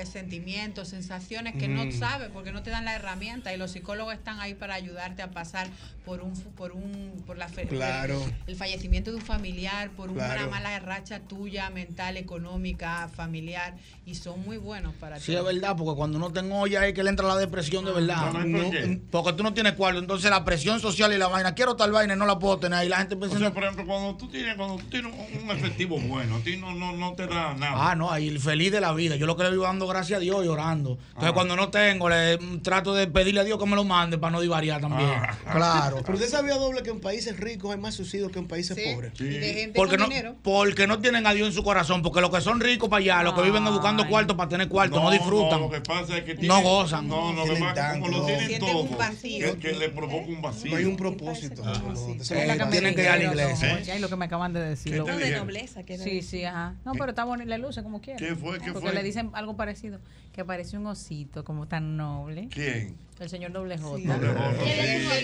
sentimientos, sensaciones que no
Mm.
sabes porque no te dan la herramienta y los psicólogos están ahí para ayudarte a pasar por un fu- por un por la fe-
Claro.
el fallecimiento de un familiar, por
Claro.
una mala racha tuya, mental, económica, familiar y son muy buenos para ti.
Sí, es verdad, porque cuando uno tengo olla es que le entra la depresión de
Ah,
verdad.
No, no hay por qué.
porque tú no tienes cuarto, entonces la presión social y la vaina, quiero tal vaina y no la puedo tener. Y la gente piensa.
O sea, por ejemplo, cuando tú tienes, cuando tú tienes un, un efectivo bueno, a ti no, no, no te da nada.
Ah, no, ahí el feliz de la vida. Yo lo que le vivo dando gracias a Dios y orando.
Ah.
Entonces, cuando no tengo, le mm, trato de pedirle a Dios que me lo mande para no divariar también.
Ah.
Claro.
Pero usted sabía doble que en países ricos hay más suicidios que en países pobres.
porque no, porque no tienen a Dios en su corazón, porque los que son ricos para allá, los que viven buscando cuartos para tener cuartos, no, disfrutan.
lo que pasa es que
No
tienen-
gozan.
No, lo que
Tienen
pasa es que como
tanto,
lo
no.
tienen
Sienten
todo,
un ¿Eh?
que, que le provoca un vacío.
No hay un propósito.
tienen que ir a la iglesia.
Ay, lo que me acaban ¿eh? de decir.
¿Qué
lo-
te dijeron?
Sí, sí, ajá. No, pero está bonito, le luce como quiera.
¿Qué fue? ¿Qué
Porque
fue?
le dicen algo parecido, que parece un osito, como tan noble.
¿Quién?
El señor Doble J.
J.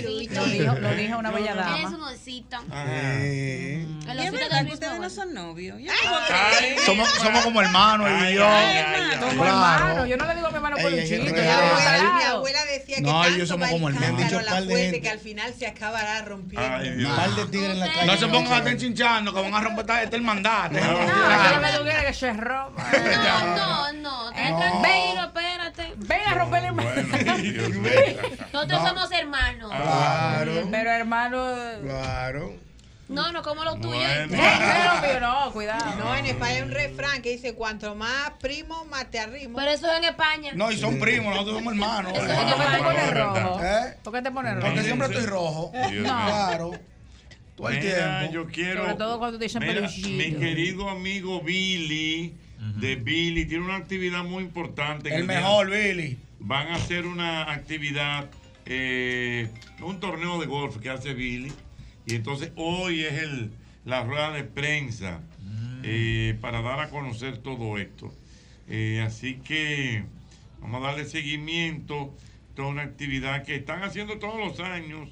Lo dijo, lo dijo una bella dama.
Eres un osito.
Ah.
Eh.
El
Es
osito
verdad
del
que
mismo
ustedes no
golpe.
son novios. Yo
Somos, somos como hermanos, él y yo.
Como
Claro.
hermano, yo no le digo a mi hermano por
Ey,
un
ey,
chiste.
ey,
ya
ey,
lo
ey,
sabe.
Mi Ah, abuela decía que
No, ellos
tanto
somos como
varicángaro
hermanos.
la
Par de
fuerte
gente.
que al final se acabará rompiendo.
Par de tigres en la calle.
No se pongan a estar chinchando, que van a romper esta, esta hermandad.
No, yo me duele que eso es ropa.
No, no,
Eh,
no.
ven,
Tranquilo, espérate.
Ven a romper el
Nosotros somos hermanos.
Ah,
Claro.
Pero hermano,
Claro.
No, no como los tuyos.
no, cuidado.
No, en España hay un refrán que dice: cuanto más primo, más te arrimo.
Pero eso es en España.
No, y son primos, nosotros somos hermanos. ¿Eh?
¿Por qué te pones rojo?
Porque siempre estoy rojo.
Dios mío.
Claro. Todo el
Mira,
tiempo.
yo quiero.
Sobre todo cuando te dicen
Mira,
peluchito.
Mi querido amigo Billy, de Billy, tiene una actividad muy importante. que
El
día-
mejor, Billy.
Van a hacer una actividad, eh, un torneo de golf que hace Billy. Y entonces hoy es el, la rueda de prensa eh, para dar a conocer todo esto. Eh, así que vamos a darle seguimiento. Esta es una actividad que están haciendo todos los años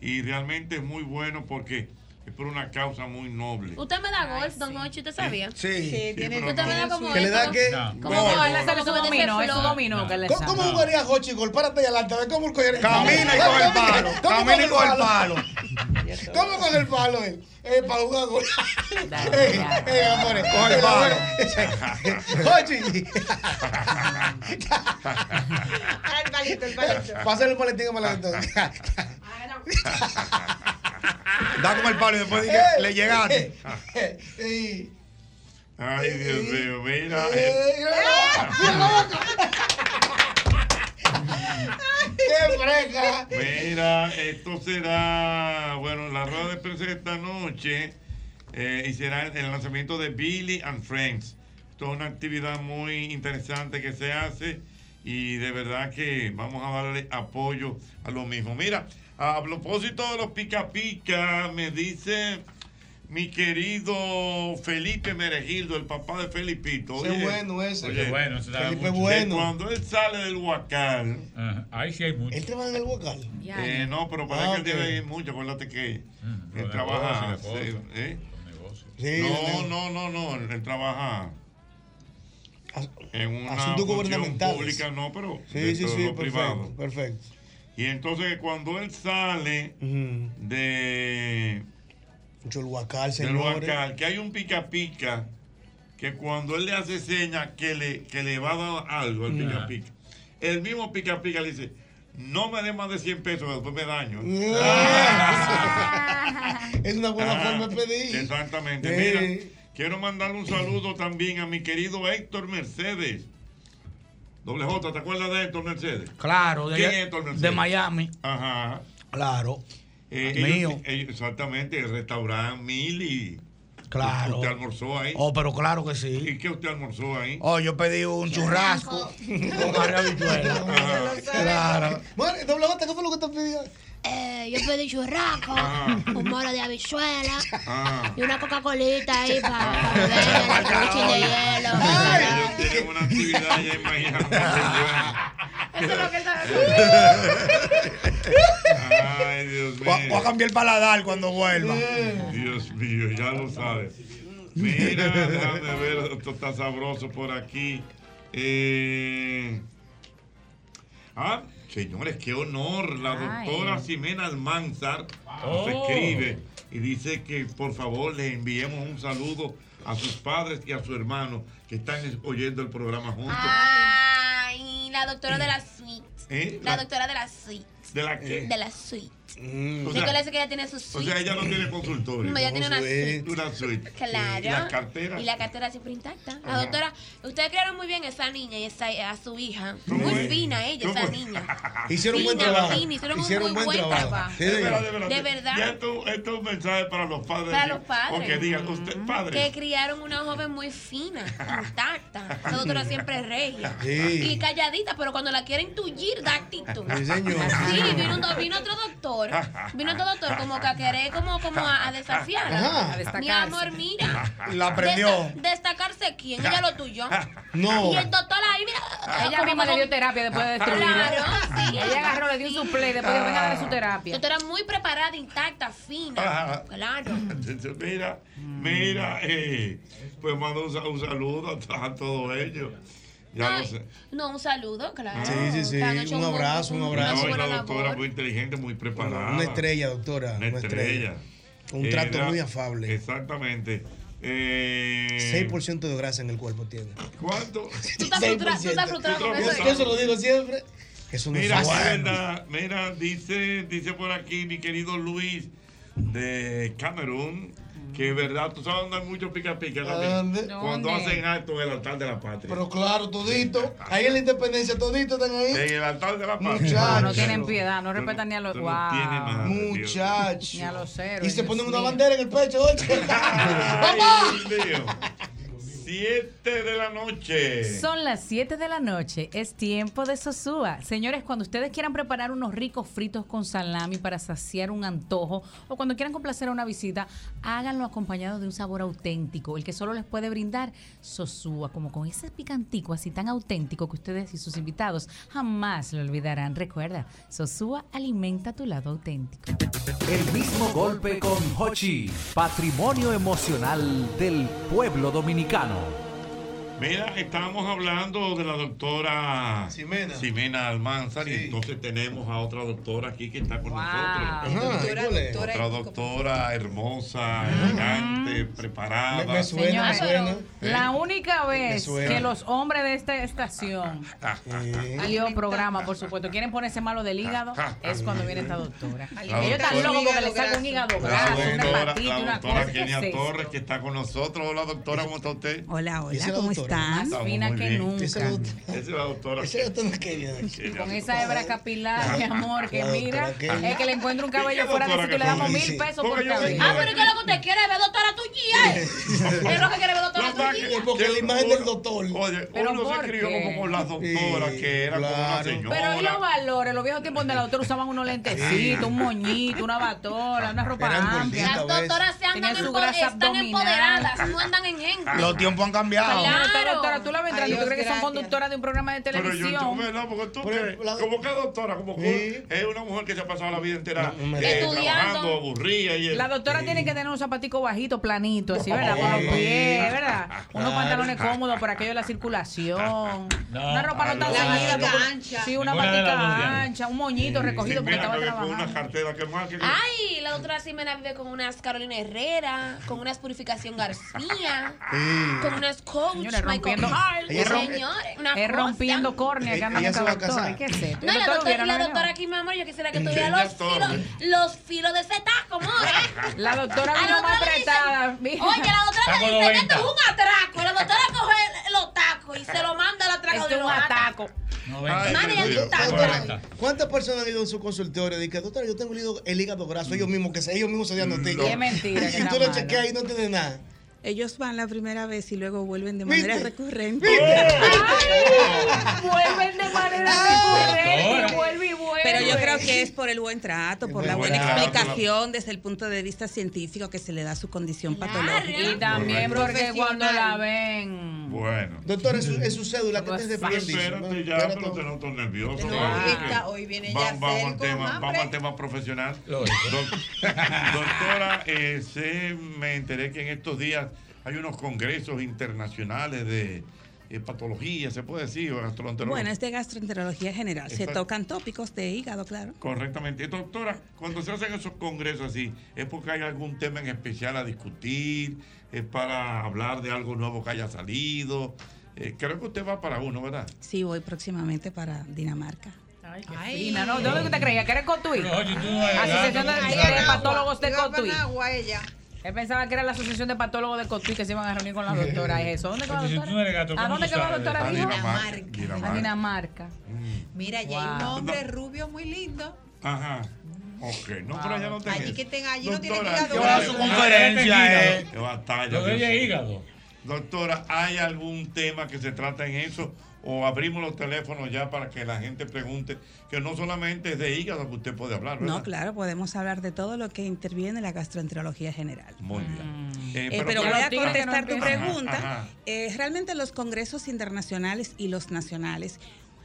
y realmente es muy bueno porque es por una causa muy noble.
Usted me da golf, don Hochi, ¿usted sabía?
Sí. Sí, tiene-
Usted me da como
¿Que le da
esto.
qué?
Como
No.
golf,
Ese
como
es su
que
dominó,
se
es su
flor.
dominó que le
¿Cómo,
saca.
cómo jugaría Hochi? Gol? Párate y adelante. a ver ¿Cómo jugaría?
Camina y coge el palo.
¿Cómo
Camina y
coge
coge el palo.
¿Cómo coge el palo él? Eh, para jugar gol. Eh, eh, amores.
Coge el palo.
Oye,
Ah, el
Eh,
palito, el palito.
pásale el maletín a Malandro.
Da como el palo y después dije,
Eh.
le llegaste.
Eh,
Ay, Dios mío, mira.
eh, mira la boca, mira la boca. ¡Qué fresca!
Mira, esto será, bueno, la rueda de prensa de esta noche eh, y será el lanzamiento de Billy and Friends. Esto es una actividad muy interesante que se hace y de verdad que vamos a darle apoyo a lo mismo. Mira, a propósito de los pica pica, me dice mi querido Felipe Meregildo, el papá de Felipito.
Ese
Oye,
bueno ese.
oye,
Qué bueno, ese sabe Felipe
de
bueno.
Cuando él sale del huacal, ahí sí hay mucho.
Él trabaja en el vocal.
Eh, no, pero para
Ah,
que él
ok.
debe ir mucho, acuérdate que él
los
trabaja.
negocios, las
sí,
cosas,
¿eh?
Sí,
no,
los
no, no, no, él, él trabaja en una
Asuntos
función
gubernamentales.
pública, no, pero
Sí, sí,
dentro de
sí,
lo privado.
perfecto, perfecto.
Y entonces cuando él sale de
Chulhuacal,
del
señores.
huacal, que hay un pica pica, que cuando él le hace señas que le, que le va a dar algo al
Mm.
pica pica, el mismo pica pica le dice, no me dé más de 100 pesos, después me daño.
Es una buena
Ah,
forma de pedir.
Exactamente. Mira, quiero mandarle un saludo también a mi querido Héctor Mercedes. Doble J, ¿te acuerdas de Héctor Mercedes?
Claro, de,
¿Quién es Héctor Mercedes?
de Miami.
Ajá.
Claro.
Eh, ellos-
Ah, Mío.
ellos- exactamente, el restaurante Mili.
Claro.
¿Usted almorzó ahí?
Oh, pero claro que sí.
¿Y qué usted almorzó ahí?
Oh, yo pedí un churrasco con carne habichuela. Claro.
Bueno, doble J, ¿qué fue lo que te pidió?
Eh, yo pedí churrasco, un moro de habichuela
Ah.
y una Coca-Colita ahí para beber el de hielo.
Ellos tienen una actividad allá en Miami.
Eso es lo que él sabe.
Ay, Dios mío.
Voy a cambiar el paladar cuando vuelva.
Dios mío, ya lo sabes. Mira, déjame ver, esto está sabroso por aquí. Eh, ah, señores, qué honor. La
Ay.
doctora Ximena Almanzar nos
Oh.
escribe y dice que por favor le enviemos un saludo a sus padres y a su hermano que están es- oyendo el programa juntos.
Ah, Ay, la doctora de la suite.
¿Eh?
La doctora de la suite.
¿De la qué?
De la suite.
Mm.
Yo
O sea,
parece que ella tiene su
o
suite.
sea, ella no tiene consultorio.
No, ella tiene una suite.
Una suite.
Claro.
Y la cartera.
Y la cartera siempre intacta. La
Ajá.
doctora, ustedes criaron muy bien a esa niña y esa, a su hija. Muy fina ella, esa niña.
Hicieron un buen
Fina,
trabajo.
fina, hicieron un
Hicieron
muy
buen
buen
trabajo.
trabajo.
Sí,
Es
señor.
verdad, es verdad.
De verdad.
Ya esto, esto es un mensaje para los padres.
Para los padres. Mm.
Porque digan, usted,
que
padre.
criaron una joven muy fina, intacta. La doctora siempre es regia.
Sí.
Y calladita, pero cuando la quieren tullir, da actitud.
Sí, señor.
Sí, vino, un do- vino otro doctor. Vino otro doctor como que a querer, como, como a, a desafiarla.
Ajá. A destacarse.
Mi amor, mira.
La aprendió.
Desta- ¿Destacarse quién? Ella lo tuyó.
No.
Y el doctor ahí, mira.
Ella misma le dio terapia después
Ah,
de destruirla.
Claro, sí.
Ella agarró, le dio su play, después dijo, "Ven a dar su terapia.
Ah. Tú eras muy preparada, intacta, fina.
Ajá.
Claro.
Mira, mira, eh, pues mando un, sa- un saludo a, a todos ellos. Ya lo
Ay,
sé.
No, un saludo, claro.
Sí, sí, sí.
Que han hecho
Un abrazo, un abrazo.
No, y la
buena
doctora
labor.
muy inteligente, muy preparada.
Una estrella, doctora.
Una estrella.
Un trato muy
afable. Exactamente. Eh,
6% de grasa en el cuerpo tiene.
¿Cuánto?
Tú estás frustrado, tú estás frustrado con eso.
Yo se lo digo siempre. Eso no es
Mira,
fácil.
mira, mira, dice, dice por aquí mi querido Luis de Camerún, que es verdad, tú sabes dónde hay muchos pica pica también.
¿Dónde?
Cuando
¿Dónde?
hacen actos en el altar de la patria.
Pero claro, todito. Ahí en la independencia, todito están
En
ahí.
el altar de la patria.
Muchachos.
No tienen piedad, no respetan ni a los.
Tú no
Wow.
tienes madre, Dios.
Muchachos.
Ni a los héroes.
Y se
Dios
ponen una
mío.
bandera en el pecho, ocho.
Ay,
¡Vamos!
Dios mío. Siete de la noche.
Son las 7 de la noche, es tiempo de Sosúa. Señores, cuando ustedes quieran preparar unos ricos fritos con salami para saciar un antojo o cuando quieran complacer a una visita, háganlo acompañado de un sabor auténtico, el que solo les puede brindar Sosúa, como con ese picantico así tan auténtico que ustedes y sus invitados jamás lo olvidarán. Recuerda, Sosúa alimenta tu lado auténtico.
El mismo golpe con Hochi, patrimonio emocional del pueblo dominicano.
Mira, estábamos hablando de la doctora
Ximena.
Ximena Almanzar y entonces tenemos a otra doctora aquí que está con nosotros.
Doctora,
¿Cuál es?
doctora
otra doctora hermosa, elegante, preparada. Eh, ah,
Me- me suena, me
Ah. Señora,
suena.
La única vez
suena.
que los hombres de esta estación
¿Eh? ah,
salió programa, por supuesto, quieren ponerse malo del hígado, es
ah.
cuando viene esta doctora.
La
Ellos están
doctora-
locos porque les salga un hígado
La
graso, una
doctora,
hepatitis,
la
una
doctora
cosa. ¿qué
Kenia
es eso?
Torres que está con nosotros. Hola doctora, ¿cómo está usted?
Hola,
Esa es
hola,
la
¿cómo
doctora.
están?
Estamos muy bien. Esa es
doctora.
la- esa es la doctora. Kenia.
Con esa hebra capilar, mi amor, que
La doctora
mira,
Kenia.
es que le encuentro un cabello
Ella,
fuera de
doctora,
si tú
que
le damos
pone-
mil
sí.
pesos
Porque
por
yo
cabello.
vengo-
Ah, pero ¿y ¿qué es lo que usted quiere? ¿Ver doctora tuya? eh? ¿Qué es lo que quiere ver doctora tuya?
Porque la imagen del doctor.
Oye,
Pero
uno se
¿por
crió
qué?
como la doctora que era como una señora.
Pero y los valores, los viejos tiempos donde la doctora usaban unos lentecitos, un moñito, una batola, una ropa
Eran
amplia.
gorditas a veces.
Doctoras se andan
Tiene su
empo-
grasa
están
abdominal.
empoderadas, no andan en gente.
Los tiempos han cambiado.
Señora, esta doctora, tú la vendrás, ¿tú
Adiós,
crees que son
gracias.
conductoras de un programa de
Pero yo
televisión?
tuve, no, porque tú, que- como que doctora, como que es una mujer que se ha pasado la vida entera eh,
Estudiando.
trabajando, aburrida y
La doctora tiene que tener un zapatico bajito, planito, así, ¿verdad? Con
Sí.
los pies, ¿verdad? Unos
Claro.
pantalones cómodos para aquello de la circulación. una ropa no tan
La
ceñida,
batica
porque-
ancha.
Sí, una
Ninguna de las dos,
batica
Diana.
ancha, un moñito recogido porque
Mira,
estaba
que ve con
trabajando. Ah,
una cartera que más que
Ay, la doctora Simena vive con unas Carolina Herrera, con unas Purificación García, con unas Coach,
Señores,
Michael
rompiendo,
Hart,
es rom-
señores, una
es rompiendo córnea que anda
Ella
con
se
esta
va a
doctora.
casar.
¿Qué es esto?
No, y la
Doctora,
doctora,
hubiera
la
venido.
doctora aquí, mi amor, yo quisiera que tuviera
Ella
los
torre.
filos, los filos de ese taco, more.
La doctora
A la
vino
doctora
más
le dicen-
apretada. mira.
Oye, la doctora
Taco
le dice,
90.
esto es un atraco. La doctora coge los tacos y se lo manda al atraco
Esto
de
es
los
un
ataco.
Doctora, ¿Cuántas personas han ido en su consultorio y dicen, doctora, yo tengo el hígado, el hígado graso? Ellos mismos, que se, ellos mismos se diagnostican.
Y es mentira, que
Y tú
tan
lo
malo.
chequeas y no tienes nada.
Ellos van la primera vez y luego vuelven de manera recurrente.
Vuelven de manera
recurrente,
vuelve y vuelve.
Pero yo creo que es por el buen trato, por la buena
buen trato,
explicación desde el punto de vista científico que se le da a su condición patológica.
Y también porque cuando la ven.
Bueno.
Doctora, es su, es su cédula que usted es
Pero
de
Espérate ya, pero te noto nervioso.
No,
vamos,
ahorita,
que-
hoy viene
vamos-
Yacel
vamos al
con
tema,
hambre.
vamos al tema profesional. Doc- doctora, eh, sé- me enteré que en estos días hay unos congresos internacionales de eh, patología, se puede decir, o gastroenterología.
Bueno, es
este-
de gastroenterología general. Se
Exacto.
tocan tópicos de hígado, claro.
Correctamente. Doctora, cuando se hacen esos congresos así, ¿es porque hay algún tema en especial a discutir? ¿Es para hablar de algo nuevo que haya salido? Eh, creo que usted va para uno, ¿verdad?
Sí, voy próximamente para Dinamarca.
Ay, qué
Ay.
fina, ¿no? ¿Dónde usted creía? ¿Que era en Cotuí? Asociación de,
Ay,
de
Panagua.
Patólogos de
Iba a
Cotuí.
Panagua
Él pensaba que era la Asociación de Patólogos de Cotuí que se iban a reunir con la doctora. ¿Es eso? ¿Dónde que va la
Entonces, tú
doctora?
eres gato,
¿A
¿cómo
dónde
tú
que va la
sabes?
doctora?
A
dijo?
Dinamarca.
A Dinamarca.
Mira, ya hay un
Wow.
hombre rubio muy lindo.
Ajá. Ok, no, pero ya no te
Allí que tenga, allí no tiene
Doctora,
hígado.
¿qué
¿eh?
va a su conferencia, eh?
Qué batalla,
Lo de
Dios
ella es
mío. Doctora, ¿hay algún tema que se trata en eso? O abrimos los teléfonos ya para que la gente pregunte, que no solamente es de hígado que usted puede hablar, ¿verdad?
No, claro, podemos hablar de todo lo que interviene la gastroenterología general.
Muy bien. Eh,
Eh, pero voy a
doctora-
contestar tu
Ajá,
pregunta.
ajá.
Eh, realmente los congresos internacionales y los nacionales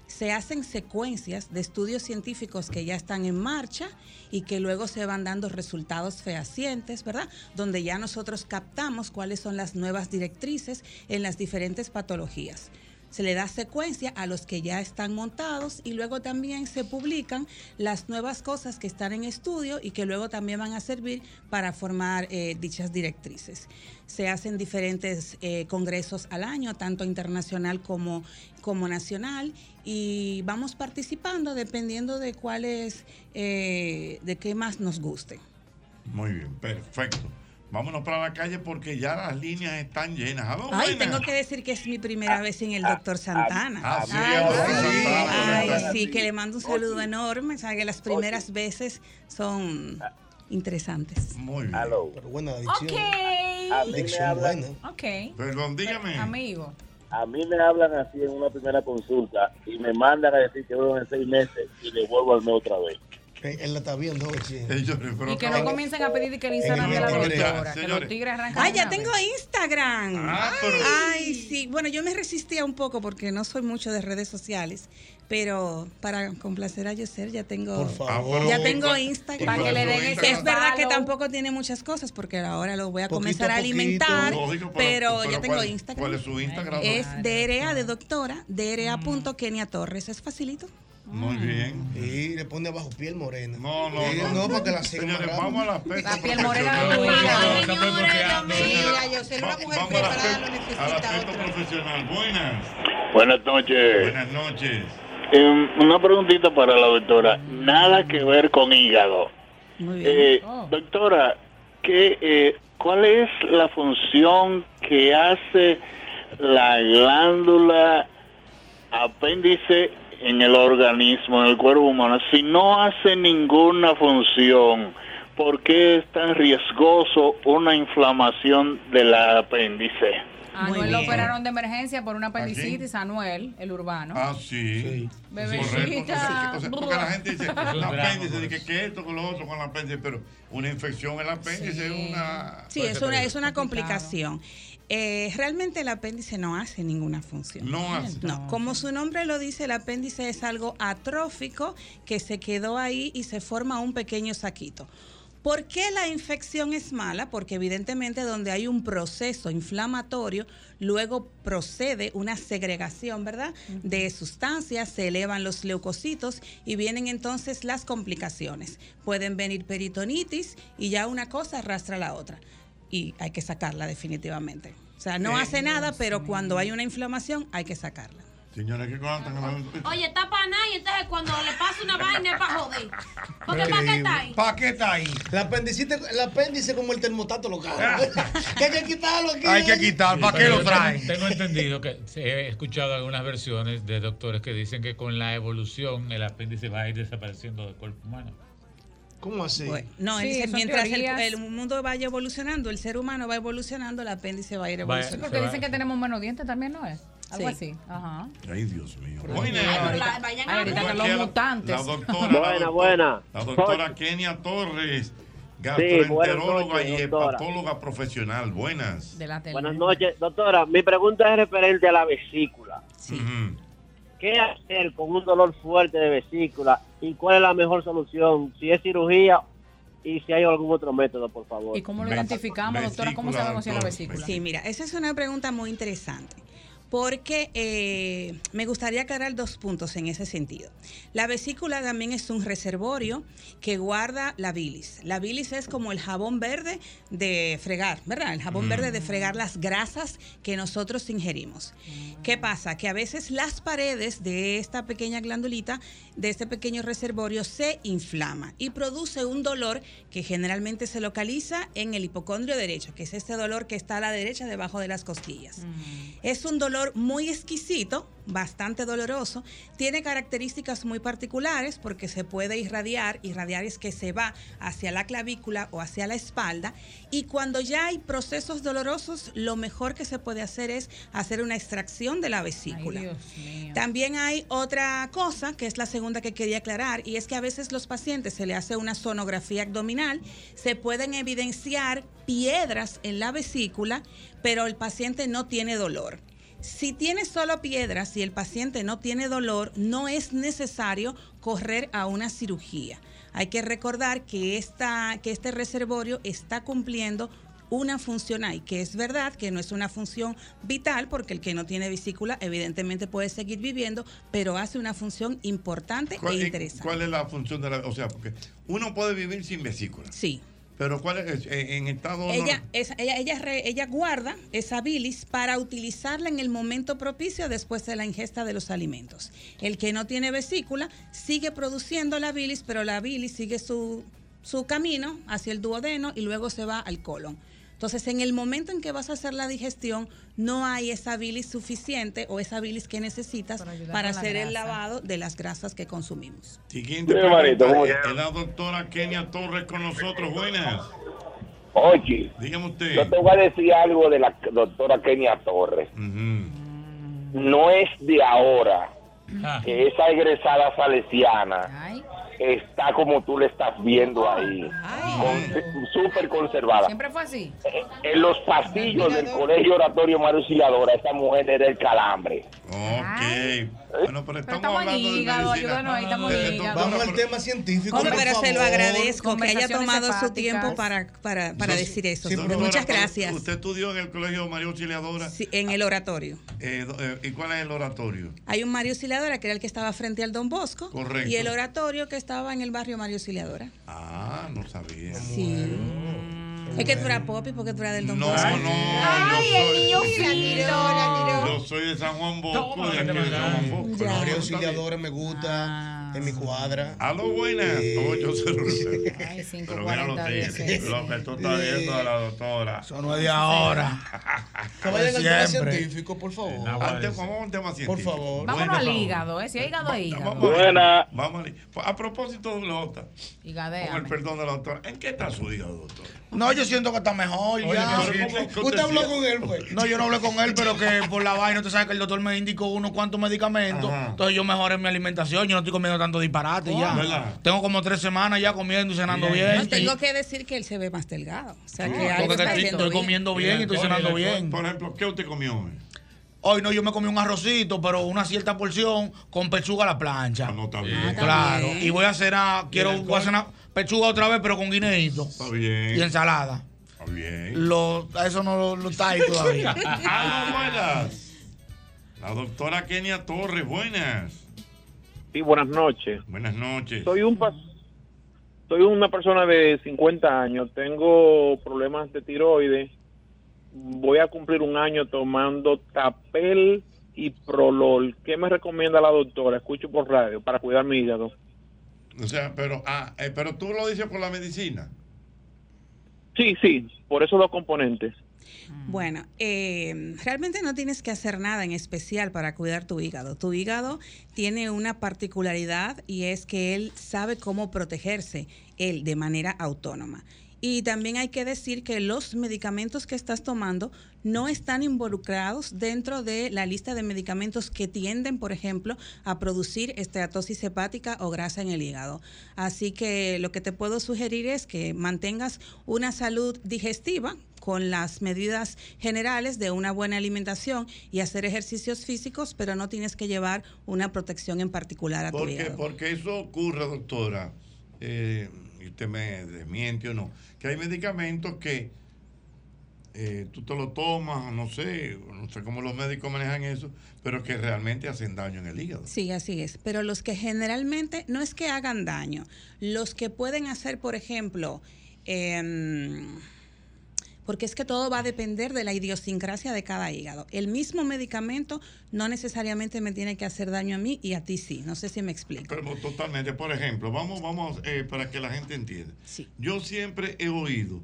se hacen secuencias de estudios científicos que ya están en marcha y que luego se van dando resultados fehacientes, ¿verdad? Donde ya nosotros captamos cuáles son las nuevas directrices en las diferentes patologías. Se le da secuencia a los que ya están montados y luego también se publican las nuevas cosas que están en estudio y que luego también van a servir para formar eh, dichas directrices. Se hacen diferentes eh, congresos al año, tanto internacional como, como nacional, y vamos participando dependiendo de cuáles, eh, de qué más nos guste.
Muy bien, perfecto. Vámonos para la calle porque ya las líneas están llenas. Ah, Aló,
Ay,
buenas.
tengo que decir que es mi primera vez en el doctor Santana.
ah, sí,
Ay,
el doctor
sí.
Santana,
Ay,
doctora.
sí, que le mando un saludo enorme. Sabe que las primeras veces son interesantes.
Ah. Muy bien.
Pero
buena
adicción.
Ok.
Adicción buena.
Ok.
Perdón, dígame.
Amigo.
A mí me hablan así en una primera consulta y me mandan a decir que vuelvo en seis meses y le vuelvo al mes otra vez.
Eh, Él la está viendo, oye.
Y que no comiencen a pedir que el Instagram de la doctora. Que los tigres arrancan.
Ay,
de
ya
una
tengo
vez.
Instagram.
Ah, pero-
Ay, sí. Bueno, yo me resistía un poco porque no soy mucho de redes sociales. Pero para complacer a Yoser ya tengo
Por favor.
ya
Ah, pero-
tengo
Para-
Instagram.
para que le den ese
Es verdad que
follow.
tampoco tiene muchas cosas porque ahora lo voy a
Poquito
comenzar a
poquito.
alimentar,
Lógico, pero-
pero,
pero
ya tengo
¿cuál-
Instagram.
cuál es su Instagram?
Es DRA de doctora,
Mm.
DRA.kenia Torres. Es facilito.
Muy bien.
Y le pone abajo piel morena.
No,
no. no, para que la sigan.
Señores, vamos a la pesca.
La piel
profesional.
Mira, yo soy una mujer preparada, lo necesita otra.
profesional. Buenas.
Buenas noches.
Buenas noches.
Eh, una preguntita para la doctora. Nada que ver con hígado. Eh, Doctora, ¿qué, eh, ¿cuál es la función que hace la glándula apéndice en el organismo, en el cuerpo humano? Si no hace ninguna función, ¿por qué es tan riesgoso una inflamación del apéndice?
Anuel Ah, lo operaron de emergencia por una apendicitis. Anuel, el urbano.
Ah, sí.
Bebecita.
Correcto, sí, sí. O sea, porque la gente dice,
Brr.
el apéndice, dice que, que esto, con lo otro, con el apéndice, pero una infección en el apéndice es una... Pues,
Sí, es una, es una complicación. Eh, realmente el apéndice no hace ninguna función.
No hace.
No, como su nombre lo dice, el apéndice es algo atrófico que se quedó ahí y se forma un pequeño saquito. ¿Por qué la infección es mala? Porque evidentemente donde hay un proceso inflamatorio, luego procede una segregación, ¿verdad? De sustancias, se elevan los leucocitos y vienen entonces las complicaciones. Pueden venir peritonitis y ya una cosa arrastra la otra y hay que sacarla definitivamente. O sea, no
Eh,
hace nada, pero cuando hay una inflamación hay que sacarla.
Señores, ¿qué contan?
Oye, está para nada y entonces cuando le pasa una vaina es para joder. Porque para qué está ahí.
¿Para qué está ahí? La apendicite, el apéndice como el termostato local. que hay que quitarlo aquí.
Sí,
¿Para
pero yo tengo- Tengo entendido que he escuchado algunas versiones de doctores que dicen que con la evolución el apéndice va a ir desapareciendo del cuerpo humano.
¿Cómo así?
Pues, No, él
Sí,
dice,
son
mientras el,
teorías.
el mundo vaya evolucionando, el ser humano va evolucionando, el apéndice va a ir
Va-
evolucionando.
Porque dicen que tenemos menos dientes también, ¿no es? Algo
Sí.
así. Ajá.
Ay, Dios mío.
Ahorita-
vayan
ay, ahorita que los
La
mutantes.
doctora,
Buena,
la doctora,
buena.
La doctora Kenia Torres,
buenas
gastroenteróloga
noches,
y
doctora.
hepatóloga profesional. Buenas.
Buenas noches, doctora. Mi pregunta es referente a la vesícula.
Ujú.
¿Qué hacer con un dolor fuerte de vesícula y cuál es la mejor solución? Si es cirugía y si hay algún otro método, por favor.
¿Y cómo lo identificamos, doctora? ¿Cómo
vesícula,
sabemos si es la
doctor.
vesícula?
Sí, mira, esa es una pregunta muy interesante. Porque eh, me gustaría aclarar dos puntos en ese sentido. La vesícula también es un reservorio que guarda la bilis. La bilis es como el jabón verde de fregar, ¿verdad? El jabón
Mm.
verde de fregar las grasas que nosotros ingerimos. ¿Qué pasa? Que a veces las paredes de esta pequeña glandulita, de este pequeño reservorio, se inflama y produce un dolor que generalmente se localiza en el hipocondrio derecho, que es este dolor que está a la derecha debajo de las costillas. Es un dolor muy exquisito, bastante doloroso. Tiene características muy particulares porque se puede irradiar. Irradiar es que se va hacia la clavícula o hacia la espalda. Y cuando ya hay procesos dolorosos, lo mejor que se puede hacer es hacer una extracción de la vesícula. También hay otra cosa, que es la segunda que quería aclarar, y es que a veces los pacientes se le hace una sonografía abdominal, se pueden evidenciar piedras en la vesícula, pero el paciente no tiene dolor. Si tiene solo piedras y el paciente no tiene dolor, no es necesario correr a una cirugía. Hay que recordar que, esta, que este reservorio está cumpliendo una función ahí, que es verdad que no es una función vital, porque el que no tiene vesícula evidentemente puede seguir viviendo, pero hace una función importante e
¿Cuál,
interesante.
cuál es la función de la... O sea, porque uno puede vivir sin vesícula.
Sí.
Pero ¿cuál es? En, en estado...
Ella, esa- ella, ella, re- ella guarda esa bilis para utilizarla en el momento propicio después de la ingesta de los alimentos. El que no tiene vesícula sigue produciendo la bilis, pero la bilis sigue su, su camino hacia el duodeno y luego se va al colon. Entonces, en el momento en que vas a hacer la digestión, no hay esa bilis suficiente o esa bilis que necesitas para,
con la
hacer el
grasa.
lavado de las grasas que consumimos.
Siguiente
Sí, Marito,
pregunta.
¿cómo
Es la doctora Kenia Torres con nosotros. Buenas.
Oye,
Dígame usted.
yo te voy a decir algo de la doctora Kenia Torres.
Ah.
No es de ahora que esa egresada salesiana
está como tú le estás viendo ahí. Con- Súper conservada.
Siempre fue así.
eh,
En los pasillos del Colegio Oratorio Mario Auxiliadora, esa mujer era el calambre.
Ok. Bueno, pero estamos
estamos en
hablando de
hígado,
medicina.
ayúdanos ahí, estamos en hígado.
Vamos al tema científico.
Hombre,
por
pero se lo
favor.
agradezco que haya
Conversaciones
tomado su
hepáticas.
tiempo para, para, para
Sí,
decir eso.
sí, doctora,
Muchas
pero
gracias.
¿Usted estudió en el Colegio María Auxiliadora?
Sí, en el oratorio.
Eh, do- eh, ¿Y cuál es el oratorio?
Hay un Mario Ciladora que era el que estaba frente al Don Bosco.
Correcto.
Y el oratorio que estaba en el barrio Mario Ciladora.
Ah, no sabía.
Sí. Es que tú eras popi porque tú eras del Don
No,
Bosco.
no, Ay, yo el soy- niño fino. Yo soy de San Juan Bosco, de aquí de San Juan Bosco.
María
Ah.
Auxiliadora me gusta, en mi cuadra. Eh.
Aló, buenas. Ocho, cero, cero. Pero mira los
40
tigres,
veces.
lo que tú estás viendo a la doctora. Eso
no es de ahora.
Que vayan al tema científico, por favor.
Antes, vamos a un tema científico. Por favor.
Vámonos al hígado, ¿eh? Si hay hígado, hay hígado.
Buena. Vamos al hí- A propósito de la doctora, con el
Higadéame.
perdón de la doctora, ¿en qué está su hígado, doctor?
No, yo siento que está mejor
Oye,
ya.
pero ¿cómo que usted sí?
él, pues? No, yo no hablé con él, pero que por la vaina, usted sabe que el doctor me indicó unos cuantos medicamentos.
Ajá.
Entonces yo mejoré mi alimentación, yo no estoy comiendo tanto disparate
Oh,
ya.
¿verdad?
Tengo como tres semanas ya comiendo y cenando
Bien.
bien.
No, tengo que decir que él se ve más delgado. O sea, que
Porque
algo
estoy-
está
estoy,
haciendo bien.
comiendo
Y
bien
el
y estoy
alcohol,
cenando
el alcohol,
bien.
Por ejemplo, ¿qué usted comió hoy?
Hoy no, yo me comí un arrocito, pero una cierta porción con pechuga a la plancha. No,
Ah,
Ah, está bien. está
Claro.
bien.
Y voy a cenar, quiero
alcohol?
voy a cenar pechuga otra vez, pero con guineíto. Está
bien.
Y ensalada.
Está bien.
Lo, eso no lo, lo está ahí todavía.
Aló, buenas. La doctora Kenia Torres, buenas.
Sí, buenas noches.
Buenas noches.
Soy un pas- soy una persona de 50 años, tengo problemas de tiroides. Voy a cumplir un año tomando Tapel y Prolol. ¿Qué me recomienda la doctora? Escucho por radio para cuidar mi hígado.
O sea, pero, ah, eh, pero tú lo dices por la medicina.
Sí, sí, por esos dos componentes.
Mm.
Bueno, eh, realmente no tienes que hacer nada en especial para cuidar tu hígado. Tu hígado tiene una particularidad y es que él sabe cómo protegerse, él de manera autónoma. Y también hay que decir que los medicamentos que estás tomando no están involucrados dentro de la lista de medicamentos que tienden, por ejemplo, a producir esteatosis hepática o grasa en el hígado. Así que lo que te puedo sugerir es que mantengas una salud digestiva con las medidas generales de una buena alimentación y hacer ejercicios físicos, pero no tienes que llevar una protección en particular a tu
Porque,
hígado.
porque eso ocurre, doctora, eh, y usted me desmiente o no, que hay medicamentos que eh, tú te lo tomas, no sé, no sé cómo los médicos manejan eso, pero que realmente hacen daño en el hígado.
Sí, así es. Pero los que generalmente no es que hagan daño, los que pueden hacer, por ejemplo, em, porque es que todo va a depender de la idiosincrasia de cada hígado. El mismo medicamento no necesariamente me tiene que hacer daño a mí y a ti sí. No sé si me explico.
Pero totalmente, por ejemplo, vamos, vamos eh, para que la gente entienda. Yo siempre he oído,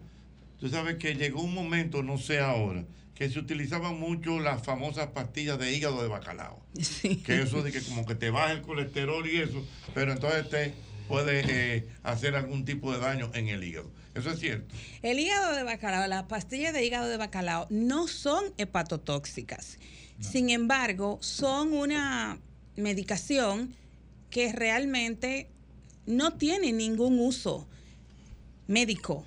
tú sabes que llegó un momento, no sé ahora, que se utilizaban mucho las famosas pastillas de hígado de bacalao. Que eso de que como que te baja el colesterol y eso, pero entonces te puede eh, hacer algún tipo de daño en el hígado. Eso es cierto.
El hígado de bacalao, las pastillas de hígado de bacalao no son hepatotóxicas. Sin embargo, son una medicación que realmente no tiene ningún uso médico,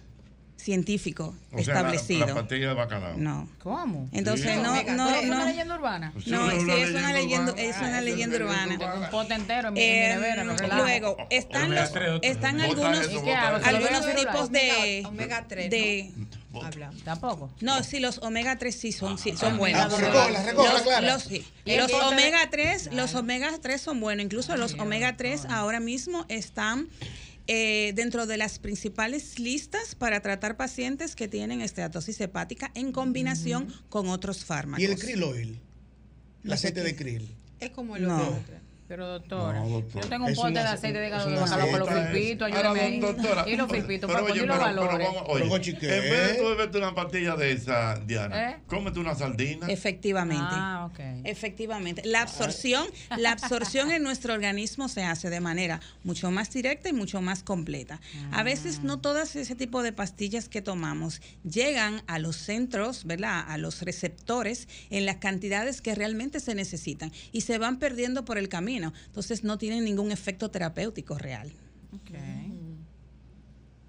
científico,
O sea, la-
establecido.
la, pastilla de bacalao.
No.
¿Cómo?
Entonces, no,
Venga,
no,
pero ¿Es una
no.
leyenda urbana?
Pues
Sí, No, es- una es una leyenda- leyenda urbana. es una
Ah,
leyenda urbana.
Tengo un pote entero en mi, en mi
Eh,
nevera, no relajo.
Oh,
luego, están, los- están algunos,
¿Y qué hago? ¿Se lo doy
algunos
al celular?
tipos de...
Omega 3,
de
oh.
Tampoco.
No, sí, los omega 3 sí son, sí, son
Ah,
buenos.
ah, pues recógela, recógela,
Los-
Clara.
Los, sí.
El
Los
corte de-
omega 3, los omega 3 son buenos. Incluso los omega 3 ahora mismo están eh, dentro de las principales listas para tratar pacientes que tienen esteatosis hepática en combinación con otros fármacos.
Y el krill oil, el aceite de krill.
Es como
el No.
otro.
Pero doctora,
No, doctora.
yo tengo un
Es
pote
una-
de aceite de
es
hígado de
una
bacalao con los
seta,
flipitos,
Ahora,
ayúdame ahí.
doctora,
Y los flipitos,
pero
para
oye,
poner los
pero- pero
valores.
vamos- oye, en vez de tú beberte una pastilla de esa, Diana,
¿Eh?
cómete una sardina.
Efectivamente.
Ah,
Efectivamente. La absorción, la absorción en nuestro organismo se hace de manera mucho más directa y mucho más completa. A veces no todas ese tipo de pastillas que tomamos llegan a los centros, ¿verdad? A los receptores en las cantidades que realmente se necesitan y se van perdiendo por el camino. Entonces no tienen ningún efecto terapéutico real.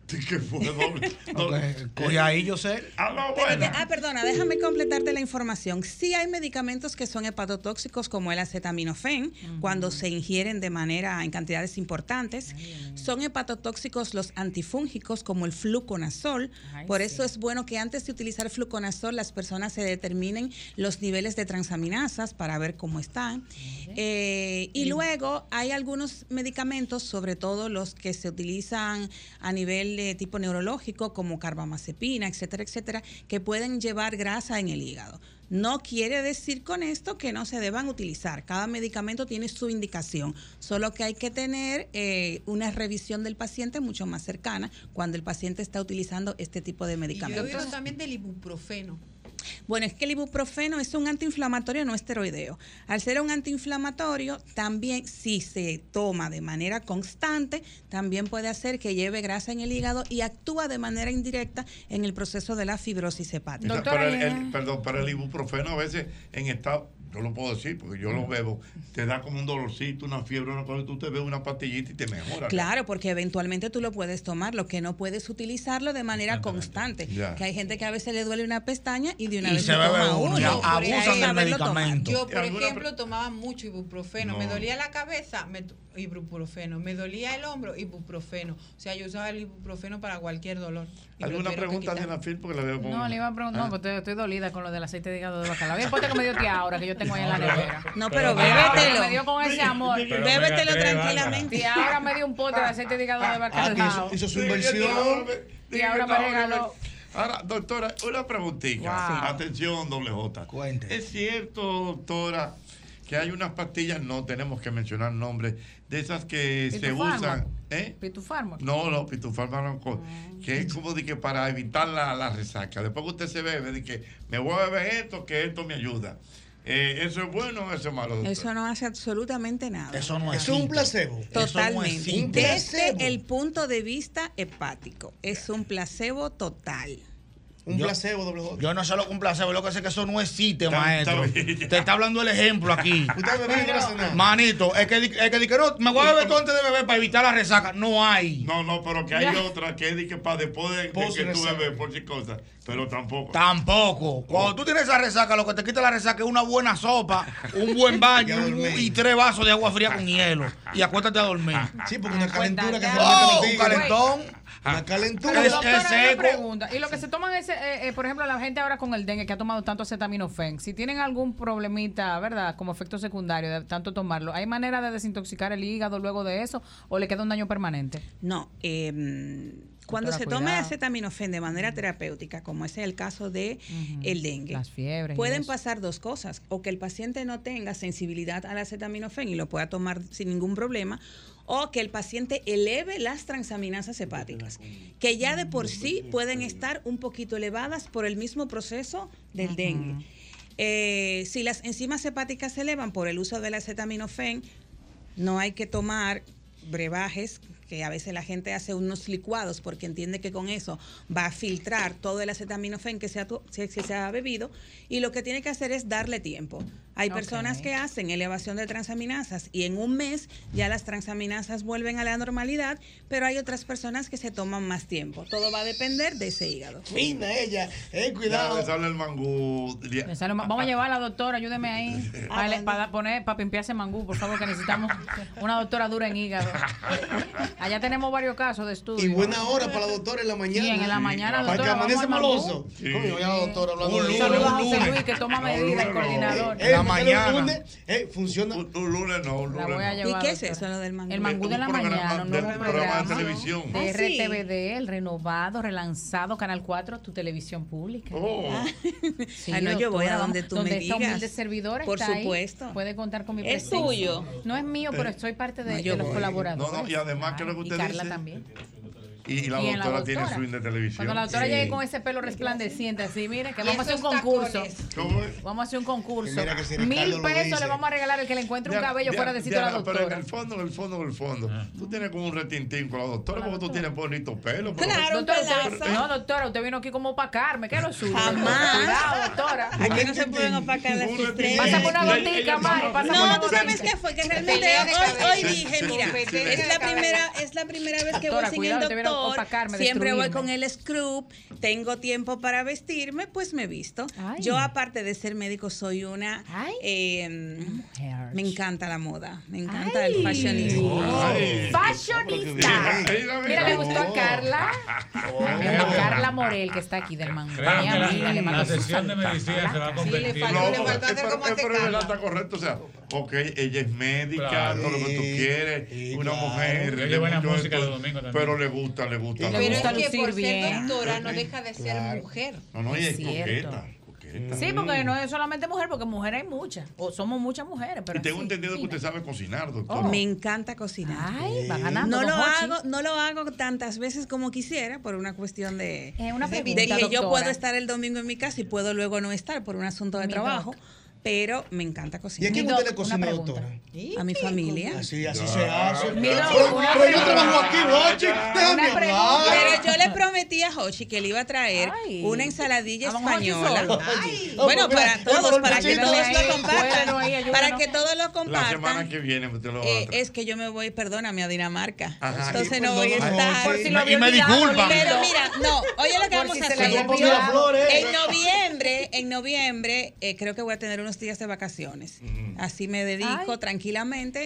¿Qué fue? Doble- doble-
Coge ahí, yo sé.
Aló,
Espérate,
buena.
ah, perdona, déjame completarte la información. Sí hay medicamentos que son hepatotóxicos como el acetaminofén, cuando se ingieren de manera en cantidades importantes. Son hepatotóxicos los antifúngicos como el fluconazol.
Ay,
Por
sí.
eso es bueno que antes de utilizar fluconazol las personas se determinen los niveles de transaminasas para ver cómo están. Eh, y luego hay algunos medicamentos, sobre todo los que se utilizan a nivel de tipo neurológico, como carbamazepina, etcétera, etcétera, que pueden llevar grasa en el hígado. No quiere decir con esto que no se deban utilizar. Cada medicamento tiene su indicación, solo que hay que tener eh, una revisión del paciente mucho más cercana cuando el paciente está utilizando este tipo
Y
de
yo he
medicamentos.
oído también del ibuprofeno.
Bueno, es que el ibuprofeno es un antiinflamatorio no esteroideo. Al ser un antiinflamatorio, también si se toma de manera constante, también puede hacer que lleve grasa en el hígado y actúa de manera indirecta en el proceso de la fibrosis hepática.
pero el- el- perdón, pero el ibuprofeno a veces en estado, yo lo puedo decir porque yo lo bebo, te da como un dolorcito, una fiebre, una cosa, y tú te bebes una pastillita y te mejora.
Claro, porque eventualmente tú lo puedes tomar, lo que no puedes utilizarlo de manera constante.
Ya.
Que hay gente que a veces le duele una pestaña y de una
Y
vez
se
lo
bebe
toma
uno,
uno.
ya
Por ahí
abusan del
saberlo tomar.
medicamento.
Yo, por
¿Alguna
ejemplo, tomaba mucho ibuprofeno. Me
No.
dolía la cabeza, me to- ibuprofeno. Me dolía el hombro, ibuprofeno. O sea, yo usaba el ibuprofeno para cualquier dolor. Y lo
¿Alguna
tuvieron que
pregunta
quitar.
de la FIL? Porque la veo
No, le iba a preguntar, no,
Ah.
pues estoy, estoy dolida con lo del aceite de hígado de bacalao. Bien, ponte que me dio tía ahora, que yo tengo ahí en la nevera.
No, pero
Ahora que
bébetelo.
Me dio con ese amor.
Pero Bébetelo mira, tranquilamente.
Tía ahora me dio un pote de aceite de hígado de
Ah, que
bacalao. Y ahora me regaló.
Ahora, doctora, una preguntita.
Wow.
Atención, doble J. Es cierto, doctora, que hay unas pastillas, no tenemos que mencionar nombres, de esas que se
Pitufármaco.
usan. ¿eh?
Pitufármaco.
No, no, pitufármaco, que es como de que para evitar la, la resaca. Después que usted se bebe, de que me voy a beber esto, que esto me ayuda. Eh, ¿Eso es bueno o eso es malo? doctora?
Eso no hace absolutamente nada.
Eso no
Es un placebo.
Totalmente.
Un
Desde
placebo.
el punto de vista hepático, es un placebo total.
Un
Yo-
placebo, doble J.
Yo no sé lo que un placebo, lo que sé que eso no existe,
Está-
maestro.
está
Te está hablando el ejemplo aquí.
Usted bebió y no hace nada.
Manito, es que, di- es que di que no, me voy a beber todo antes de beber para evitar la resaca. No hay.
No, no, pero que hay otra que es de que para después de, de que tú bebes por si cosas, pero tampoco. Oh.
Tampoco. Cuando tú tienes esa resaca, lo que te quita la resaca es una buena sopa, un buen baño y tres vasos de agua fría con hielo. Y acuéstate a dormir.
Sí, porque una calentura que se
Oh,
mete
un
los tigres.
calentón.
Una calentura.
Pero, doctora,
es
una
seco.
pregunta. Y lo que se toman ese, eh, eh, por ejemplo, la gente ahora con el dengue que ha tomado tanto acetaminofén, si tienen algún problemita, ¿verdad? Como efecto secundario de tanto tomarlo, ¿hay manera de desintoxicar el hígado luego de eso o le queda un daño permanente?
No, eh, cuando
Doctora,
se toma
cuidado.
acetaminofén de manera terapéutica, como es el caso de el dengue,
Las fiebres. y
pueden
eso.
pasar dos cosas, o que el paciente no tenga sensibilidad al acetaminofén y lo pueda tomar sin ningún problema, o que el paciente eleve las transaminasas hepáticas, que ya de por sí pueden estar un poquito elevadas por el mismo proceso del dengue. Eh, si las enzimas hepáticas se elevan por el uso del acetaminofén, no hay que tomar brebajes que a veces la gente hace unos licuados porque entiende que con eso va a filtrar todo el acetaminofén que se ha, tu- se- que se ha bebido y lo que tiene que hacer es darle tiempo. Hay
Ok.
personas que hacen elevación de transaminasas y en un mes ya las transaminasas vuelven a la normalidad, pero hay otras personas que se toman más tiempo. Todo va a depender de ese hígado.
Fina ella, eh,
Ya, le sale el mangú.
Le sale un ma- Vamos a llevar a la doctora, ayúdeme ahí. Para, para poner, para pimpear ese mangú, por favor, que necesitamos una doctora dura en hígado. Allá tenemos varios casos de estudio.
Y buena hora para la doctora en la mañana.
Sí, en la mañana,
Para que
doctora, vamos
amanece
al mangú.
maloso. Coño, ya la doctora hablando
Un
de-
lunes, Saludos a un José lunes. Luis, que toma medidas, el coordinador.
Eh,
La
¿por qué los
mañana.
lunes? Eh, funciona.
Un lunes no, un
La voy a llevar.
¿Y qué es
doctora.
eso, lo del mangú?
El mangú de la mañana, un nuevo
programa de
programa.
televisión. Ah,
De RTVD, el renovado, relanzado, Canal 4, tu televisión pública. Sí,
Ah, no, yo voy a
doctora,
donde tú
donde
me
esta
digas.
humilde servidora
Por
está ahí.
supuesto.
Puede contar con mi
Es
presencia.
tuyo.
No es mío, pero soy parte de, de los colaboradores. Ah,
No, no, y además, ¿qué es lo que
Y
usted
Carla
dice?
también.
Y la,
Y en la
doctora, tiene
doctora.
swing de televisión.
Cuando la doctora
Sí.
llegue con ese pelo resplandeciente así, mire, que
Y
vamos a hacer un
esos
concurso.
tacones. ¿Cómo
Vamos a hacer un concurso.
Que mira que si Ricardo
Mil
lo
pesos
dice.
le vamos a regalar al que le encuentre un
Diana,
cabello
Diana,
fuera de sitio a la
Diana, Pero en
doctora.
el fondo, en el fondo, en el fondo, tú tienes como un retintín con la doctora porque tú tienes bonito pelo. pero-
doctora,
pero-
usted- no, doctora, usted vino aquí como opacarme, que es lo suyo.
Jamás.
Cuidado, doctora.
Aquí no se pueden opacar las estrellas.
Pasa por una botica, Mari, pasa por una
No, tú sabes
botica.
qué fue, que realmente
Pelea de cabeza.
hoy, hoy dije,
Sí,
mira,
sí, sí.
es la primera, es la primera vez que voy
Doctora,
sin
cuidado, te
el
vieron
doctor.
opacarme,
Siempre voy
destruirme.
con el scrub, tengo tiempo para vestirme, pues me visto. Yo aparte de ser médico soy una eh, me encanta la moda, me encanta el fashionista.
Ay.
Ah,
Fashionista. Mira, le gustó
Oh.
a Carla. A Carla Morel, que está aquí del man.
Creo que la,
Mira, le
la
mando sus
sesión de medicina se va a convertir.
No, pero, pero,
este
pero es verdad, está correcto. O sea, ok, ella es médica,
Claro.
todo lo que tú quieres, una mujer.
Ella
de
buena
mucho
música
esto,
los domingos también.
Pero le gusta, le gusta.
Pero
le
es
gusta.
que por ser doctora no
Sí.
deja de ser
Claro.
mujer.
No, no, ella es,
Es cierto.
coqueta. coqueta.
Sí, porque no es solamente mujer, porque mujer hay muchas. O somos muchas mujeres, pero
Y tengo
así,
entendido que
fina.
usted sabe cocinar, doctor.
Oh.
Me encanta cocinar.
Ay, Ah, va ganando,
No lo
don Hochi.
hago, no lo hago tantas veces como quisiera por una cuestión de,
Eh, una
de-
pregunta,
de que yo
doctora.
puedo estar el domingo en mi casa y puedo luego no estar por un asunto de
Mi
trabajo, pero me encanta cocinar.
¿Y a quién
Mi
usted le
doc, una
cocina,
pregunta.
doctora?
A mi familia.
Así, así se hace.
Mi doc,
Pero,
una
pero yo
pregunta.
trabajo aquí, Rochi. Déjame
Una pregunta.
hablar.
Pero yo le prometí a Hochi que le iba a traer una ensaladilla española. Bueno, para todos, para que
Cuélgalo
todos
ahí,
lo compartan.
cuélgalo ahí, ayúdanos.
Para que todos lo
La semana
compartan.
que viene usted lo va a
Eh,
traer.
es que yo me voy, perdóname, a Dinamarca.
Ajá.
Entonces
Ay,
pues, no voy a
perdón,
estar.
Jorge. Y me- y me disculpan.
Pero mira, no, oye lo que Por vamos si a se hacer. le había olvidado. Flores. En noviembre, en noviembre, eh, creo que voy a tener unos días de vacaciones. Así me dedico tranquilamente.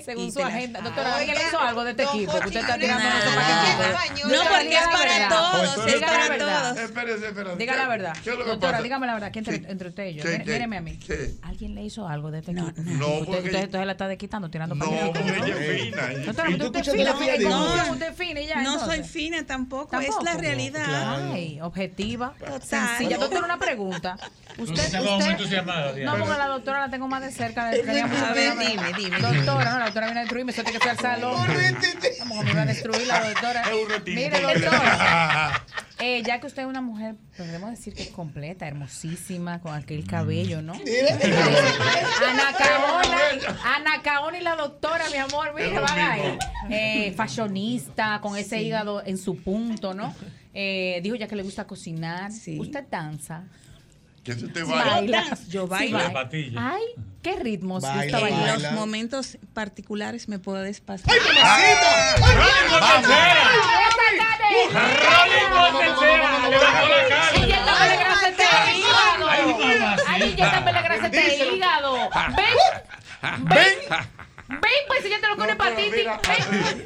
Según
y
su
te la-
agenda. Doctora, ¿alguien le hizo algo de este equipo? Que usted está tirando
Nada.
nosotros para que-
No, porque es para todos, es
Diga la
para
verdad.
todos.
Ah, pues, Espérese, espérese.
Diga la verdad.
Eh, ¿Qué es lo que
Doctora,
pasa?
dígame la verdad, que entre, entre usted y yo.
¿Qué,
Mire-
qué?
Míreme a mí.
¿Qué?
¿Alguien le hizo algo de este equipo?
no,
Usted-
porque-
Usted, entonces la está desquitando, tirando para
No, porque ella es
allá.
fina. ella es
Doctora,
fina.
usted es fina. porque
No,
conclusión, usted es fina y ya,
no soy
entonces.
fina tampoco,
Tampoco.
es la realidad.
Ay, objetiva,
Total.
sencilla. Doctora, una pregunta. Usted,
Está como muy
usted,
entusiasmada,
no,
Diana.
porque la doctora la tengo más de cerca. De,
A ver, dime, dime.
Doctora, no, la doctora viene a destruirme, eso tiene que ser al salón. Vamos a me va a destruir la doctora.
Es un retiro.
Mire,
Ah,
doctora. eh, ya que usted es una mujer, podemos decir que es completa, hermosísima, con aquel cabello, ¿no? Ana Caona, Ana Caona y la doctora, mi amor, mire, van ahí. Eh, fashionista, con ese hígado en su punto, ¿no? Eh, dijo ya que le gusta cocinar. Usted danza.
Que se te
Baila.
vaya.
Yo
bailo.
bailo.
La patilla.
Ay, qué ritmos.
Baila,
está bailando.
baila.
En los momentos particulares me puedo despasar.
este Ay, yo también la grasa este hígado.
Ah.
Ah,
Ven, ven, pues si ya te lo pone patitis.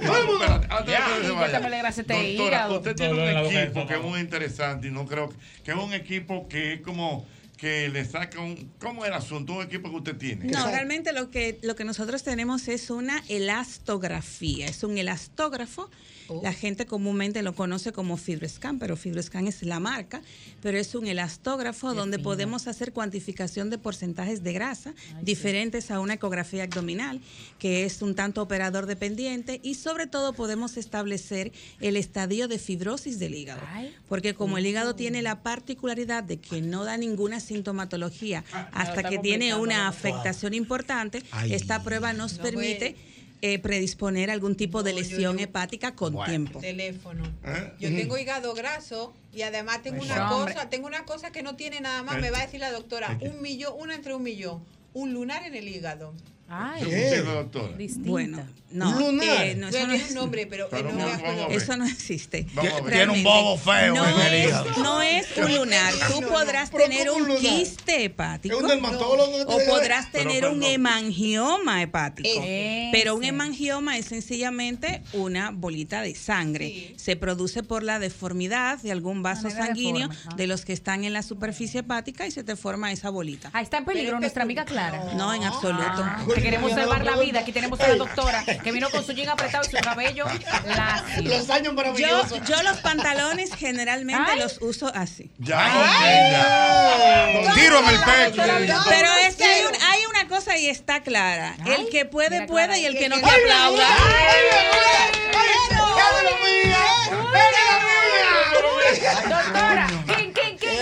Vamos, espérate, antes de
Ya.
que se
Y
vaya.
ya me le gracias este
Doctora,
hígado.
usted tiene
Dolor en la
un
boca,
equipo que es muy interesante y no creo que, que es un equipo que es como que le saca un. ¿Cómo es el asunto? Un equipo que usted tiene.
No, realmente lo que, lo que nosotros tenemos es una elastografía, es un elastógrafo. La gente comúnmente lo conoce como FibroScan, pero FibroScan es la marca, pero es un elastógrafo donde podemos hacer cuantificación de porcentajes de grasa diferentes a una ecografía abdominal, que es un tanto operador dependiente, y sobre todo podemos establecer el estadio de fibrosis del hígado. Porque como el hígado tiene la particularidad de que no da ninguna sintomatología hasta
está
que tiene
complicando,
una
¿no?
afectación importante,
Ay.
esta prueba nos
No,
permite eh, predisponer algún tipo de lesión hepática con
Bueno.
tiempo.
Teléfono. Yo
Ujú.
tengo hígado graso y además tengo
Pues
una
no, hombre.
cosa, tengo una cosa que no tiene nada más,
Eh.
me va a decir la doctora, un millón, una entre un millón, un lunar en el hígado.
¿Qué usted, doctora?
Bueno, no,
Lunar.
eh,
Bueno,
no, eso no
tiene
es-
un nombre, pero eh,
Pero
no,
vamos- vamos a ver.
eso no existe.
Vamos a ver.
Tiene un
bobo feo
No
en el
es,
hígado.
no es un lunar. Tú podrás tener un quiste hepático.
Es un dermatólogo que
O
tiene-
podrás
Pero,
tener un
perdón.
hemangioma hepático.
Ese.
Pero un hemangioma es sencillamente una bolita de sangre. Se produce por la deformidad de algún vaso
Manera
sanguíneo
deforme, ajá.
de los que están en la superficie hepática y se te forma esa bolita.
Ahí está en peligro nuestra amiga Clara.
No, en absoluto.
Ah, Que queremos salvar la vida. Aquí tenemos a la doctora que vino con su jean apretado y su cabello lacio.
Los años
Yo,
maravillosos.
yo los pantalones generalmente los uso así.
Ya,
Ay.
ok, ya. Tiro en el pecho.
Pero es que hay, un- hay una cosa y está clara. el que puede, puede y el que no te
Ay,
aplauda.
ay, ay,
Doctora, ¿quién, quién, quién?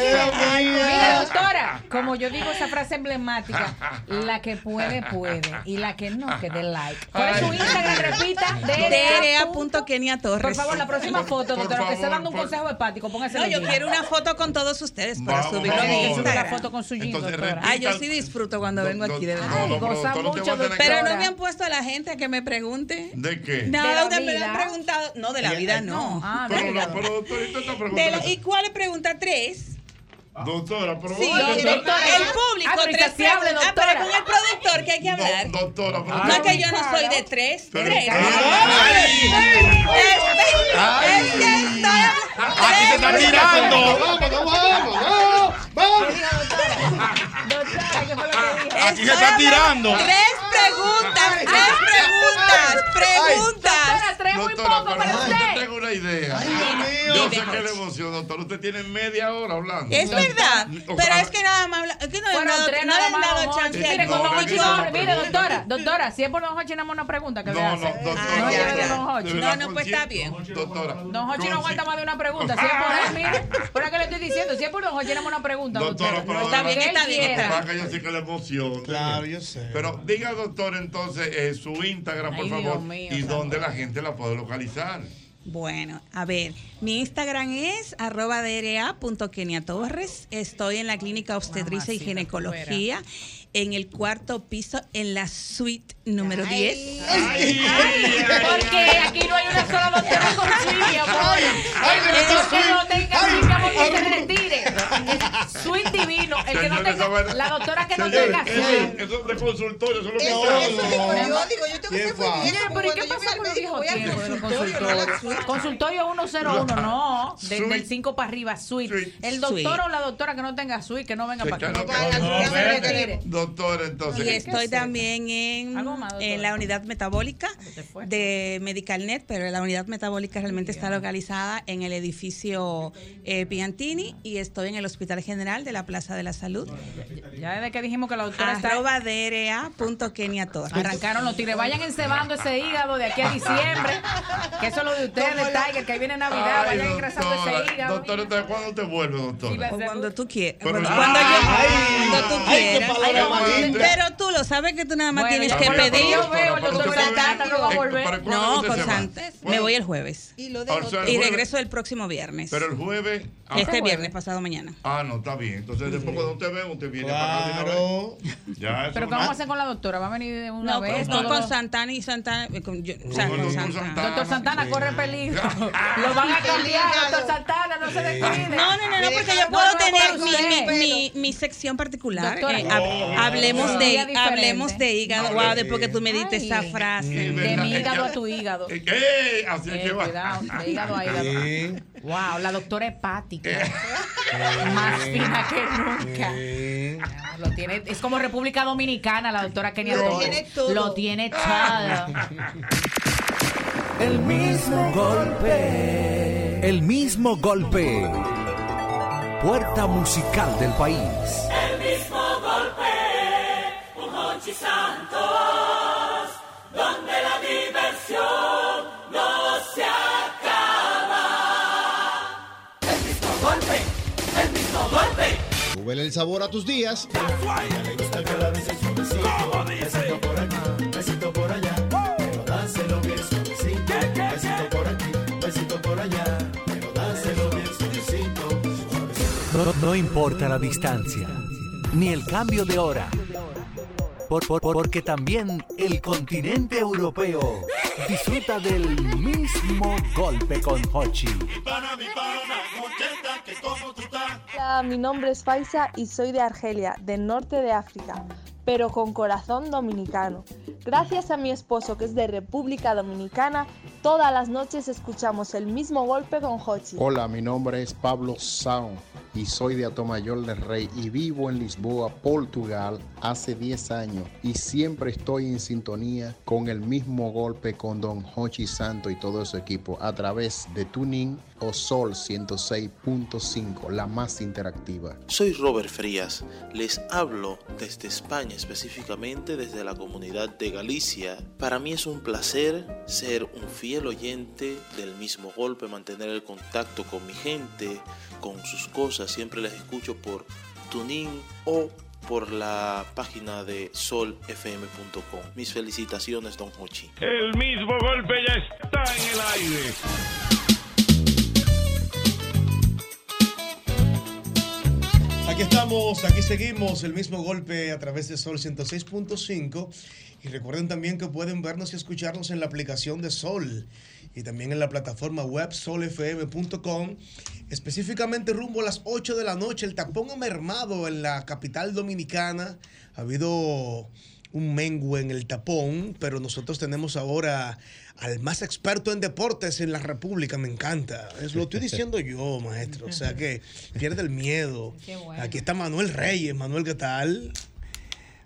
Mire, doctora, como yo digo esa frase emblemática, la que puede, puede. Y la que no, que dé like. ¿Cuál es su Instagram? Repita, DRA.
Torres.
Por favor, la próxima foto, doctora, que esté dando un consejo hepático. Póngase
No, yo quiero una foto con todos ustedes para
Vamos,
subirlo en
vamos.
Instagram.
Una foto con su jean, Entonces, doctora.
Ay, yo
repita-
sí disfruto cuando
Do-
vengo
do-
aquí, de
no,
verdad.
no, Goza pero doctora, mucho, usted va a tener que-
Pero no me han puesto a la gente a que me pregunte.
¿De qué? eh,
Nada,
¿De la Ah,
me lo han
vida?
preguntado. No, de la vida no. Ah,
pero, la- pero doctora, usted está
De la-
preguntando.
¿Y cuál es pregunta 3?
Ah. Doctora, pero
Sí,
doctora,
el público,
Ah, pero
tres
que se hable,
preguntas. Ah, pero con el productor que hay que hablar.
doctora, pero
no es que yo no soy de tres.
Pero-
tres.
¡Ay!
Este-
¡Ay!
es que estoy-
Aquí se está tirando. Aquí se está tirando.
Tres preguntas, tres preguntas, preguntas.
Doctora, pero yo tengo una idea. yo sé que le emociona, doctor. Usted tiene media hora hablando.
Es verdad,
O
pero
sea,
es que nada más habla- es que no
Fueron
no-
tres
no
nada
le han
más,
dado
don
chance.
Jorge. Mire, con don
No, le
Jorge
hizo una
Chinamono. Mire,
pregunta.
doctora, doctora, si es por don Jorge Chinamo una pregunta que le
No,
hace.
no, doctora.
Ah, No,
ya,
lleve
ya.
don Jorge.
De verdad, consciente. Doctora. Ah.
Don Jorge no aguanta más de una pregunta. Si es por él, mire. ¿Por qué le estoy diciendo? Si es por don Jorge Chinamo una pregunta,
Doctora,
doctora.
pero
No, está bien, está bien.
Lo que
está
pasa es
bien.
que yo sé que le emociona. Claro, yo sé. Pero diga, doctor, entonces, eh, su Instagram, por
Ay, Dios
favor,
mío,
y
Samuel.
dónde la gente la puede localizar.
Bueno, a ver, mi Instagram es arroba DRA.keniatorres. Estoy en la clínica obstetricia y ginecología en el cuarto piso en la suite número 10.
Porque aquí no hay una sola doctora con sí, amor.
Ay,
El
doctora,
que no
sí.
tenga
Ay,
sí, mi amor, que se
ay.
retire. Es Sweet divino. El que no
Señores, esa
tenga,
vaina-
la doctora que no
Señores,
tenga
eso
sí.
es- Eso es de consultorio, eso es lo que
Eso-
está.
eso es de
periódico, yo tengo que ser muy
Mira, pero ¿y qué pasa con los viejos tiempos de los consultorios? Consultorio 101, no. de-
Suite.
del 5 para arriba, suite. El doctor
Suite.
o la doctora que no tenga suite, que no venga
Se
para
está
acá.
loca.
No,
No,
que se
espérate.
retire.
Doctor, entonces.
Y estoy también en, en la unidad metabólica de MedicalNet, pero la unidad metabólica realmente está localizada en el edificio eh, Piantini y estoy en el Hospital General de la Plaza de la Salud.
Ya desde que dijimos que la doctora está.
Arroba DRA.keniatorres.
Arrancaron los tigres. Vayan encebando ese hígado de aquí a diciembre. Que eso es lo de ustedes, Tiger, que ahí viene Navidad.
Ay,
Vayan engrasando ese
doctora,
hígado.
doctor, entonces, ¿cuándo te vuelve, doctor?
O cuando tú quieras.
Pero-
Cuando, cuando yo-
Ay,
cuando tú
ay, qué
quieras.
palabra más linda.
Pero tú lo sabes que tú nada más
Bueno,
tienes
ya
que
voy a-
pedir.
yo veo, el Pero doctor tú sabes- Santana no va a volver. ¿Para cuándo
No,
usted
con
se va?
Santos. Me
¿Cuándo?
voy el jueves.
Y,
lo de- O sea, el jueves-
regreso el próximo viernes.
Pero el jueves. ah,
Este viernes, pasado mañana.
Ah, no, está bien. Entonces, después cuando te veo, usted viene para acá. de una vez. Ya, eso
Pero ¿qué
no-
vamos a hacer con la doctora? ¿Va a venir de una
No,
vez?
no,
Todo
con
lo-
Santana y Santana. eh, con- yo-
Con
San-
el
con
doctor
Santana.
Doctor Santana corre peligro. Lo van a
Sí,
cambiar,
claro.
doctor Santana, no se descuide.
No, no, no, no, porque yo puedo tener mi, mi- mi- mi sección particular.
Doctora.
Eh, hab- hablemos,
Oh.
de,
Sería diferente.
hablemos de hígado.
No,
wow,
sí.
después que tú me diste esa frase.
De mi hígado a tu hígado.
Eh, eh, así es
Eh,
que va.
cuidado, de hígado a hígado. Wow, la doctora hepática. Más fina que nunca. Ya, Lo tiene, es como República Dominicana, la doctora Kenia
Lo
Torres.
tiene todo.
Lo tiene todo.
El mismo golpe. El mismo golpe. Puerta musical del país.
El mismo golpe, un Hochi Santos, donde la diversión no se acaba. El mismo golpe, el mismo golpe.
Súbele el sabor a tus días.
No, no importa la distancia, ni el cambio de hora. Por- por- por- porque también el continente europeo disfruta del mismo golpe con Hochi.
Hola, mi nombre es Faisa y soy de Argelia, del norte de África, pero con corazón dominicano. Gracias a mi esposo que es de República Dominicana, todas las noches escuchamos el mismo golpe con Hochi.
Hola, mi nombre es Pablo Saun y soy de Atomayor del Rey y vivo en Lisboa, Portugal, hace 10 años y siempre estoy en sintonía con el mismo golpe con Don Hochi Santo y todo su equipo a través de Tuning o Sol 106.5, la más interactiva.
Soy Robert Frías. Les hablo desde España, específicamente desde la comunidad de Galicia. Para mí es un placer ser un fiel oyente del mismo golpe, mantener el contacto con mi gente, con sus cosas. Siempre les escucho por Tuning o por la página de solfm.com. Mis felicitaciones, don Hochi.
El mismo golpe ya está en el aire.
Aquí estamos, aquí seguimos, el mismo golpe a través de Sol 106.5. Y recuerden también que pueden vernos y escucharnos en la aplicación de Sol y también en la plataforma web solfm.com. Específicamente rumbo a las 8 de la noche, el tapón ha mermado en la capital dominicana. Ha habido un mengue en el tapón, pero nosotros tenemos ahora al más experto en deportes en la República, me encanta. Es lo estoy diciendo yo, maestro. O sea que pierde el miedo.
Qué bueno.
Aquí está Manuel Reyes. Manuel, ¿qué tal?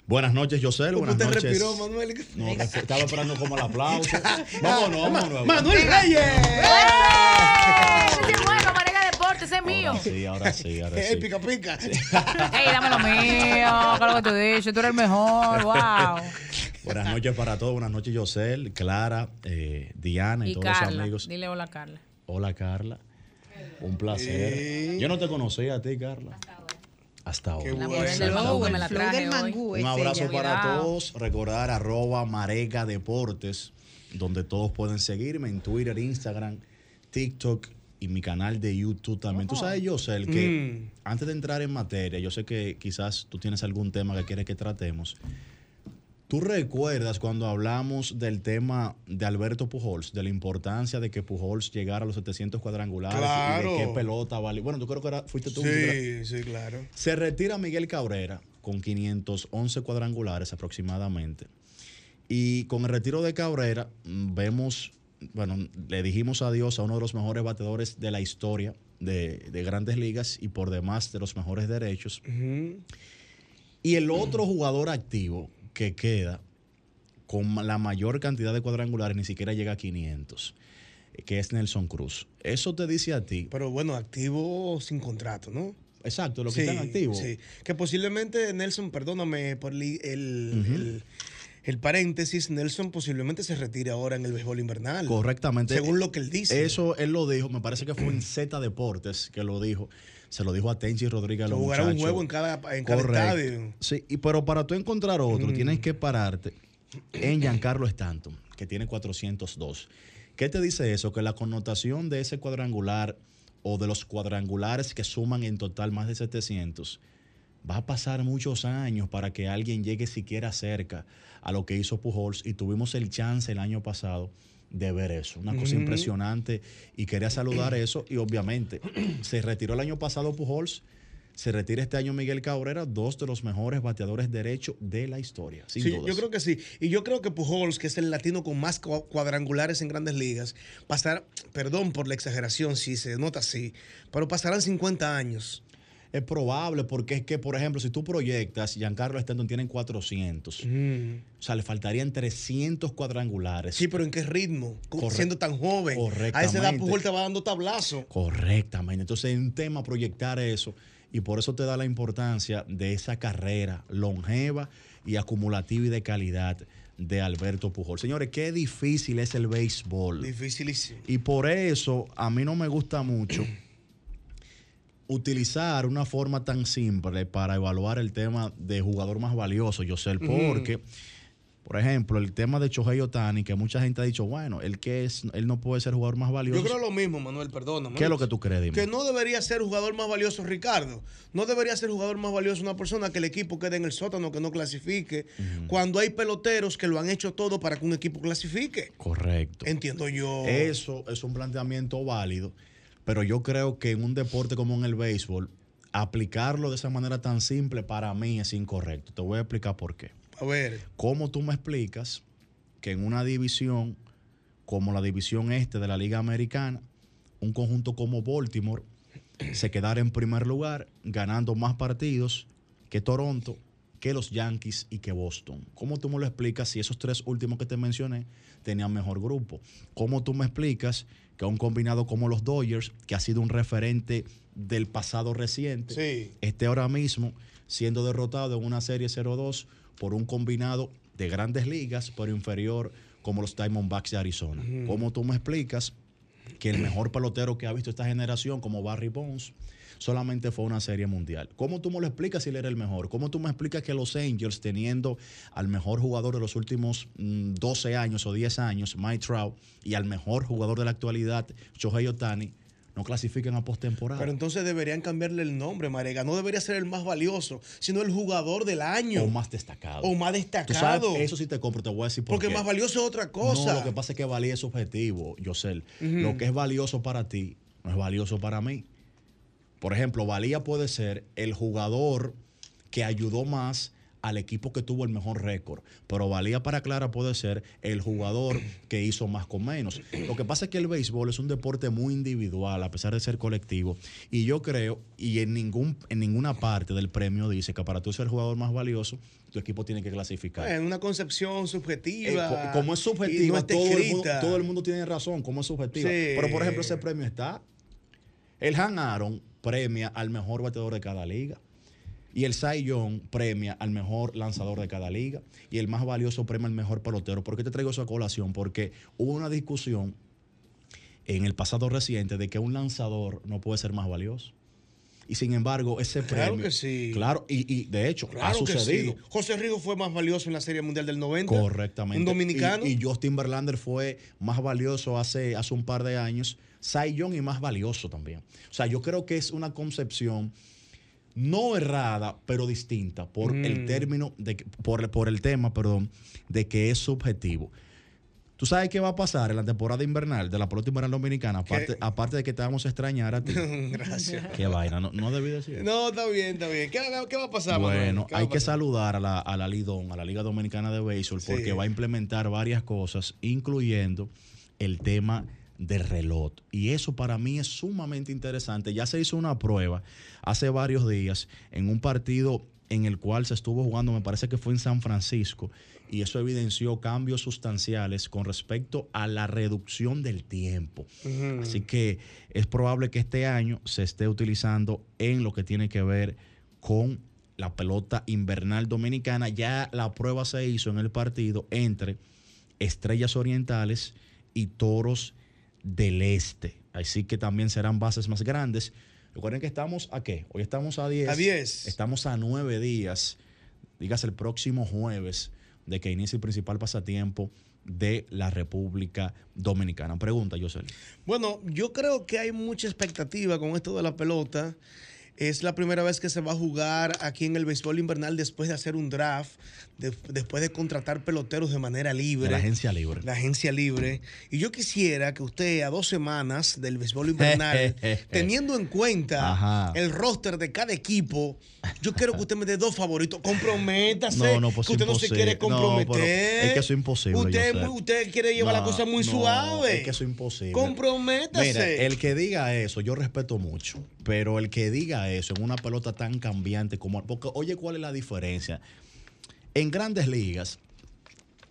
Buenas noches, José.
¿Cómo
Buenas
te
noches.
respiró, Manuel?
No, estaba esperando como el aplauso. Vámonos, vámonos.
Manuel Reyes.
¡Qué bueno, Marega Deportes, es mío!
Sí, ahora sí, ahora
Eh,
sí.
pica pica.
¡Ey, dame lo mío! Con lo que tú dices, tú eres el mejor, wow.
Buenas noches para todos. Buenas noches, José, Clara, eh, Diana y,
Y
todos los
Carla,
amigos.
dile hola, Carla.
Hola, Carla. Un placer. Yo no te conocía a ti, Carla. Hasta ahora.
La mujer del mangú que me la traje hoy.
Un abrazo para
Cuidado.
todos. Recordar arroba Marega Deportes, donde todos pueden seguirme en Twitter, Instagram, TikTok y mi canal de YouTube también. Tú sabes, José,
Mm.
que antes de entrar en materia, yo sé que quizás tú tienes algún tema que quieres que tratemos. ¿Tú recuerdas cuando hablamos del tema de Alberto Pujols, de la importancia de que Pujols llegara a los 700 cuadrangulares
Claro.
y de qué pelota vale? Bueno, tú creo que era- fuiste tú.
Sí, sí, claro.
Se retira Miguel Cabrera con 511 cuadrangulares aproximadamente. Y con el retiro de Cabrera mm, vemos, bueno, le dijimos adiós a uno de los mejores batedores de la historia de, de grandes ligas y por demás de los mejores derechos. Y el otro jugador activo que queda con la mayor cantidad de cuadrangulares ni siquiera llega a 500, que es Nelson Cruz. Eso te dice a ti.
Pero bueno, activo sin contrato, ¿no?
Exacto, los que están activos.
Sí, que posiblemente Nelson, perdóname por li- el, el- el paréntesis, Nelson posiblemente se retire ahora en el béisbol invernal.
Correctamente.
Según lo que él dice.
Eso él lo dijo, me parece que fue en Z Deportes que lo dijo. Se lo dijo a Tenchi Rodríguez. a
Que
los
jugará un
muchachos.
juego en cada, en cada
Correcto.
estadio. Mm.
Sí, y, pero para tú encontrar otro, tienes que pararte en Giancarlo Stanton, que tiene 402. ¿Qué te dice eso? Que la connotación de ese cuadrangular o de los cuadrangulares que suman en total más de 700, va a pasar muchos años para que alguien llegue siquiera cerca a lo que hizo Pujols y tuvimos el chance el año pasado de ver eso. Una cosa
Ujú.
impresionante y quería saludar eso y obviamente se retiró el año pasado Pujols, se retira este año Miguel Cabrera, dos de los mejores bateadores derecho de la historia, sin
Sí,
dudas.
yo creo que sí. Y yo creo que Pujols, que es el latino con más cua- cuadrangulares en grandes ligas, pasará, perdón por la exageración, si se nota así, pero pasarán 50 años.
Es probable, porque es que, por ejemplo, si tú proyectas, Giancarlo Stanton tiene 400. O sea, le faltarían 300 cuadrangulares. Sí,
pero ¿en qué ritmo?
Correcto.
Siendo tan joven. A esa edad
Correctamente.
Pujol te va dando tablazo.
Correctamente. Entonces, es un tema proyectar eso. Y por eso te da la importancia de esa carrera longeva y acumulativa y de calidad de Alberto Pujol. Señores, qué difícil es el béisbol.
Dificilísimo.
Y por eso a mí no me gusta mucho utilizar una forma tan simple para evaluar el tema de jugador más valioso, José,
Ujú.
porque, por ejemplo, el tema de Shohei Otani, que mucha gente ha dicho, bueno, él que es, él no puede ser jugador más valioso.
Yo creo lo mismo, Manuel, perdóname.
¿Qué es lo que tú crees, dime?
Que no debería ser jugador más valioso Ricardo. No debería ser jugador más valioso una persona que el equipo quede en el sótano, que no clasifique. Cuando hay peloteros que lo han hecho todo para que un equipo clasifique.
Correcto.
Entiendo yo.
Eso es un planteamiento válido, pero yo creo que en un deporte como en el béisbol, aplicarlo de esa manera tan simple para mí es incorrecto. Te voy a explicar por qué.
A ver.
¿Cómo tú me explicas que en una división como la división este de la Liga Americana, un conjunto como Baltimore se quedara en primer lugar ganando más partidos que Toronto que los Yankees y que Boston. ¿Cómo tú me lo explicas si esos tres últimos que te mencioné tenían mejor grupo? ¿Cómo tú me explicas que un combinado como los Dodgers, que ha sido un referente del pasado reciente, esté ahora mismo siendo derrotado en una serie 0-2 por un combinado de grandes ligas, pero inferior como los Diamondbacks de Arizona?
Ujú.
¿Cómo tú me explicas que el mejor pelotero que ha visto esta generación, como Barry Bonds, solamente fue una serie mundial. ¿Cómo tú me lo explicas si él era el mejor? ¿Cómo tú me explicas que los Angels, teniendo al mejor jugador de los últimos mm, 12 años o 10 años, Mike Trout, y al mejor jugador de la actualidad, Shohei Otani, no clasifican a postemporada?
Pero entonces deberían cambiarle el nombre, Marega. No debería ser el más valioso, sino el jugador del año.
o más destacado.
O más
Tú sabes,
destacado.
eso sí te compro, te voy a decir por
Porque
qué.
más valioso es otra cosa.
No, lo que pasa es que valía es subjetivo, Yosel.
Ujú.
Lo que es valioso para ti no es valioso para mí. Por ejemplo, valía puede ser el jugador que ayudó más al equipo que tuvo el mejor récord, pero valía para Clara puede ser el jugador que hizo más con menos. Lo que pasa es que el béisbol es un deporte muy individual, a pesar de ser colectivo, y yo creo, y en, ningún, en ninguna parte del premio dice que para tú ser el jugador más valioso, tu equipo tiene que clasificar.
En una concepción subjetiva.
Eh, co- como es
y
subjetivo,
no está
todo, el mundo,
escrita.
todo el mundo tiene razón, como es subjetivo.
Sí.
Pero, por ejemplo, ese premio está. El Han Aaron premia al mejor bateador de cada liga. Y el Cy Young premia al mejor lanzador de cada liga. Y el más valioso premia al mejor pelotero. ¿Por qué te traigo esa colación? Porque hubo una discusión en el pasado reciente de que un lanzador no puede ser más valioso. Y sin embargo, ese
Claro
premio.
que sí.
Claro, y, y de hecho, ha
Claro que
sucedido.
sí. José Rigo fue más valioso en la Serie Mundial del 90.
Correctamente.
Un dominicano.
Y, y Justin Verlander fue más valioso hace, hace un par de años. Cy Young y más valioso también. O sea, yo creo que es una concepción no errada, pero distinta por el
Mm.
término, de, que- por, por el tema, perdón, de que es subjetivo. ¿Tú sabes qué va a pasar en la temporada invernal de la pelota invernal dominicana? Aparte, aparte de que te vamos a extrañar a ti.
Gracias.
qué vaina, no, no debí decir.
No, está bien, está bien. ¿Qué, qué va a pasar,
Bueno,
Manuel? ¿Qué va a
hay que
pasar?
saludar a la, a la Lidón, a la Liga Dominicana de Béisbol, porque
Sí.
va a implementar varias cosas, incluyendo el tema del reloj. Y eso para mí es sumamente interesante. Ya se hizo una prueba hace varios días en un partido en el cual se estuvo jugando, me parece que fue en San Francisco, y eso evidenció cambios sustanciales con respecto a la reducción del tiempo.
Ujú.
Así que es probable que este año se esté utilizando en lo que tiene que ver con la pelota invernal dominicana. Ya la prueba se hizo en el partido entre Estrellas Orientales y Toros del Este. Así que también serán bases más grandes. Recuerden que estamos a qué? Hoy estamos a 10.
A 10.
Estamos a 9 días. Dígase el próximo jueves de que inicie el principal pasatiempo de la República Dominicana. Pregunta, José.
Bueno, yo creo que hay mucha expectativa con esto de la pelota. Es la primera vez que se va a jugar aquí en el béisbol invernal después de hacer un draft, de- después de contratar peloteros de manera libre.
De la agencia libre.
La agencia libre. Y yo quisiera que usted a dos semanas del béisbol invernal, teniendo en cuenta
Ajá.
el roster de cada equipo, yo quiero que usted me dé dos favoritos. Comprométase.
No, no, pues
que usted no se
imposible.
quiere
No, pero
comprometer.
es que eso es imposible,
Usted,
Yosel.
usted quiere llevar la
No,
cosa muy
no,
suave.
Es que eso es imposible.
Comprométase.
Mira, eh, el que diga eso, yo respeto mucho, pero el que diga eso en una pelota tan cambiante como. Porque, oye, ¿cuál es la diferencia? En grandes ligas,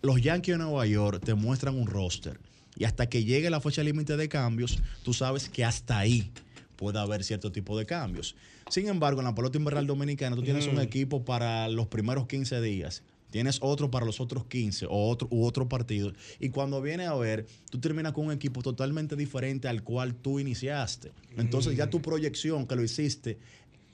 los Yankees de Nueva York te muestran un roster y hasta que llegue la fecha límite de cambios, tú sabes que hasta ahí puede haber cierto tipo de cambios. Sin embargo, en la pelota invernal dominicana, tú tienes un
Mm.
equipo para los primeros 15 días. Tienes otro para los otros 15 o otro, u otro partido. Y cuando viene a ver, tú terminas con un equipo totalmente diferente al cual tú iniciaste. Entonces ya tu proyección que lo hiciste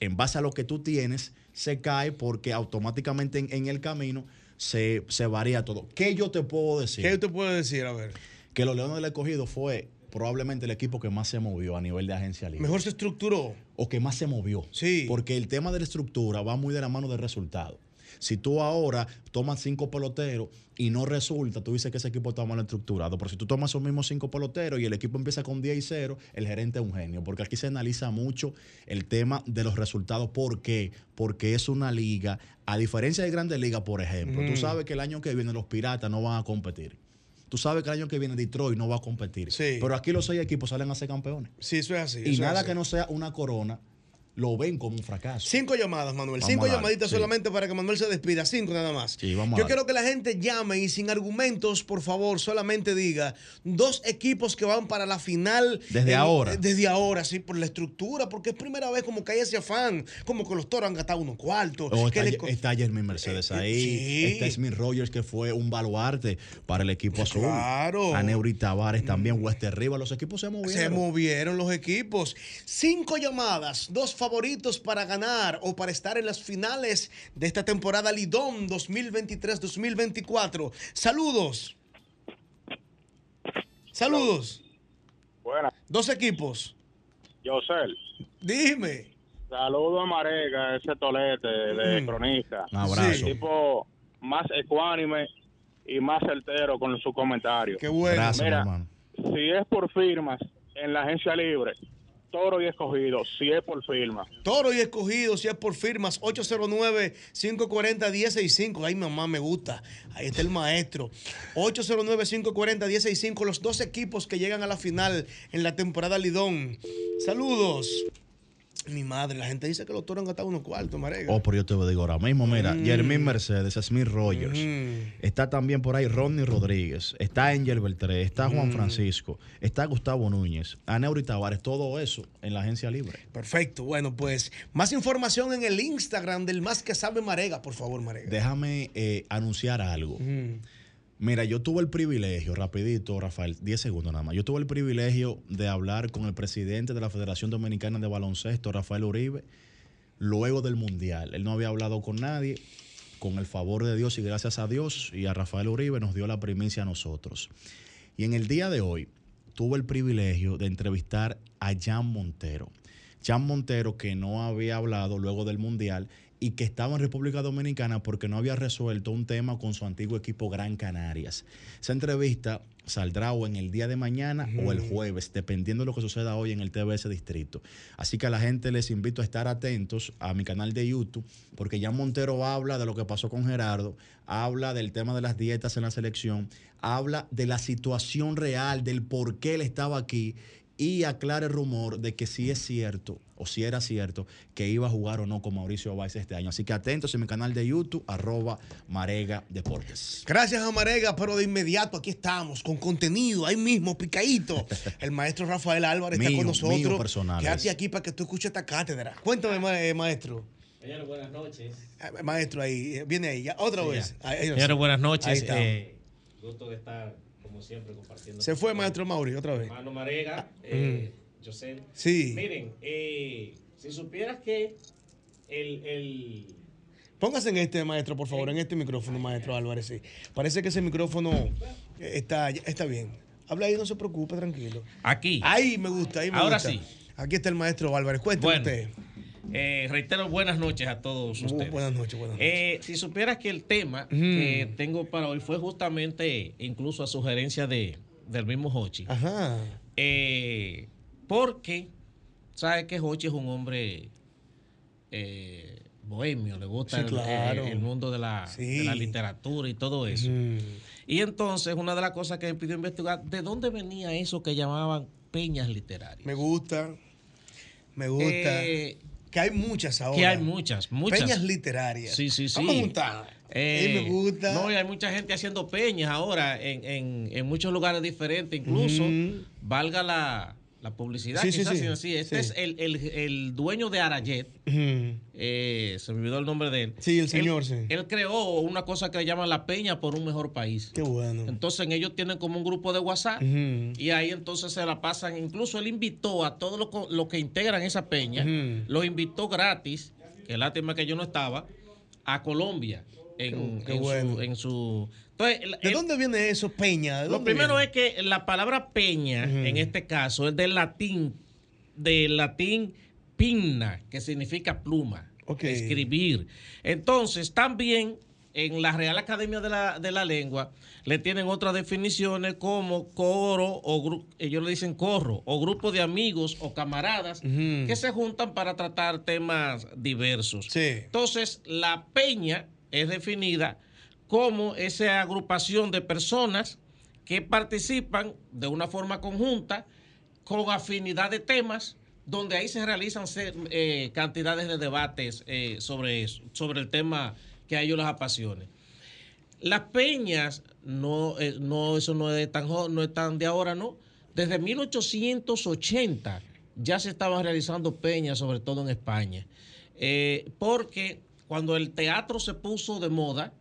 en base a lo que tú tienes, se cae porque automáticamente en, en el camino se, se varía todo. ¿Qué yo te puedo decir?
¿Qué usted puede decir? A ver.
Que los Leones del Escogido fue probablemente el equipo que más se movió a nivel de agencia libre.
Mejor se estructuró.
O que más se movió. Sí. Porque el tema de la estructura va muy de la mano del resultado. Si tú ahora tomas cinco peloteros y no resulta, tú dices que ese equipo está mal estructurado. Pero si tú tomas esos mismos cinco peloteros y el equipo empieza con 10 y 0, el gerente es un genio. Porque aquí se analiza mucho el tema de los resultados. ¿Por qué? Porque es una liga, a diferencia de grandes ligas, por ejemplo.
Mm.
Tú sabes que el año que viene los piratas no van a competir. Tú sabes que el año que viene Detroit no va a competir. Pero aquí los seis equipos salen a ser campeones.
Sí, eso es así.
Y
eso es
nada
así.
que no sea una corona lo ven como un fracaso.
Cinco llamadas, Manuel.
Vamos
cinco
a darle,
llamaditas
sí.
solamente para que Manuel se despida. Cinco nada más.
Sí, vamos a
Yo
darle.
quiero que la gente llame y sin argumentos, por favor, solamente diga dos equipos que van para la final.
Desde ahora.
Desde ahora, sí, por la estructura, porque es primera vez como que hay ese afán, como que los toros han gastado unos cuartos.
Oh,
que
está,
le- eh,
está Jermaine Mercedes ahí.
sí.
Está Smith Rogers, que fue un baluarte para el equipo azul.
Claro. Mm.
A Neuri Tavares también, Wester Riva. Los equipos se movieron.
Se movieron los equipos. Cinco llamadas, dos favoritos para ganar o para estar en las finales de esta temporada Lidón 2023-2024. Saludos. Saludos.
Buenas.
Dos equipos.
Yosel.
Dime.
Saludo a Marega, ese tolete de
Mm.
cronista.
Un abrazo. Sí.
Tipo más ecuánime y más certero con sus comentarios.
Qué bueno. Gracias,
Mira,
mi
si es por firmas en la agencia libre, toro y escogido, si es por firma.
Toro y escogido, si es por firmas, 809-540-165. Ay, mamá, me gusta. Ahí está el maestro. 809-540-165. Los dos equipos que llegan a la final en la temporada Lidón. Saludos. Mi madre, la gente dice que los toros han gastado unos cuartos, Marega.
Oh, pero yo te lo digo ahora mismo, mira,
Mm.
Jermín Mercedes, Smith Rogers, está también por ahí Rodney Rodríguez, está Angel Beltré, está Juan
Mm.
Francisco, está Gustavo Núñez, Aneuri Tavares, todo eso en la agencia libre.
Perfecto. Bueno, pues más información en el Instagram del Más que Sabe Marega, por favor, Marega.
Déjame eh, anunciar algo. Mira, yo tuve el privilegio, rapidito, Rafael, 10 segundos nada más. Yo tuve el privilegio de hablar con el presidente de la Federación Dominicana de Baloncesto, Rafael Uribe, luego del Mundial. Él no había hablado con nadie. Con el favor de Dios y gracias a Dios y a Rafael Uribe nos dio la primicia a nosotros. Y en el día de hoy tuve el privilegio de entrevistar a Jan Montero. Jan Montero que no había hablado luego del Mundial y que estaba en República Dominicana porque no había resuelto un tema con su antiguo equipo Gran Canarias. Esa entrevista saldrá o en el día de mañana o el jueves, dependiendo de lo que suceda hoy en el TBS Distrito. Así que a la gente les invito a estar atentos a mi canal de YouTube porque Jan Montero habla de lo que pasó con Gerardo, habla del tema de las dietas en la selección, habla de la situación real, del por qué él estaba aquí y aclara el rumor de que si es cierto o si era cierto que iba a jugar o no con Mauricio Valls este año. Así que atentos en mi canal de YouTube, arroba Marega Deportes.
Gracias a Marega, pero de inmediato aquí estamos con contenido, ahí mismo, picadito. El maestro Rafael Álvarez está
Mío,
con nosotros.
mío personal
Quédate
es.
aquí para que tú escuches esta cátedra. Cuéntame, ma- eh, maestro.
Señores, buenas noches.
Eh, Maestro, ahí, eh, viene ahí, ya, otra
Sí, ya.
vez. Ahí, ahí no sé.
Señores, buenas
Ahí
noches.
está.
Eh, gusto de estar, como siempre, compartiendo.
Se
con
fue,
ustedes.
maestro Mauri, otra vez. Ah. Mm.
Hermano Marega, eh, José.
Sí.
Miren, eh, si supieras que el, el-
Póngase en este, maestro, por favor, en este micrófono, maestro Álvarez. sí. Parece que ese micrófono eh, está, está bien. Habla ahí, no se preocupe, tranquilo.
Aquí.
Ahí me gusta, ahí me
Ahora
gusta.
sí.
Aquí está el maestro Álvarez. Cuénteme
Bueno,
usted.
Eh, reitero, buenas noches a todos
Bu-
ustedes.
Buenas noches, buenas noches.
Eh, si supieras que el tema
Mm.
que tengo para hoy fue justamente, incluso a sugerencia de, del mismo Hochi.
Ajá.
Eh, porque, ¿sabes que Hochi es un hombre eh, bohemio? Le gusta
Sí,
el-
claro.
el, el mundo de la, de la literatura y todo eso. Y entonces, una de las cosas que me pidió investigar, ¿de dónde venía eso que llamaban peñas literarias?
Me gusta, me gusta.
Eh,
que hay muchas ahora.
Que hay muchas, muchas.
Peñas literarias.
Sí, sí, sí.
Vamos a juntar.
Eh,
Ahí me gusta.
No, y hay mucha gente haciendo peñas ahora en, en- en muchos lugares diferentes, incluso
Ujú.
valga la, la publicidad.
Sí, sí,
quizás,
sí.
sí, sí. Este
Sí.
es el, el- el dueño de Arayet, eh, se me olvidó el nombre de él.
Sí, el
Él-
señor, sí.
Él creó una cosa que le llaman la peña por un mejor país.
Qué bueno.
Entonces ellos tienen como un grupo de WhatsApp
Ujú.
y ahí entonces se la pasan. Incluso él invitó a todos los co- los que integran esa peña,
Ujú.
los invitó gratis, que lástima que yo no estaba, a Colombia. En,
Qué- qué
en su-
bueno.
en su, entonces, el-
¿De
el-
dónde viene eso, Peña? ¿De
lo
dónde
primero es
viene?
que la palabra peña, en este caso, es del latín, del latín pinna, que significa pluma, escribir. Entonces, también en la Real Academia de la, de la Lengua le tienen otras definiciones como coro o gru- ellos le dicen corro, o grupo de amigos o camaradas
Ujú.
que se juntan para tratar temas diversos. Entonces, la peña es definida como esa agrupación de personas que participan de una forma conjunta con afinidad de temas donde ahí se realizan se- eh, cantidades de debates eh, sobre, eso, sobre el tema que a ellos les apasione. Las peñas, no, eh, no, eso no es, tan, jo- no es tan de ahora, ¿no? Desde 1880 ya se estaban realizando peñas, sobre todo en España. Eh, porque cuando el teatro se puso de moda,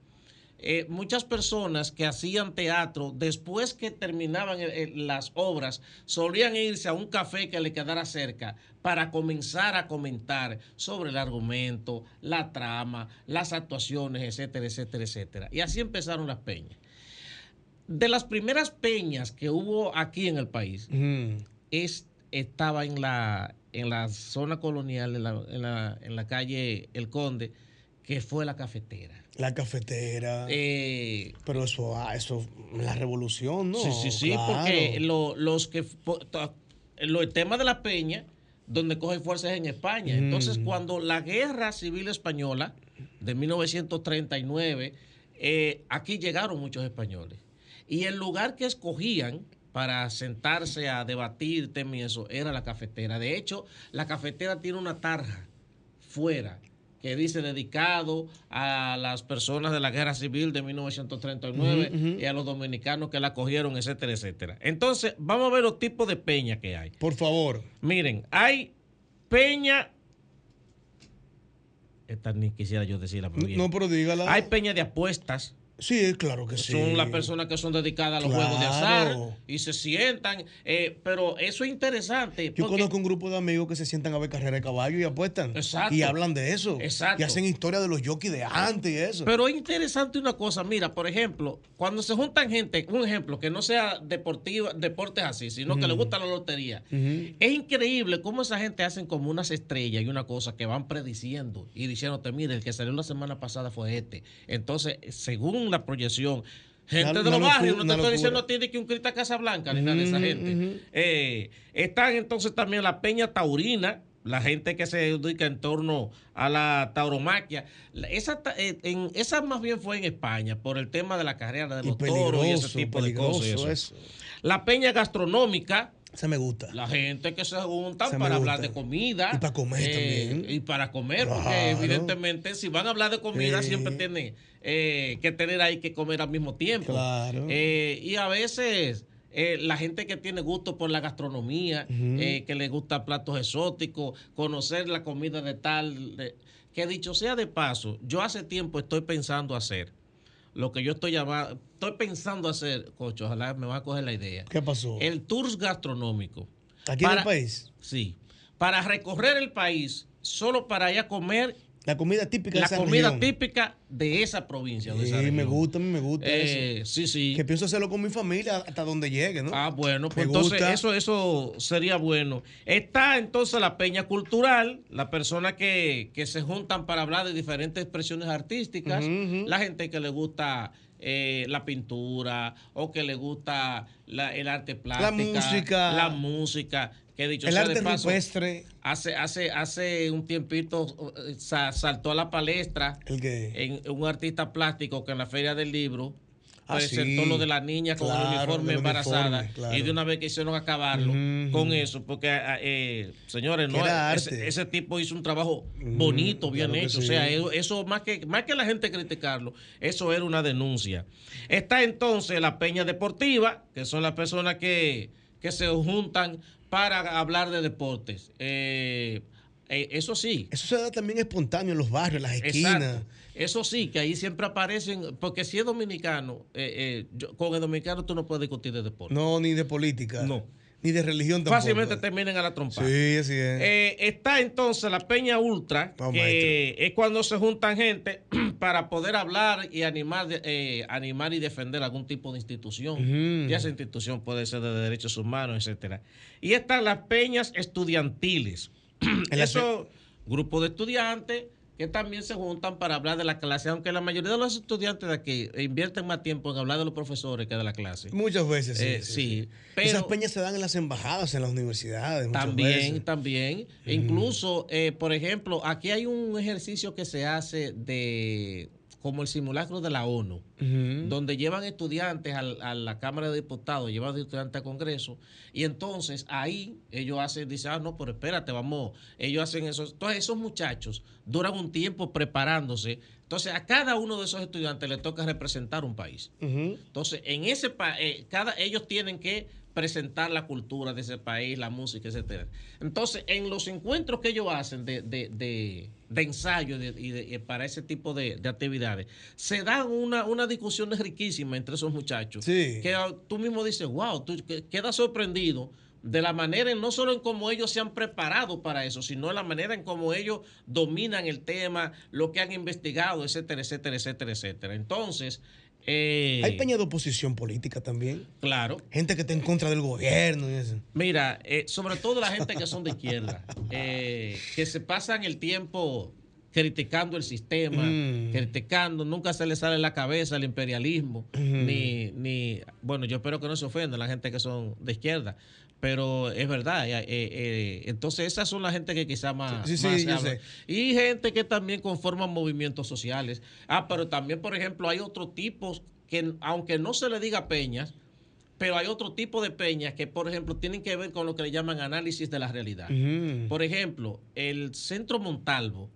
eh, muchas personas que hacían teatro, después que terminaban el- el- las obras, solían irse a un café que le quedara cerca para comenzar a comentar sobre el argumento, la trama, las actuaciones, etcétera, etcétera, etcétera. Y así empezaron las peñas. De las primeras peñas que hubo aquí en el país, es- estaba en la, en la zona colonial, en la- en la- en la calle El Conde, que fue la cafetera.
La cafetera.
Eh,
Ah. pero eso, ah, eso, la revolución, ¿no?
Sí, sí, sí,
Claro.
porque lo- los que po- to- lo- el tema de la peña, donde coge fuerzas en España. Entonces,
Mm.
cuando la guerra civil española de 1939, eh, aquí llegaron muchos españoles. Y el lugar que escogían para sentarse a debatir temas y eso era la cafetera. De hecho, la cafetera tiene una tarja fuera que dice dedicado a las personas de la guerra civil de 1939
Ujú, ujú.
y a los dominicanos que la cogieron, etcétera, etcétera. Entonces, vamos a ver los tipos de peña que hay.
Por favor.
Miren, hay peña. Esta ni quisiera yo decirla, pero bien.
No, pero dígala.
Hay peña de apuestas.
Sí, claro que sí.
Son las personas que son dedicadas a los juegos de azar
Claro.
y se sientan. eh, pero eso es interesante.
Yo
porque-
conozco un grupo de amigos que se sientan a ver carrera de caballo y apuestan.
Exacto.
Y hablan de eso.
Exacto.
Y hacen historia de los jockeys de antes y eso.
Pero es interesante una cosa, mira, por ejemplo, cuando se juntan gente, un ejemplo, que no sea deportiva, deportes así, sino que le
Mm.
gusta la lotería,
Ujú.
es increíble cómo esa gente hacen como unas estrellas y una cosa que van prediciendo y diciéndote, mire, el que salió la semana pasada fue este. Entonces, según la proyección, gente
Una-
de
una
los barrios,
locura, Mm,
no te
una
estoy diciendo a
locura.
ti de que un Crista Casablanca ni nada de esa
Ujú,
gente.
ujú.
Eh, están entonces también la peña taurina, la gente que se dedica en torno a la tauromaquia. La- Esa, ta- eh, en, esa más bien fue en España, por el tema de la carrera de los toros y ese
peligroso,
tipo de cosas. y
peligroso
eso. La peña gastronómica.
Se me gusta.
La gente que se juntan
Se me
para hablar
gusta.
de comida. Y para
comer también.
Y para comer, porque
Claro.
evidentemente si van a hablar de comida
Sí.
siempre tienen eh, que tener ahí que comer al mismo tiempo.
Claro.
Eh, y a veces eh, la gente que tiene gusto por la gastronomía,
Ujú.
eh, que le gusta platos exóticos, conocer la comida de tal, de- que dicho sea de paso, yo hace tiempo estoy pensando hacer lo que yo estoy llamando, estoy pensando hacer, cocho, ojalá me va a coger la idea.
¿Qué pasó?
El tour gastronómico.
¿Aquí en el país?
Sí. Para recorrer el país, solo para ir a comer
La comida típica de
la
esa
comida
región.
típica de esa provincia. de
Sí,
esa
me
región.
gusta, a mí me gusta
Eh,
eso.
Sí, sí.
Que pienso hacerlo con mi familia hasta donde llegue, ¿no?
Ah, bueno,
Me
pues entonces
gusta.
eso, eso sería bueno. Está entonces la peña cultural, la persona que, que se juntan para hablar de diferentes expresiones artísticas, la gente que le gusta eh, la pintura o que le gusta la- el arte plástico,
música.
la música, que dicho
El
sea
arte
de paso,
rupestre.
Hace, hace, hace un tiempito eh, sa- saltó a la palestra en, en un artista plástico que en la Feria del Libro
Ah,
presentó
sí.
lo de la niña con
Claro,
el uniforme
del
embarazada
uniforme, claro.
y de una vez quisieron acabarlo
Ujú.
con eso porque ah, eh, señores no
Era
ese,
arte.
ese tipo hizo un trabajo
Mm,
bonito bien
claro que
hecho o
sí.
sea eso, eso más que más que la gente criticarlo eso era una denuncia está entonces la peña deportiva que son las personas que que se juntan para hablar de deportes Eh, eh, eso sí
Eso se da también espontáneo en los barrios, en las esquinas.
Exacto. Eso sí, que ahí siempre aparecen, porque si es dominicano, eh, eh, yo- con el dominicano tú no puedes discutir de deporte.
No, ni de política. No. Ni de religión tampoco.
Fácilmente terminan a la trompa.
Sí, así es.
Eh, está entonces la Peña Ultra,
Vamos,
que es cuando se juntan gente para poder hablar y animar, de- eh, animar y defender algún tipo de institución.
Ujú.
Ya esa institución puede ser de derechos humanos, etcétera. Y están las peñas estudiantiles. Esos grupos de estudiantes que también se juntan para hablar de la clase, aunque la mayoría de los estudiantes de aquí invierten más tiempo en hablar de los profesores que de la clase.
Muchas veces, sí.
Eh,
sí,
sí.
sí.
Pero-
Esas peñas se dan en las embajadas, en las universidades. muchas
También,
veces.
también. Incluso, eh, por ejemplo, aquí hay un ejercicio que se hace de como el simulacro de la ONU, donde llevan estudiantes al- a, la Cámara de Diputados, llevan estudiantes a Congreso, y entonces ahí ellos hacen, dicen, ah, no, pero espérate, vamos, ellos hacen eso. Entonces esos muchachos duran un tiempo preparándose. Entonces a cada uno de esos estudiantes le toca representar un país. Entonces, en ese pa- eh, cada ellos tienen que presentar la cultura de ese país, la música, etcétera. Entonces, en los encuentros que ellos hacen de, de, de- de ensayo de- y de- y para ese tipo de, de actividades, se dan una, una discusión riquísima entre esos muchachos. Que ah, tú mismo dices, wow, tú que- quedas sorprendido de la manera, en- no solo en cómo ellos se han preparado para eso, sino en la manera en cómo ellos dominan el tema, lo que han investigado, etcétera, etcétera, etcétera, etcétera. Entonces, eh,
Hay peña de oposición política también.
Claro.
Gente que está en contra del gobierno y eso.
Mira, eh, sobre todo la gente que son de izquierda, eh, que se pasan el tiempo criticando el sistema,
Mm.
criticando, nunca se les sale la cabeza el imperialismo,
Mm.
ni, ni, bueno, yo espero que no se ofenda la gente que son de izquierda, pero es verdad, eh, eh, eh, entonces esas son la gente que quizá más...
Sí, sí,
más
yo
habla.
sé.
Y gente que también conforman movimientos sociales. Ah, pero también, por ejemplo, hay otro tipo que, aunque no se le diga peñas, pero hay otro tipo de peñas que, por ejemplo, tienen que ver con lo que le llaman análisis de la realidad.
Ujú.
Por ejemplo, el Centro Montalvo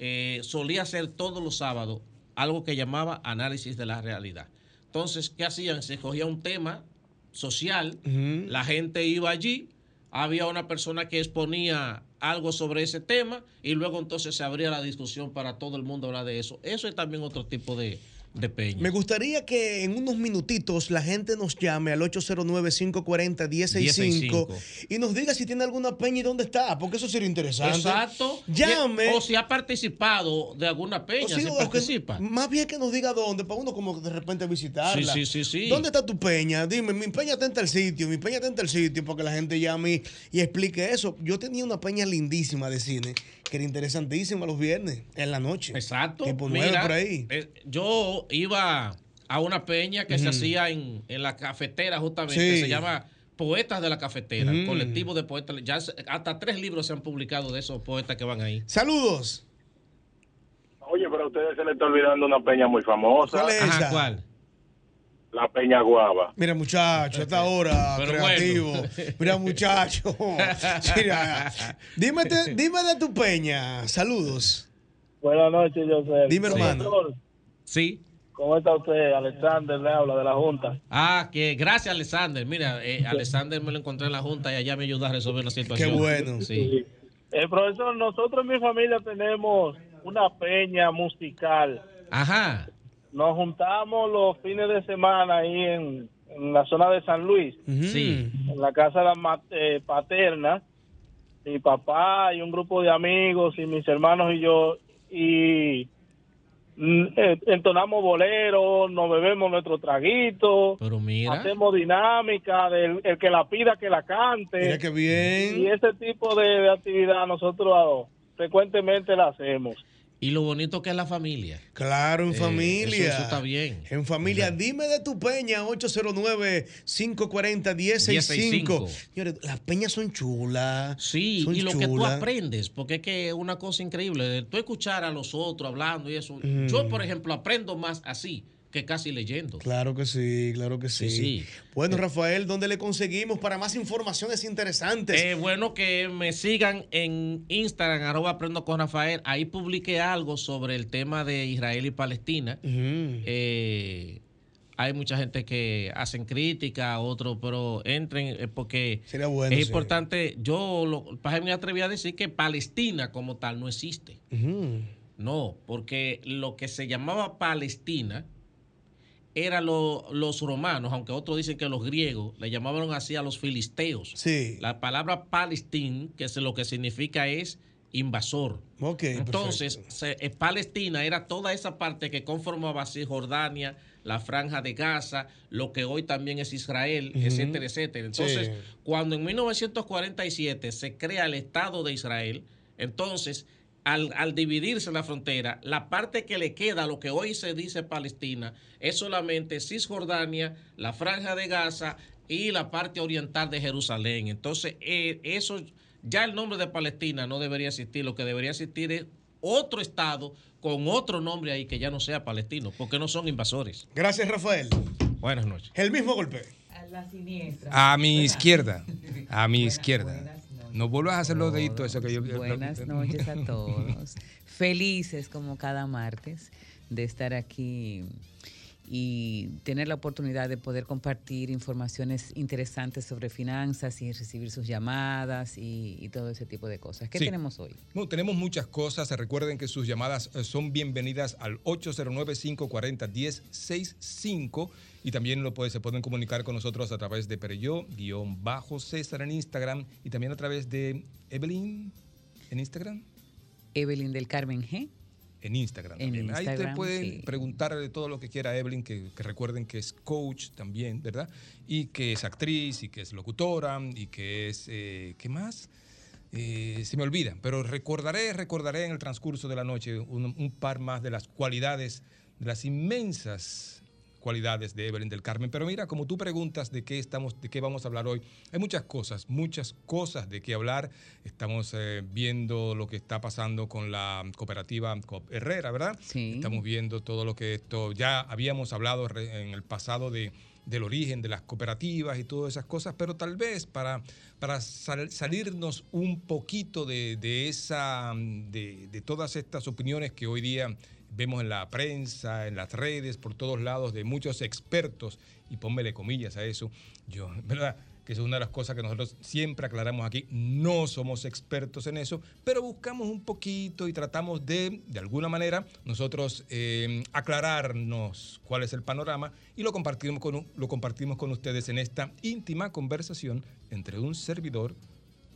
eh, solía hacer todos los sábados algo que llamaba análisis de la realidad. Entonces, ¿qué hacían? Se cogía un tema social,
Ujú.
la gente iba allí, había una persona que exponía algo sobre ese tema y luego entonces se abría la discusión para todo el mundo hablar de eso. Eso es también otro tipo de, de peña.
Me gustaría que en unos minutitos la gente nos llame al 809-540-165 y nos diga si tiene alguna peña y dónde está, porque eso sería interesante.
Exacto.
Llame.
O si ha participado de alguna peña,
O sí,
si
o que-
participa.
más bien que nos diga dónde, para uno como de repente visitarla.
Sí, sí, sí, sí.
¿Dónde está tu peña? Dime, mi peña está en tal sitio, mi peña está en tal sitio, para que la gente llame y, y explique eso. Yo tenía una peña lindísima de cine, que era interesantísima los viernes, en la noche.
Exacto.
Tipo nueve
Mira,
pues por ahí.
eh, yo iba a una peña que se
Ujú.
hacía en, en la cafetera, justamente.
Sí.
Se llama Poetas de la Cafetera, el
Mm.
colectivo de poetas. Ya se- hasta tres libros se han publicado de esos poetas que van ahí.
Saludos.
Oye, pero a ustedes se le está olvidando una peña muy famosa.
¿Cuál es Ajá, esa?
¿cuál?
La Peña Guava.
Mira, muchacho, esta hora
Pero bueno.
creativo. Mira, muchacho. Mira, dime, te- dime de tu peña. Saludos.
Buenas noches, José.
Dime, hermano.
Sí.
¿Cómo está usted? Alexander le habla de la Junta.
Ah, que gracias, Alexander. Mira, eh, Alexander me lo encontré en la Junta y allá me ayudó a resolver la situación.
bueno.
Sí.
Eh, profesor, nosotros en mi familia tenemos una peña musical.
Ajá.
Nos juntamos los fines de semana ahí en, en la zona de San Luis,
Sí.
en la casa de la ma- eh, paterna. Mi papá y un grupo de amigos y mis hermanos y yo. Y mm, eh, entonamos boleros, nos bebemos nuestro traguito.
Pero mira.
Hacemos dinámica del el que la pida que la cante.
Mira qué bien.
Y ese tipo de, de actividad nosotros ah, frecuentemente la hacemos.
Y lo bonito que es la familia.
Claro, en
Eh,
familia.
eso- eso está bien.
En familia, dime de tu peña, 809-540-165.
1065.
Señores, las peñas son chulas.
Sí,
son
y lo que tú
chulas.
aprendes, porque es que es una cosa increíble, tú escuchar a los otros hablando y eso. Yo,
Mm.
por ejemplo, aprendo más así que casi leyendo.
Claro que sí, claro que sí.
sí. Eh.
Bueno, Rafael, ¿dónde le conseguimos para más informaciones interesantes?
Es bueno que me sigan en Instagram, arroba aprendo con Rafael. Ahí publiqué algo sobre el tema de Israel y Palestina.
Mm.
Eh, hay mucha gente que hacen crítica, otros, pero entren eh, porque
Sería bueno,
es
sí.
importante. Yo lo, para mí me atreví a decir que Palestina como tal no existe.
Ujú.
No, porque lo que se llamaba Palestina era lo- los romanos, aunque otros dicen que los griegos le llamaban así a los filisteos. La palabra palestín, que es lo que significa es invasor.
Ok,
Entonces, se- eh, Palestina era toda esa parte que conformaba así Jordania, la franja de Gaza, lo que hoy también es Israel,
Ujú.
etcétera, etcétera. Entonces,
Sí.
cuando en 1947 se crea el Estado de Israel, entonces, al, al dividirse la frontera, la parte que le queda a lo que hoy se dice Palestina es solamente Cisjordania, la franja de Gaza y la parte oriental de Jerusalén. Entonces, eh, eso... Ya el nombre de Palestina no debería existir, lo que debería existir es otro estado con otro nombre ahí que ya no sea palestino, porque no son invasores.
Gracias, Rafael.
Buenas noches.
El mismo golpe.
A la siniestra.
A mi izquierda. A mi izquierda. No vuelvas a hacer los deditos eso que yo.
Buenas noches a todos. Felices como cada martes de estar aquí y tener la oportunidad de poder compartir informaciones interesantes sobre finanzas y recibir sus llamadas y, y todo ese tipo de cosas. ¿Qué
Sí.
tenemos hoy?
No, tenemos muchas cosas. Recuerden que sus llamadas eh, son bienvenidas al 809-540-1065 y también lo puede- se pueden comunicar con nosotros a través de Pereyó, guión bajo César en Instagram y también a través de Evelyn en Instagram.
Evelyn del Carmen G.
En Instagram.
En
también. Ahí te
Instagram,
pueden
sí.
preguntar de todo lo que quiera Evelyn, que, que recuerden que es coach también, ¿verdad? Y que es actriz, y que es locutora, y que es... eh, ¿Qué más? Eh, se me olvida, pero recordaré, recordaré en el transcurso de la noche un, un par más de las cualidades, de las inmensas cualidades de Evelyn del Carmen. Pero mira, como tú preguntas de qué estamos, de qué vamos a hablar hoy, hay muchas cosas, muchas cosas de qué hablar. Estamos eh, viendo lo que está pasando con la cooperativa Coop Herrera, ¿verdad? Estamos viendo todo lo que esto ya habíamos hablado re- en el pasado de del origen de las cooperativas y todas esas cosas, pero tal vez para, para sal- salirnos un poquito de, de esa, mm, de, de todas estas opiniones que hoy día vemos en la prensa, en las redes, por todos lados, de muchos expertos, y pónmele comillas a eso, yo, ¿verdad? Que es una de las cosas que nosotros siempre aclaramos aquí, no somos expertos en eso, pero buscamos un poquito y tratamos de, de alguna manera, nosotros eh, aclararnos cuál es el panorama y lo compartimos, con, lo compartimos con ustedes en esta íntima conversación entre un servidor,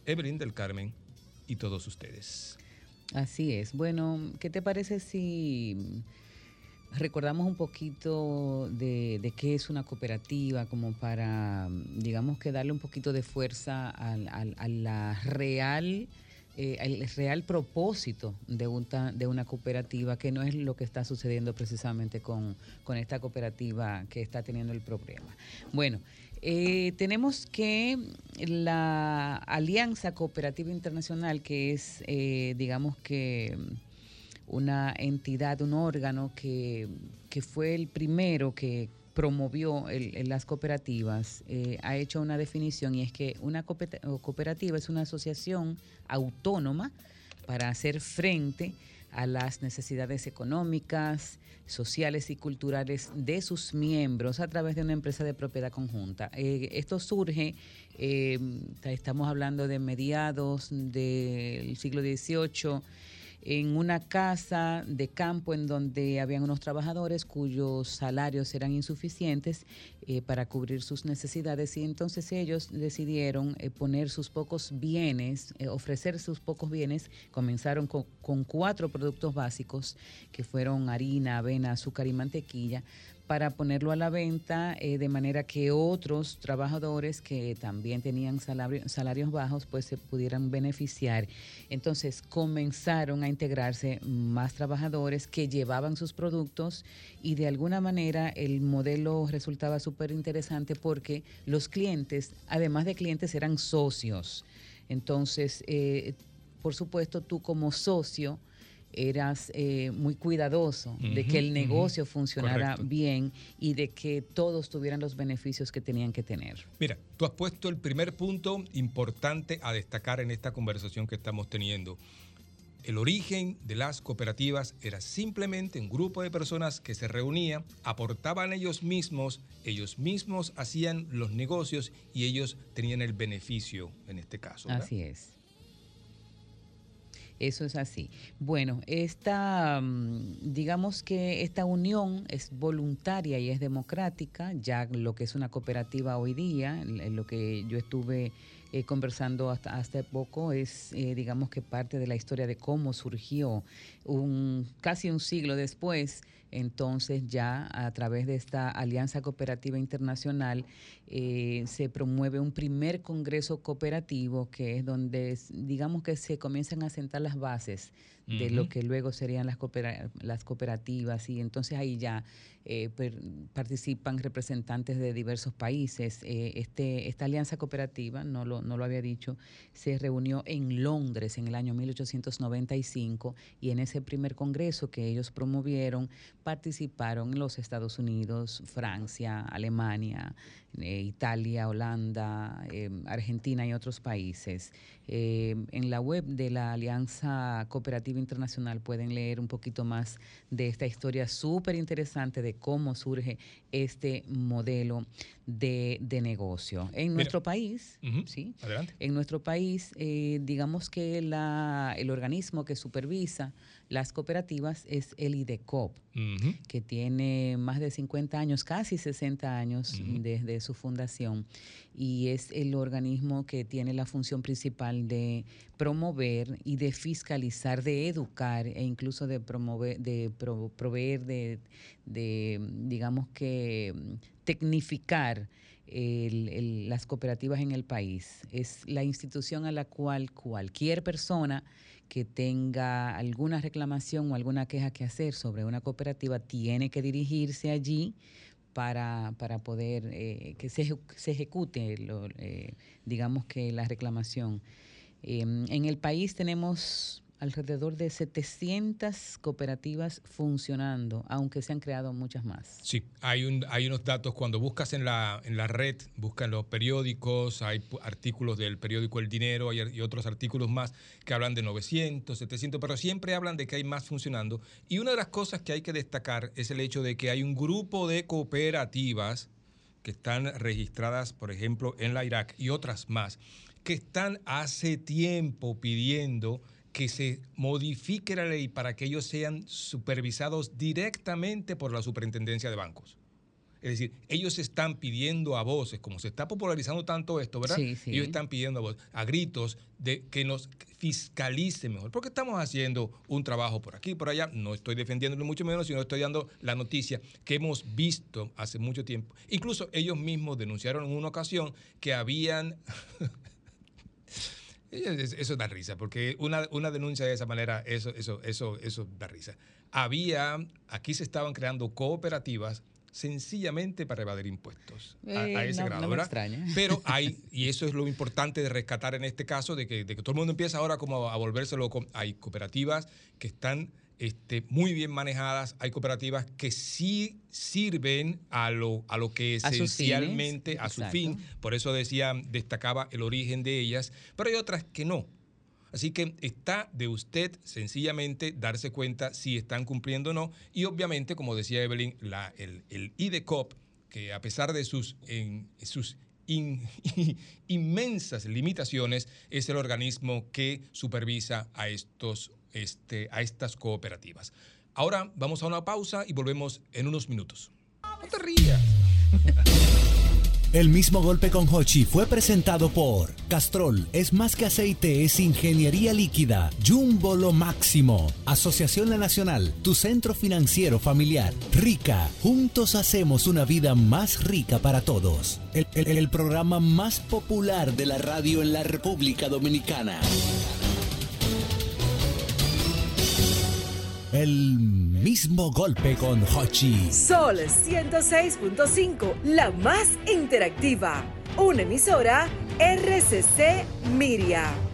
Evelyn del Carmen, y todos ustedes.
Así es. Bueno, ¿qué te parece si recordamos un poquito de, de qué es una cooperativa, como para, digamos que darle un poquito de fuerza al, al- a la real, eh, al real propósito de, un ta- de una cooperativa, que no es lo que está sucediendo precisamente con, con esta cooperativa que está teniendo el problema? Bueno, eh, tenemos que la Alianza Cooperativa Internacional, que es, eh, digamos que una entidad, un órgano que, que fue el primero que promovió el- el- las cooperativas, eh, ha hecho una definición y es que una cooper- o cooperativa es una asociación autónoma para hacer frente a las necesidades económicas, sociales y culturales de sus miembros a través de una empresa de propiedad conjunta. Eh, esto surge, eh, estamos hablando de mediados del siglo XVIII, en una casa de campo en donde habían unos trabajadores cuyos salarios eran insuficientes eh, para cubrir sus necesidades y entonces ellos decidieron eh, poner sus pocos bienes, eh, ofrecer sus pocos bienes, comenzaron co- con cuatro productos básicos que fueron harina, avena, azúcar y mantequilla para ponerlo a la venta, eh, de manera que otros trabajadores que también tenían salario- salarios bajos, pues se pudieran beneficiar. Entonces comenzaron a integrarse más trabajadores que llevaban sus productos y de alguna manera el modelo resultaba súper interesante porque los clientes, además de clientes, eran socios. Entonces, eh, por supuesto, tú como socio eras eh, muy cuidadoso de que el
Ujú,
negocio
ujú.
funcionara
Correcto.
bien y de que todos tuvieran los beneficios que tenían que tener.
Mira, tú has puesto el primer punto importante a destacar en esta conversación que estamos teniendo. El origen de las cooperativas era simplemente un grupo de personas que se reunían, aportaban ellos mismos, ellos mismos hacían los negocios y ellos tenían el beneficio en este caso. ¿verdad?
Así es. Eso es así. Bueno, esta, mm, digamos que esta unión es voluntaria y es democrática, ya lo que es una cooperativa hoy día, l- eh, lo que yo estuve eh, conversando hasta, hasta poco, es, eh, digamos que parte de la historia de cómo surgió un, casi un siglo después. Entonces ya a través de esta Alianza Cooperativa Internacional eh, se promueve un primer congreso cooperativo que es donde es- digamos que se comienzan a sentar las bases de lo
Ujú.
que luego serían las, coopera- las cooperativas y entonces ahí ya eh, per- participan representantes de diversos países. Eh, este, esta alianza cooperativa, no lo, no lo había dicho, se reunió en Londres en el año 1895 y en ese primer congreso que ellos promovieron participaron los Estados Unidos, Francia, Alemania, eh, Italia, Holanda, eh, Argentina y otros países. Eh, en la web de la Alianza Cooperativa Internacional pueden leer un poquito más de esta historia súper interesante de cómo surge este modelo de, de negocio. En
Mira.
nuestro país,
Ujú.
¿sí?
Adelante.
En nuestro país, eh, digamos que la- el organismo que supervisa las cooperativas es el IDECOP,
Ujú.
que tiene más de 50 años, casi 60 años desde su fundación, y es el organismo que tiene la función principal de promover y de fiscalizar, de educar e incluso de promover, de pro- proveer, de, de, digamos que mm, tecnificar el- el- las cooperativas en el país. Es la institución a la cual cualquier persona que tenga alguna reclamación o alguna queja que hacer sobre una cooperativa tiene que dirigirse allí para, para poder eh, que se, eje- se ejecute, lo, eh, digamos que la reclamación. Eh, en el país tenemos alrededor de 700 cooperativas funcionando, aunque se han creado muchas más.
Sí, hay, un, hay unos datos. Cuando buscas en la, en la red, buscan los periódicos, hay pu- artículos del periódico El Dinero hay ar- y otros artículos más que hablan de 900, 700, pero siempre hablan de que hay más funcionando. Y una de las cosas que hay que destacar es el hecho de que hay un grupo de cooperativas que están registradas, por ejemplo, en la Irak y otras más, que están hace tiempo pidiendo que se modifique la ley para que ellos sean supervisados directamente por la superintendencia de bancos. Es decir, ellos están pidiendo a voces, como se está popularizando tanto esto, ¿verdad?
Sí, sí.
Ellos están pidiendo a voces, a gritos, de que nos fiscalicen mejor. Porque estamos haciendo un trabajo por aquí, por allá. No estoy defendiéndolo mucho menos, sino estoy dando la noticia que hemos visto hace mucho tiempo. Incluso ellos mismos denunciaron en una ocasión que habían eso eso da risa, porque una, una denuncia de esa manera, eso, eso, eso, eso da risa. Había, aquí se estaban creando cooperativas sencillamente para evadir impuestos a, a
Eh,
ese
no-
grado,
no me
¿verdad?
extraña.
Pero hay, y eso es lo importante de rescatar en este caso, de que, de que todo el mundo empieza ahora como a, a volverse loco. Hay cooperativas que están este, muy bien manejadas, hay cooperativas que sí sirven a lo, a lo que
A sus fines,
eh, esencialmente, a su
exacto.
fin, por eso decía, destacaba el origen de ellas, pero hay otras que no. Así que está de usted sencillamente darse cuenta si están cumpliendo o no. Y obviamente, como decía Evelyn, la, el, el IDECOP, que a pesar de sus, en- sus in- inmensas limitaciones, es el organismo que supervisa a, estos, este, a estas cooperativas. Ahora vamos a una pausa y volvemos en unos minutos. No te rías.
El mismo golpe con Hochi fue presentado por Castrol, es más que aceite, es ingeniería líquida, Jumbo lo máximo, Asociación La Nacional, tu centro financiero familiar, Rica, juntos hacemos una vida más rica para todos. El, el- el programa más popular de la radio en la República Dominicana. El mismo golpe con Hochi.
Sol 106.5, la más interactiva. Una emisora RCC Miria.